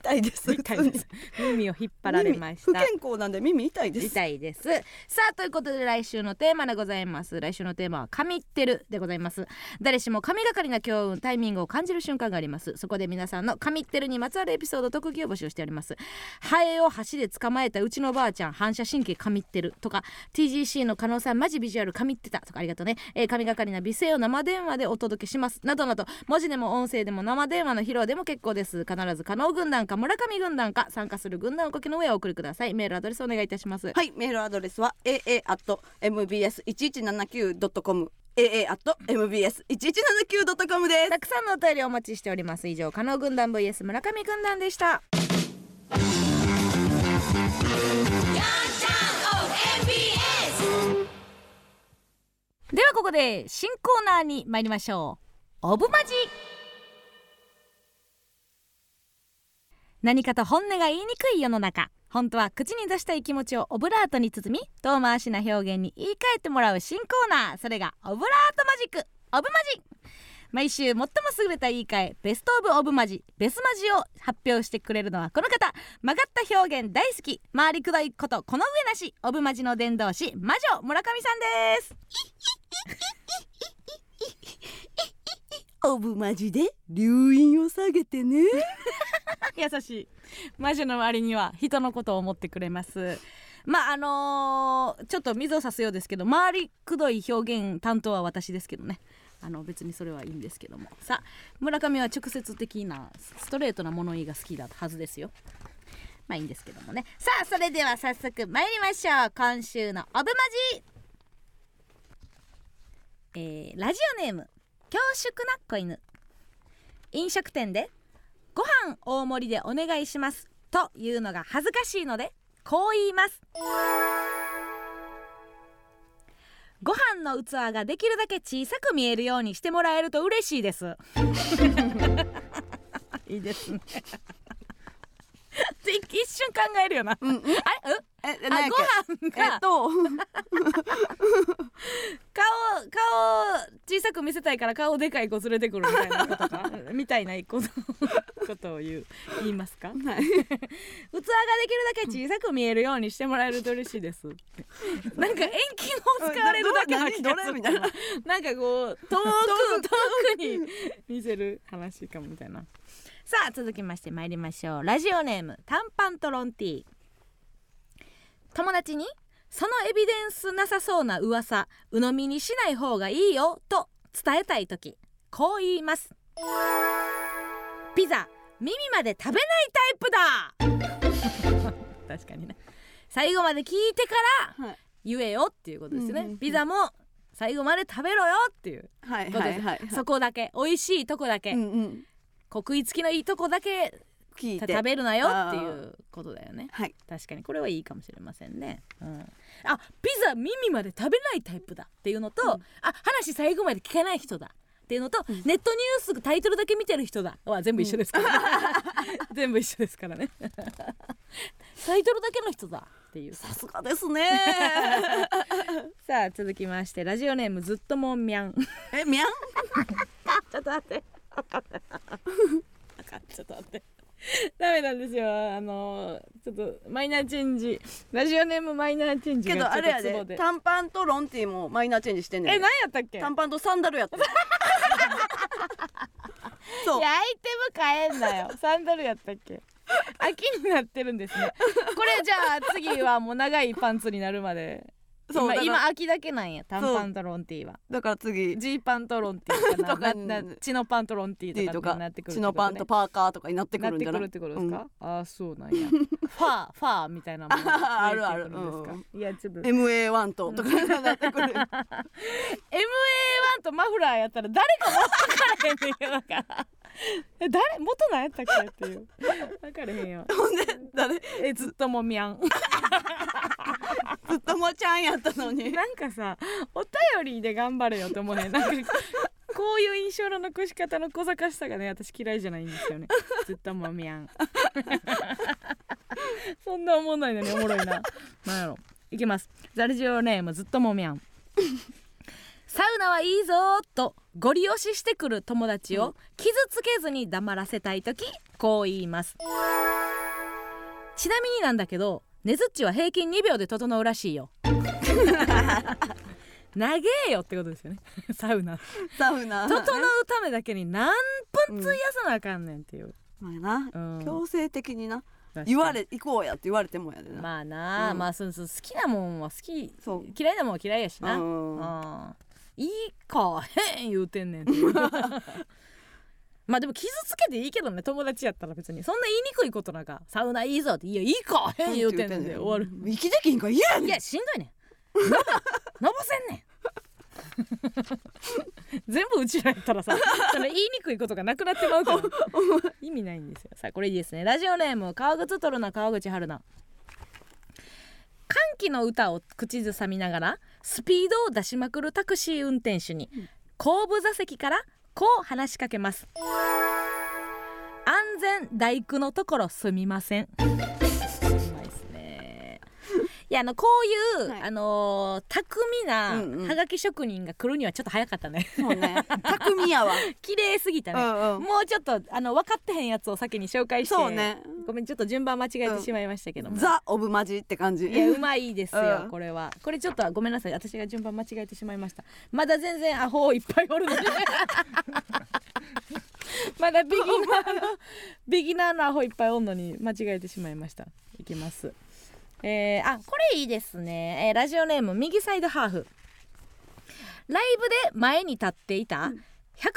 [SPEAKER 1] 痛いです
[SPEAKER 2] 痛いです耳を引っ張られまし
[SPEAKER 1] 不
[SPEAKER 2] た
[SPEAKER 1] 健康なんで耳痛いです
[SPEAKER 2] みたいですさあということで来週のテーマでございます来週のテーマは神ってるでございます誰しも神がかりな強運タイミングを感じる瞬間がありますそこで皆さんの神ってるにまつわるエピソード特技を募集しておりますハエを箸で捕まえたうちのばあちゃん反射神経神ってるとか TGC の加納さんマジビジュアル神ってたとかありがとうね、えー、神がかりな美声を生電話でお届けしますなどなど文字でも音声でも生電話の披露でも結構です必ず加納軍団か村上軍団か参加する軍団をおかけの上お送りくださいメールアドレスお願いいたします
[SPEAKER 1] はい、メールアドレスは aa mbs 一一七九ドットコム aa mbs 一一七九ドットコムです。
[SPEAKER 2] たくさんのお便りお待ちしております以上加納軍団 vs 村上軍団でしたではここで新コーナーに参りましょうオブマジ何かと本音が言いにくい世の中本当は口に出したい気持ちをオブラートに包み遠回しな表現に言い換えてもらう新コーナーそれがオブラートマジックオブマジ毎週最も優れた言い換えベストオブオブマジベスマジを発表してくれるのはこの方曲がった表現大好き回りくどいことこの上なしオブマジの伝道師魔女村上さんです
[SPEAKER 1] オブマジで留飲を下げてね。
[SPEAKER 4] 優しい
[SPEAKER 2] 魔女の割には人のことを思ってくれますまああのーちょっと水を差すようですけど回りくどい表現担当は私ですけどねあの別にそれはいいんですけどもさあ村上は直接的なストレートな物言いが好きだはずですよまあいいんですけどもねさあそれでは早速参りましょう今週のオブマジえーラジオネーム恐縮な子犬飲食店でご飯大盛りでお願いしますというのが恥ずかしいのでこう言いますご飯の器ができるだけ小さく見えるようにしてもらえると嬉しいです いいですね一瞬考えるよな、あれうん
[SPEAKER 1] ええ
[SPEAKER 2] あ
[SPEAKER 1] 何やっ
[SPEAKER 2] ご飯
[SPEAKER 1] けえっ
[SPEAKER 2] が
[SPEAKER 1] と
[SPEAKER 2] 顔顔小さく見せたいから顔でかい子連れてくるみたいなこと かみたいなことことを言う言いますか器が
[SPEAKER 1] はい
[SPEAKER 2] できるだけ小さく見えるようにしてもらえると嬉しいですなんか遠近法使われるだけな気が
[SPEAKER 1] 何ど
[SPEAKER 2] す
[SPEAKER 1] れ
[SPEAKER 2] る
[SPEAKER 1] みたいな
[SPEAKER 2] なんかこう遠く遠くに見せる話かもみたいなさあ続きまして参りましょうラジオネーム短パントロンティー友達にそのエビデンスなさそうな噂鵜呑みにしない方がいいよと伝えたい時こう言いますピザ耳まで食べないタイプだ 確かにね最後まで聞いてから
[SPEAKER 1] はい
[SPEAKER 2] 言えよっていうことですよね、
[SPEAKER 1] うんうんうん
[SPEAKER 2] ピザも最後まで食べろよっていう
[SPEAKER 1] はい
[SPEAKER 2] こと
[SPEAKER 1] は
[SPEAKER 2] で
[SPEAKER 1] い
[SPEAKER 2] す、
[SPEAKER 1] はい
[SPEAKER 2] そこだけ美味しいとこだけ、
[SPEAKER 1] うんうん
[SPEAKER 2] こう食いつきのいいとこだけ
[SPEAKER 1] 聞いて
[SPEAKER 2] 食べるなよっていうことだよね
[SPEAKER 1] はい
[SPEAKER 2] 確かにこれはいいかもしれませんね、うん、あピザ耳まで食べないタイプだっていうのと、あ話最後まで聞かない人だっていうのと、ネットニュースタイトルだけ見てる人だは全部一緒ですから、ね 全部一緒ですからねタイトルだけの人だっていう
[SPEAKER 1] さすがです ね
[SPEAKER 2] さあ続きましてラジオネームずっともんみゃん
[SPEAKER 1] えみゃん
[SPEAKER 2] ちょっと待ってあかんちょっと待ってダメなんですよあのちょっとマイナーチェンジラジオネームマイナーチェンジ
[SPEAKER 1] け
[SPEAKER 2] がち
[SPEAKER 1] どあ
[SPEAKER 2] ょっと
[SPEAKER 1] れや
[SPEAKER 2] ツボ
[SPEAKER 1] で
[SPEAKER 2] で
[SPEAKER 1] 短パンとロンティーもマイナーチェンジしてんねん
[SPEAKER 2] え何
[SPEAKER 1] で
[SPEAKER 2] やったっけ
[SPEAKER 1] 短パンとサンダルやった そう
[SPEAKER 2] いやアイテム買えんな よサンダルやったっけ秋になってるんですねこれじゃあ次はもう長いパンツになるまで
[SPEAKER 1] そう
[SPEAKER 2] 今
[SPEAKER 1] だから
[SPEAKER 2] 今秋だけなんや短パンとロンティーは
[SPEAKER 1] だから次
[SPEAKER 2] ジーパンとロンティーとか
[SPEAKER 1] とか
[SPEAKER 2] な
[SPEAKER 1] に
[SPEAKER 2] ななチノパンとロンティ
[SPEAKER 1] D
[SPEAKER 2] ーと
[SPEAKER 1] と
[SPEAKER 2] か
[SPEAKER 1] か
[SPEAKER 2] になってくる
[SPEAKER 1] チノパンと
[SPEAKER 2] パン
[SPEAKER 1] パーカーとかになってく
[SPEAKER 2] なっ
[SPEAKER 1] るん
[SPEAKER 2] て
[SPEAKER 1] じゃな
[SPEAKER 2] く
[SPEAKER 1] い
[SPEAKER 2] るってことですか、ああそうなん やファーファーみたいなもの
[SPEAKER 1] あるある
[SPEAKER 2] 出てくんですか
[SPEAKER 1] うん
[SPEAKER 2] いやちょっと
[SPEAKER 1] うん MA1 ととかになってくる
[SPEAKER 2] MA1 とマフラーやったら誰か持ってかれへんねんだからえ誰元何やったっけっていう分かれへんよ
[SPEAKER 1] ほんで誰ず
[SPEAKER 2] えずっともみゃん
[SPEAKER 1] っともちゃんやったのに
[SPEAKER 2] なんかさお便りで頑張れよと思うへんなんかこういう印象の残し方の小賢しさがね私嫌いじゃないんですよねずっともみゃんそんなおもんないのにおもろいななんやろいきますザルジオネームずっともみゃんサウナはいいぞーとゴリ押ししてくる友達を傷つけずに黙らせたい時こう言いますちなみになんだけどねずっちは平均2秒で整うらしいよ長えよってことですよね サウナ
[SPEAKER 1] サウナ
[SPEAKER 2] 整うためだけに何分費やさなあかんねんっていう、
[SPEAKER 1] まあな
[SPEAKER 2] うん
[SPEAKER 1] 強制的にな
[SPEAKER 2] 確かに
[SPEAKER 1] 言われ行こうやって言われてもやでな、
[SPEAKER 2] まあなあ、
[SPEAKER 1] うん
[SPEAKER 2] まあそのその好きなもんは好き
[SPEAKER 1] そう
[SPEAKER 2] 嫌いなもんは嫌いやしな、
[SPEAKER 1] うん
[SPEAKER 2] あーいいかへん言うてんねん まあでも傷つけていいけどね友達やったら別にそんな言いにくいことなんかサウナいいぞっていやいいかへん言うてんねんで終わる
[SPEAKER 1] 生きできんから嫌や
[SPEAKER 2] い
[SPEAKER 1] ねん
[SPEAKER 2] やしんどいねんのぼのぼせんねん 全部うちらやったらさその言いにくいことがなくなってまうから意味ないんですよさあこれいいですねラジオネーム川口とるな川口春奈歓喜の歌を口ずさみながらスピードを出しまくるタクシー運転手に後部座席からこう話しかけます安全大工のところすみませんうまいですねいやあのこういう、
[SPEAKER 1] はい
[SPEAKER 2] あのー巧み
[SPEAKER 1] うんう
[SPEAKER 2] なんはがき職人が来るにはちょっと早 かったね
[SPEAKER 1] そうね匠やわ
[SPEAKER 2] 綺麗すぎ た
[SPEAKER 1] う
[SPEAKER 2] ね、
[SPEAKER 1] んうん
[SPEAKER 2] もうちょっとあの分かってへんやつを先に紹介して
[SPEAKER 1] そうね
[SPEAKER 2] ごめんちょっと順番間違えてしまいましたけども、
[SPEAKER 1] ザ・オブ・マジって感じ
[SPEAKER 2] いやうまいですよ、
[SPEAKER 1] うん
[SPEAKER 2] これはこれちょっとごめんなさい私が順番間違えてしまいましたまだ全然アホいっぱいおるので まだビギナーの ビギナーのアホいっぱいおんのに間違えてしまいましたいきますえー、あこれいいですね、えーラジオネーム右サイドハーフライブで前に立っていた1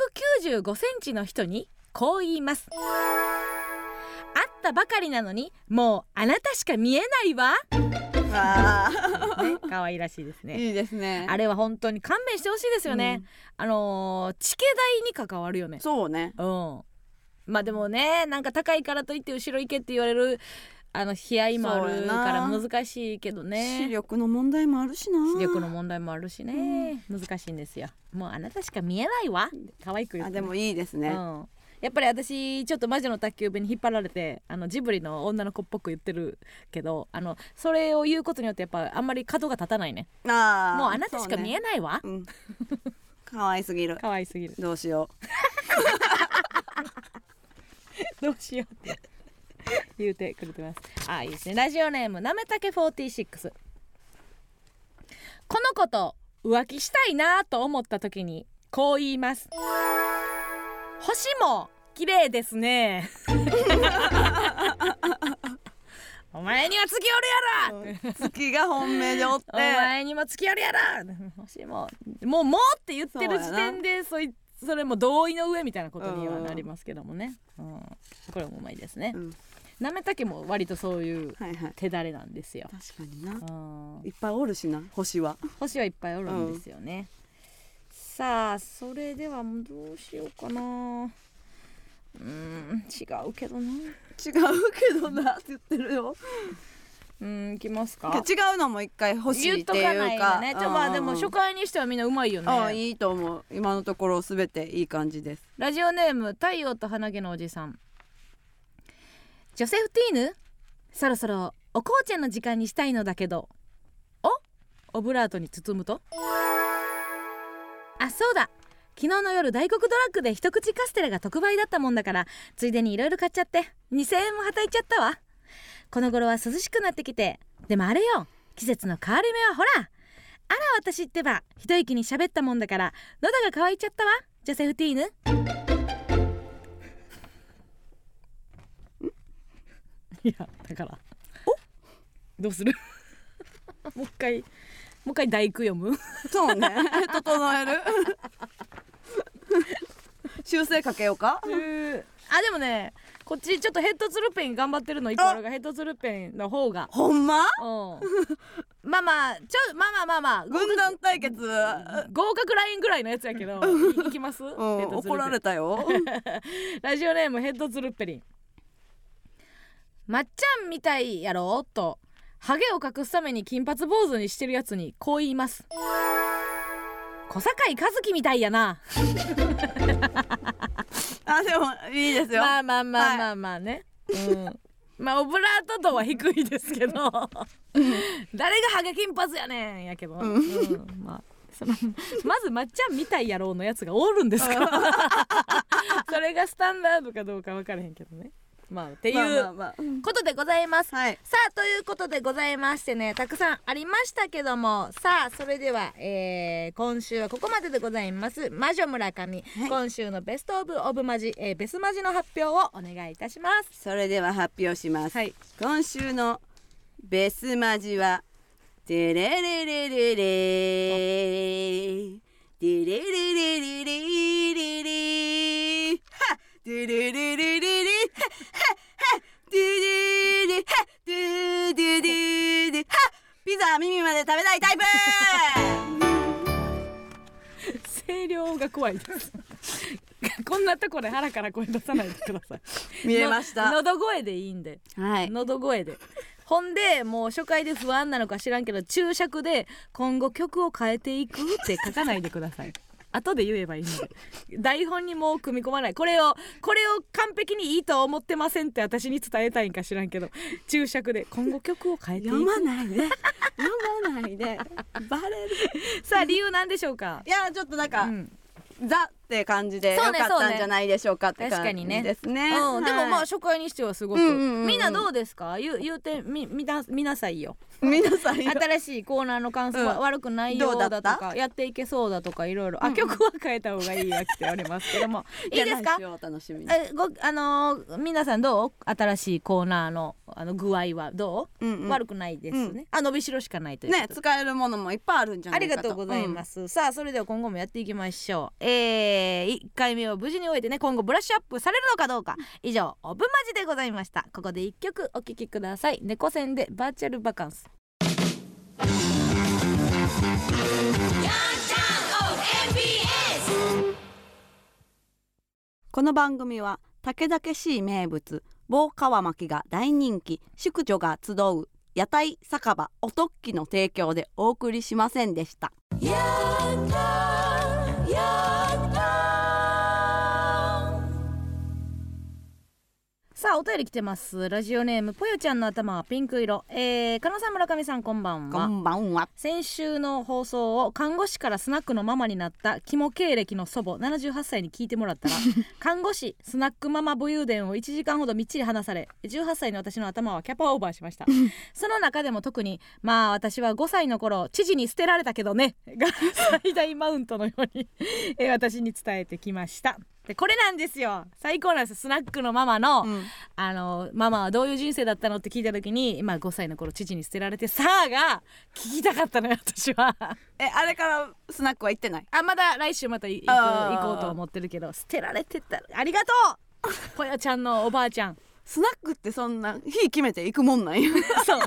[SPEAKER 2] 9 5センチの人にこう言います会ったばかりなのにもうあなたしか見えないわ
[SPEAKER 1] あ
[SPEAKER 2] ね、 可愛ら しいです
[SPEAKER 1] ー
[SPEAKER 2] ね。
[SPEAKER 1] いいですね
[SPEAKER 2] あれは本当に勘弁してほしいですよね。あのー地形代に関わるよね。
[SPEAKER 1] そうね
[SPEAKER 2] うん。まあでもね、なんか高いからといって後ろ行けって言われるあの悲哀もあ
[SPEAKER 1] そう
[SPEAKER 2] る
[SPEAKER 1] や
[SPEAKER 2] か
[SPEAKER 1] な
[SPEAKER 2] ら難しいけど
[SPEAKER 1] 視
[SPEAKER 2] ね。
[SPEAKER 1] 力の問題もあるしな
[SPEAKER 2] 視力の問題もあるしね、難しいんですよ。もうあなたしか見えないわ。可愛く言って
[SPEAKER 1] あ
[SPEAKER 2] ね
[SPEAKER 1] でもいいですね、
[SPEAKER 2] うん。やっぱり私ちょっと魔女の宅急便に引っ張られてあのジブリの女の子っぽく言ってるけどあのそれを言うことによってやっぱあんまり角が立たないね
[SPEAKER 1] あー
[SPEAKER 2] もうあなたしか見え
[SPEAKER 1] な
[SPEAKER 2] ないわ、
[SPEAKER 1] い、うん、可愛すぎる
[SPEAKER 2] 可愛すぎる
[SPEAKER 1] どうしよ
[SPEAKER 2] どうしようって言うてくれてますあーいいですねラジオネームなめたけ46この子と浮気したいなと思った時にこう言います星も綺麗です ねお前には月おるやろ
[SPEAKER 1] う月が本命でおって
[SPEAKER 2] お前にも付き合うやろ星ももうもうって言ってる時点でそいそれも同意の上みたいなことにはなりますけどもね、うん、これもうまいですね、
[SPEAKER 1] うん
[SPEAKER 2] なめたけも割とそういう
[SPEAKER 1] はいはい
[SPEAKER 2] 手だれなんですよ、
[SPEAKER 1] 確かにな
[SPEAKER 2] うん
[SPEAKER 1] いっぱいおるしな星は
[SPEAKER 2] 星はいっぱいおるんですよね、さあそれではもうどうしようかなうん違うけど
[SPEAKER 1] 違
[SPEAKER 2] な
[SPEAKER 1] うけどなって言ってるよ
[SPEAKER 2] うんいきますか
[SPEAKER 1] 違うのも一回欲しい
[SPEAKER 2] 言っ
[SPEAKER 1] って
[SPEAKER 2] とかない
[SPEAKER 1] いうか
[SPEAKER 2] よねちょまあでも初回にしてはみんなうまいよね
[SPEAKER 1] あいいと思う今のところすべていい感じです
[SPEAKER 2] ラジオネーム太陽と花毛のおじさんジョセフティーヌそろそろお紅茶の時間にしたいのだけどおオブラートに包むとあそうだ昨日の夜大黒ドラッグで一口カステラが特売だったもんだからついでにいろいろ買っちゃって2,000円もはたいちゃったわこの頃は涼しくなってきてでもあれよ季節の変わり目はほらあら私ってば一息に喋ったもんだから喉が渇いちゃったわジョセフティーヌいやだからおどうす るもう一回もう一回大工読む
[SPEAKER 1] そうね 整える 修正かけようか
[SPEAKER 2] あでもねこっちちょっとヘッドツルペン頑張ってるの一個あるがヘッドツルペンの方が
[SPEAKER 1] ほんま
[SPEAKER 2] うん まあまあちょまあまあまあまあ
[SPEAKER 1] 軍団対決
[SPEAKER 2] 合格ラインぐらいのやつやけど いいきます、
[SPEAKER 1] うん
[SPEAKER 2] ヘッドツルペン
[SPEAKER 1] 怒られた よ
[SPEAKER 2] ラジオネームヘッドツルッペリンまっちゃんみたいやろとハゲを隠すために金髪坊主にしてるやつにこう言います小堺一樹みたいやな
[SPEAKER 1] あでもいいですよ
[SPEAKER 2] まあまあまあまあまあね、うんまあオブラート度は低いですけど誰がハゲ金髪やねんやけど、うんまあそのまずまっちゃんみたいやろうのやつがおる んですかそれがスタンダードかどうか分からへんけどねまあっていう、
[SPEAKER 1] まあまあま
[SPEAKER 2] ことでございます、
[SPEAKER 1] あはい
[SPEAKER 2] さあということでございましてねたくさんありましたけどもさあそれでは、えー今週はここまででございます魔女村上、今週のベストオブオブマジ、えーベスマジの発表をお願いいたします
[SPEAKER 1] それでは発表します、
[SPEAKER 2] はい
[SPEAKER 1] 今週のベスマジはテレレレレレテレレレレレレレはテレレレレレははテレレレはテレレレはピザは耳まで食べたいタイプ
[SPEAKER 2] 声量が怖いです こんなところで腹から声出さないでください
[SPEAKER 1] 見えました
[SPEAKER 2] の喉声でいいんで
[SPEAKER 1] はい
[SPEAKER 2] 喉声でほんでもう初回で不安なのか知らんけど注釈で「今後曲を変えていく」って書かないでください 後で言えばいいので台本にもう組み込まないこれをこれを完璧にいいとは思ってませんって私に伝えたいんか知らんけど注釈で「今後曲を変えてい
[SPEAKER 1] 読
[SPEAKER 2] く
[SPEAKER 1] まない で読まないで バレる」
[SPEAKER 2] さあ理由なんでしょうか
[SPEAKER 1] いやちょっとなんか、
[SPEAKER 2] うん
[SPEAKER 1] ザって感じで良
[SPEAKER 2] そ
[SPEAKER 1] か
[SPEAKER 2] う
[SPEAKER 1] っ
[SPEAKER 2] ね
[SPEAKER 1] たんじゃないでしょうかって
[SPEAKER 2] 確か
[SPEAKER 1] 感
[SPEAKER 2] に
[SPEAKER 1] じ
[SPEAKER 2] ね
[SPEAKER 1] ですね。
[SPEAKER 2] うん、でもまあ
[SPEAKER 1] はい
[SPEAKER 2] 初回にしてはすごく、
[SPEAKER 1] うんうんうん
[SPEAKER 2] みんなどうですか言う言うてみみな見なさいよ
[SPEAKER 1] 皆さんよ
[SPEAKER 2] 新しいコーナーの感想は
[SPEAKER 1] うん
[SPEAKER 2] 悪くないようだと
[SPEAKER 1] どうだ
[SPEAKER 2] か、やっていけそうだとかいろいろあ曲は変えた方がいいやって言われますけども いいですか
[SPEAKER 1] じゃあ来週をお楽しみに。
[SPEAKER 2] えごあのー皆さんどう新しいコーナーのあの具合はどう、
[SPEAKER 1] うんうん
[SPEAKER 2] 悪くないですね、
[SPEAKER 1] うん
[SPEAKER 2] あ伸びしろしかないということ
[SPEAKER 1] ね使えるものもいっぱいあるんじゃな
[SPEAKER 2] あ
[SPEAKER 1] いか
[SPEAKER 2] り
[SPEAKER 1] と。
[SPEAKER 2] がとうございます、さあそれでは今後もやっていきましょうえー、1回目を無事に終えてね今後ブラッシュアップされるのかどうか以上オブマジでございましたここで1曲お聴きください猫戦でバーチャルバカンス
[SPEAKER 1] この番組は竹々しい名物棒川巻が大人気宿女が集う屋台酒場おとっきの提供でお送りしませんでした。
[SPEAKER 2] さあお便り来てますラジオネームぽよちゃんの頭はピンク色えー、加納さん村上さんこんばん
[SPEAKER 1] こ
[SPEAKER 2] は
[SPEAKER 1] んばんは。
[SPEAKER 2] 先週の放送を看護師からスナックのママになった肝経歴の祖母78歳に聞いてもらった ら看護師スナックママ武勇伝を1時間ほどみっちり話され18歳の私の頭はキャパオーバーしましたその中でも特に「まあ私は5歳の頃知事に捨てられたけどね」 が最大マウントのようにえー私に伝えてきました。でこれなんですよ最高なんですスナックのママの、
[SPEAKER 1] うん
[SPEAKER 2] あのママはどういう人生だったのって聞いた時に、まあ、5歳の頃父に捨てられて「さあ」が聞きたかったのよ私は
[SPEAKER 1] え、あれからスナックは行ってない。
[SPEAKER 2] あまだ来週またい行こう
[SPEAKER 1] あー
[SPEAKER 2] 行こうと思ってるけど捨てられてたらありがとうぽよちゃんのおばあちゃん
[SPEAKER 1] スナックってそんな日決めて行くもんなんよ。
[SPEAKER 2] そう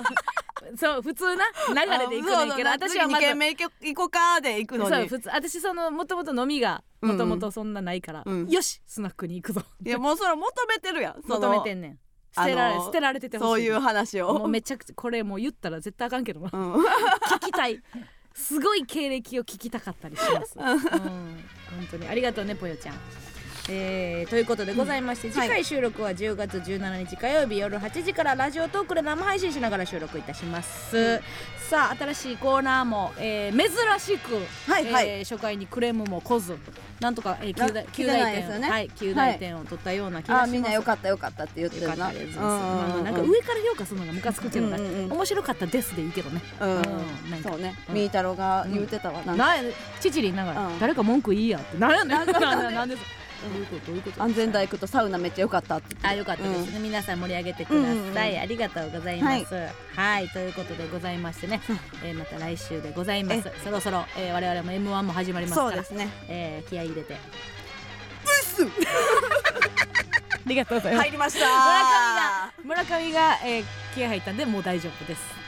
[SPEAKER 2] そう普通な流れで行くねんけど
[SPEAKER 1] あ そうそう
[SPEAKER 2] 私はま
[SPEAKER 1] 次二
[SPEAKER 2] だ
[SPEAKER 1] 軒目行こ行こうかで行くの
[SPEAKER 2] そう
[SPEAKER 1] に。
[SPEAKER 2] 普通私そのもともと飲みが
[SPEAKER 1] うんう
[SPEAKER 2] も
[SPEAKER 1] ん
[SPEAKER 2] ともとそんなないから、
[SPEAKER 1] うん
[SPEAKER 2] よしスナックに行くぞ
[SPEAKER 1] いやもうそれ求めてるやん。そ
[SPEAKER 2] 求
[SPEAKER 1] の
[SPEAKER 2] めてんねん捨てられ
[SPEAKER 1] あの
[SPEAKER 2] 捨てられてて
[SPEAKER 1] そ
[SPEAKER 2] ほ
[SPEAKER 1] う
[SPEAKER 2] しい
[SPEAKER 1] いう話を。
[SPEAKER 2] もうめちゃくちゃこれもう言ったら絶対あかんけどな
[SPEAKER 1] うん。
[SPEAKER 2] 聞きたいすごい経歴を聞きたかったりします、うん、本当にありがとうねぽよちゃんえーということでございまして、次
[SPEAKER 1] は
[SPEAKER 2] 回収録は10月17日火曜日夜8時からラジオトークで生配信しながら収録いたします、さあ新しいコーナーも、えー珍しく、
[SPEAKER 1] はいはい
[SPEAKER 2] えー初回にクレームも来ずなんとか、えー、
[SPEAKER 1] な
[SPEAKER 2] 9大
[SPEAKER 1] 来てないですよね
[SPEAKER 2] はい、9大点を取ったような気が
[SPEAKER 1] あ
[SPEAKER 2] します、
[SPEAKER 1] みんなよかったよかったって言って
[SPEAKER 2] よか
[SPEAKER 1] る
[SPEAKER 2] った
[SPEAKER 1] な。
[SPEAKER 2] です、
[SPEAKER 1] う
[SPEAKER 2] まあまあなんか
[SPEAKER 1] う
[SPEAKER 2] 上から評価するのがムカつくけどな、
[SPEAKER 1] うんうんうん
[SPEAKER 2] 面白かったですでいいけどね
[SPEAKER 1] うん
[SPEAKER 2] うんなんか
[SPEAKER 1] そうね
[SPEAKER 2] う。ん
[SPEAKER 1] みーたろうが言ってたわ。なんか
[SPEAKER 2] なんやチチリながら、
[SPEAKER 1] うん
[SPEAKER 2] 誰か文句いいやってなんやねん
[SPEAKER 1] なんか
[SPEAKER 2] なん なんですどういうことどういうこと
[SPEAKER 1] 安全大工とサウナめっちゃよかったって言って。
[SPEAKER 2] あよかったですね、皆さん盛り上げてください、
[SPEAKER 1] うんうんうん
[SPEAKER 2] ありがとうございますはい、ということでございましてね、えーまた来週でございますそろそろ、えー我々も m 1も始まりますか
[SPEAKER 1] そ
[SPEAKER 2] ら
[SPEAKER 1] うですね。
[SPEAKER 2] えー気合い入れて ありがとうございます、
[SPEAKER 1] 入りました。
[SPEAKER 2] 村上が村上が、えー気合入ったんでもう大丈夫です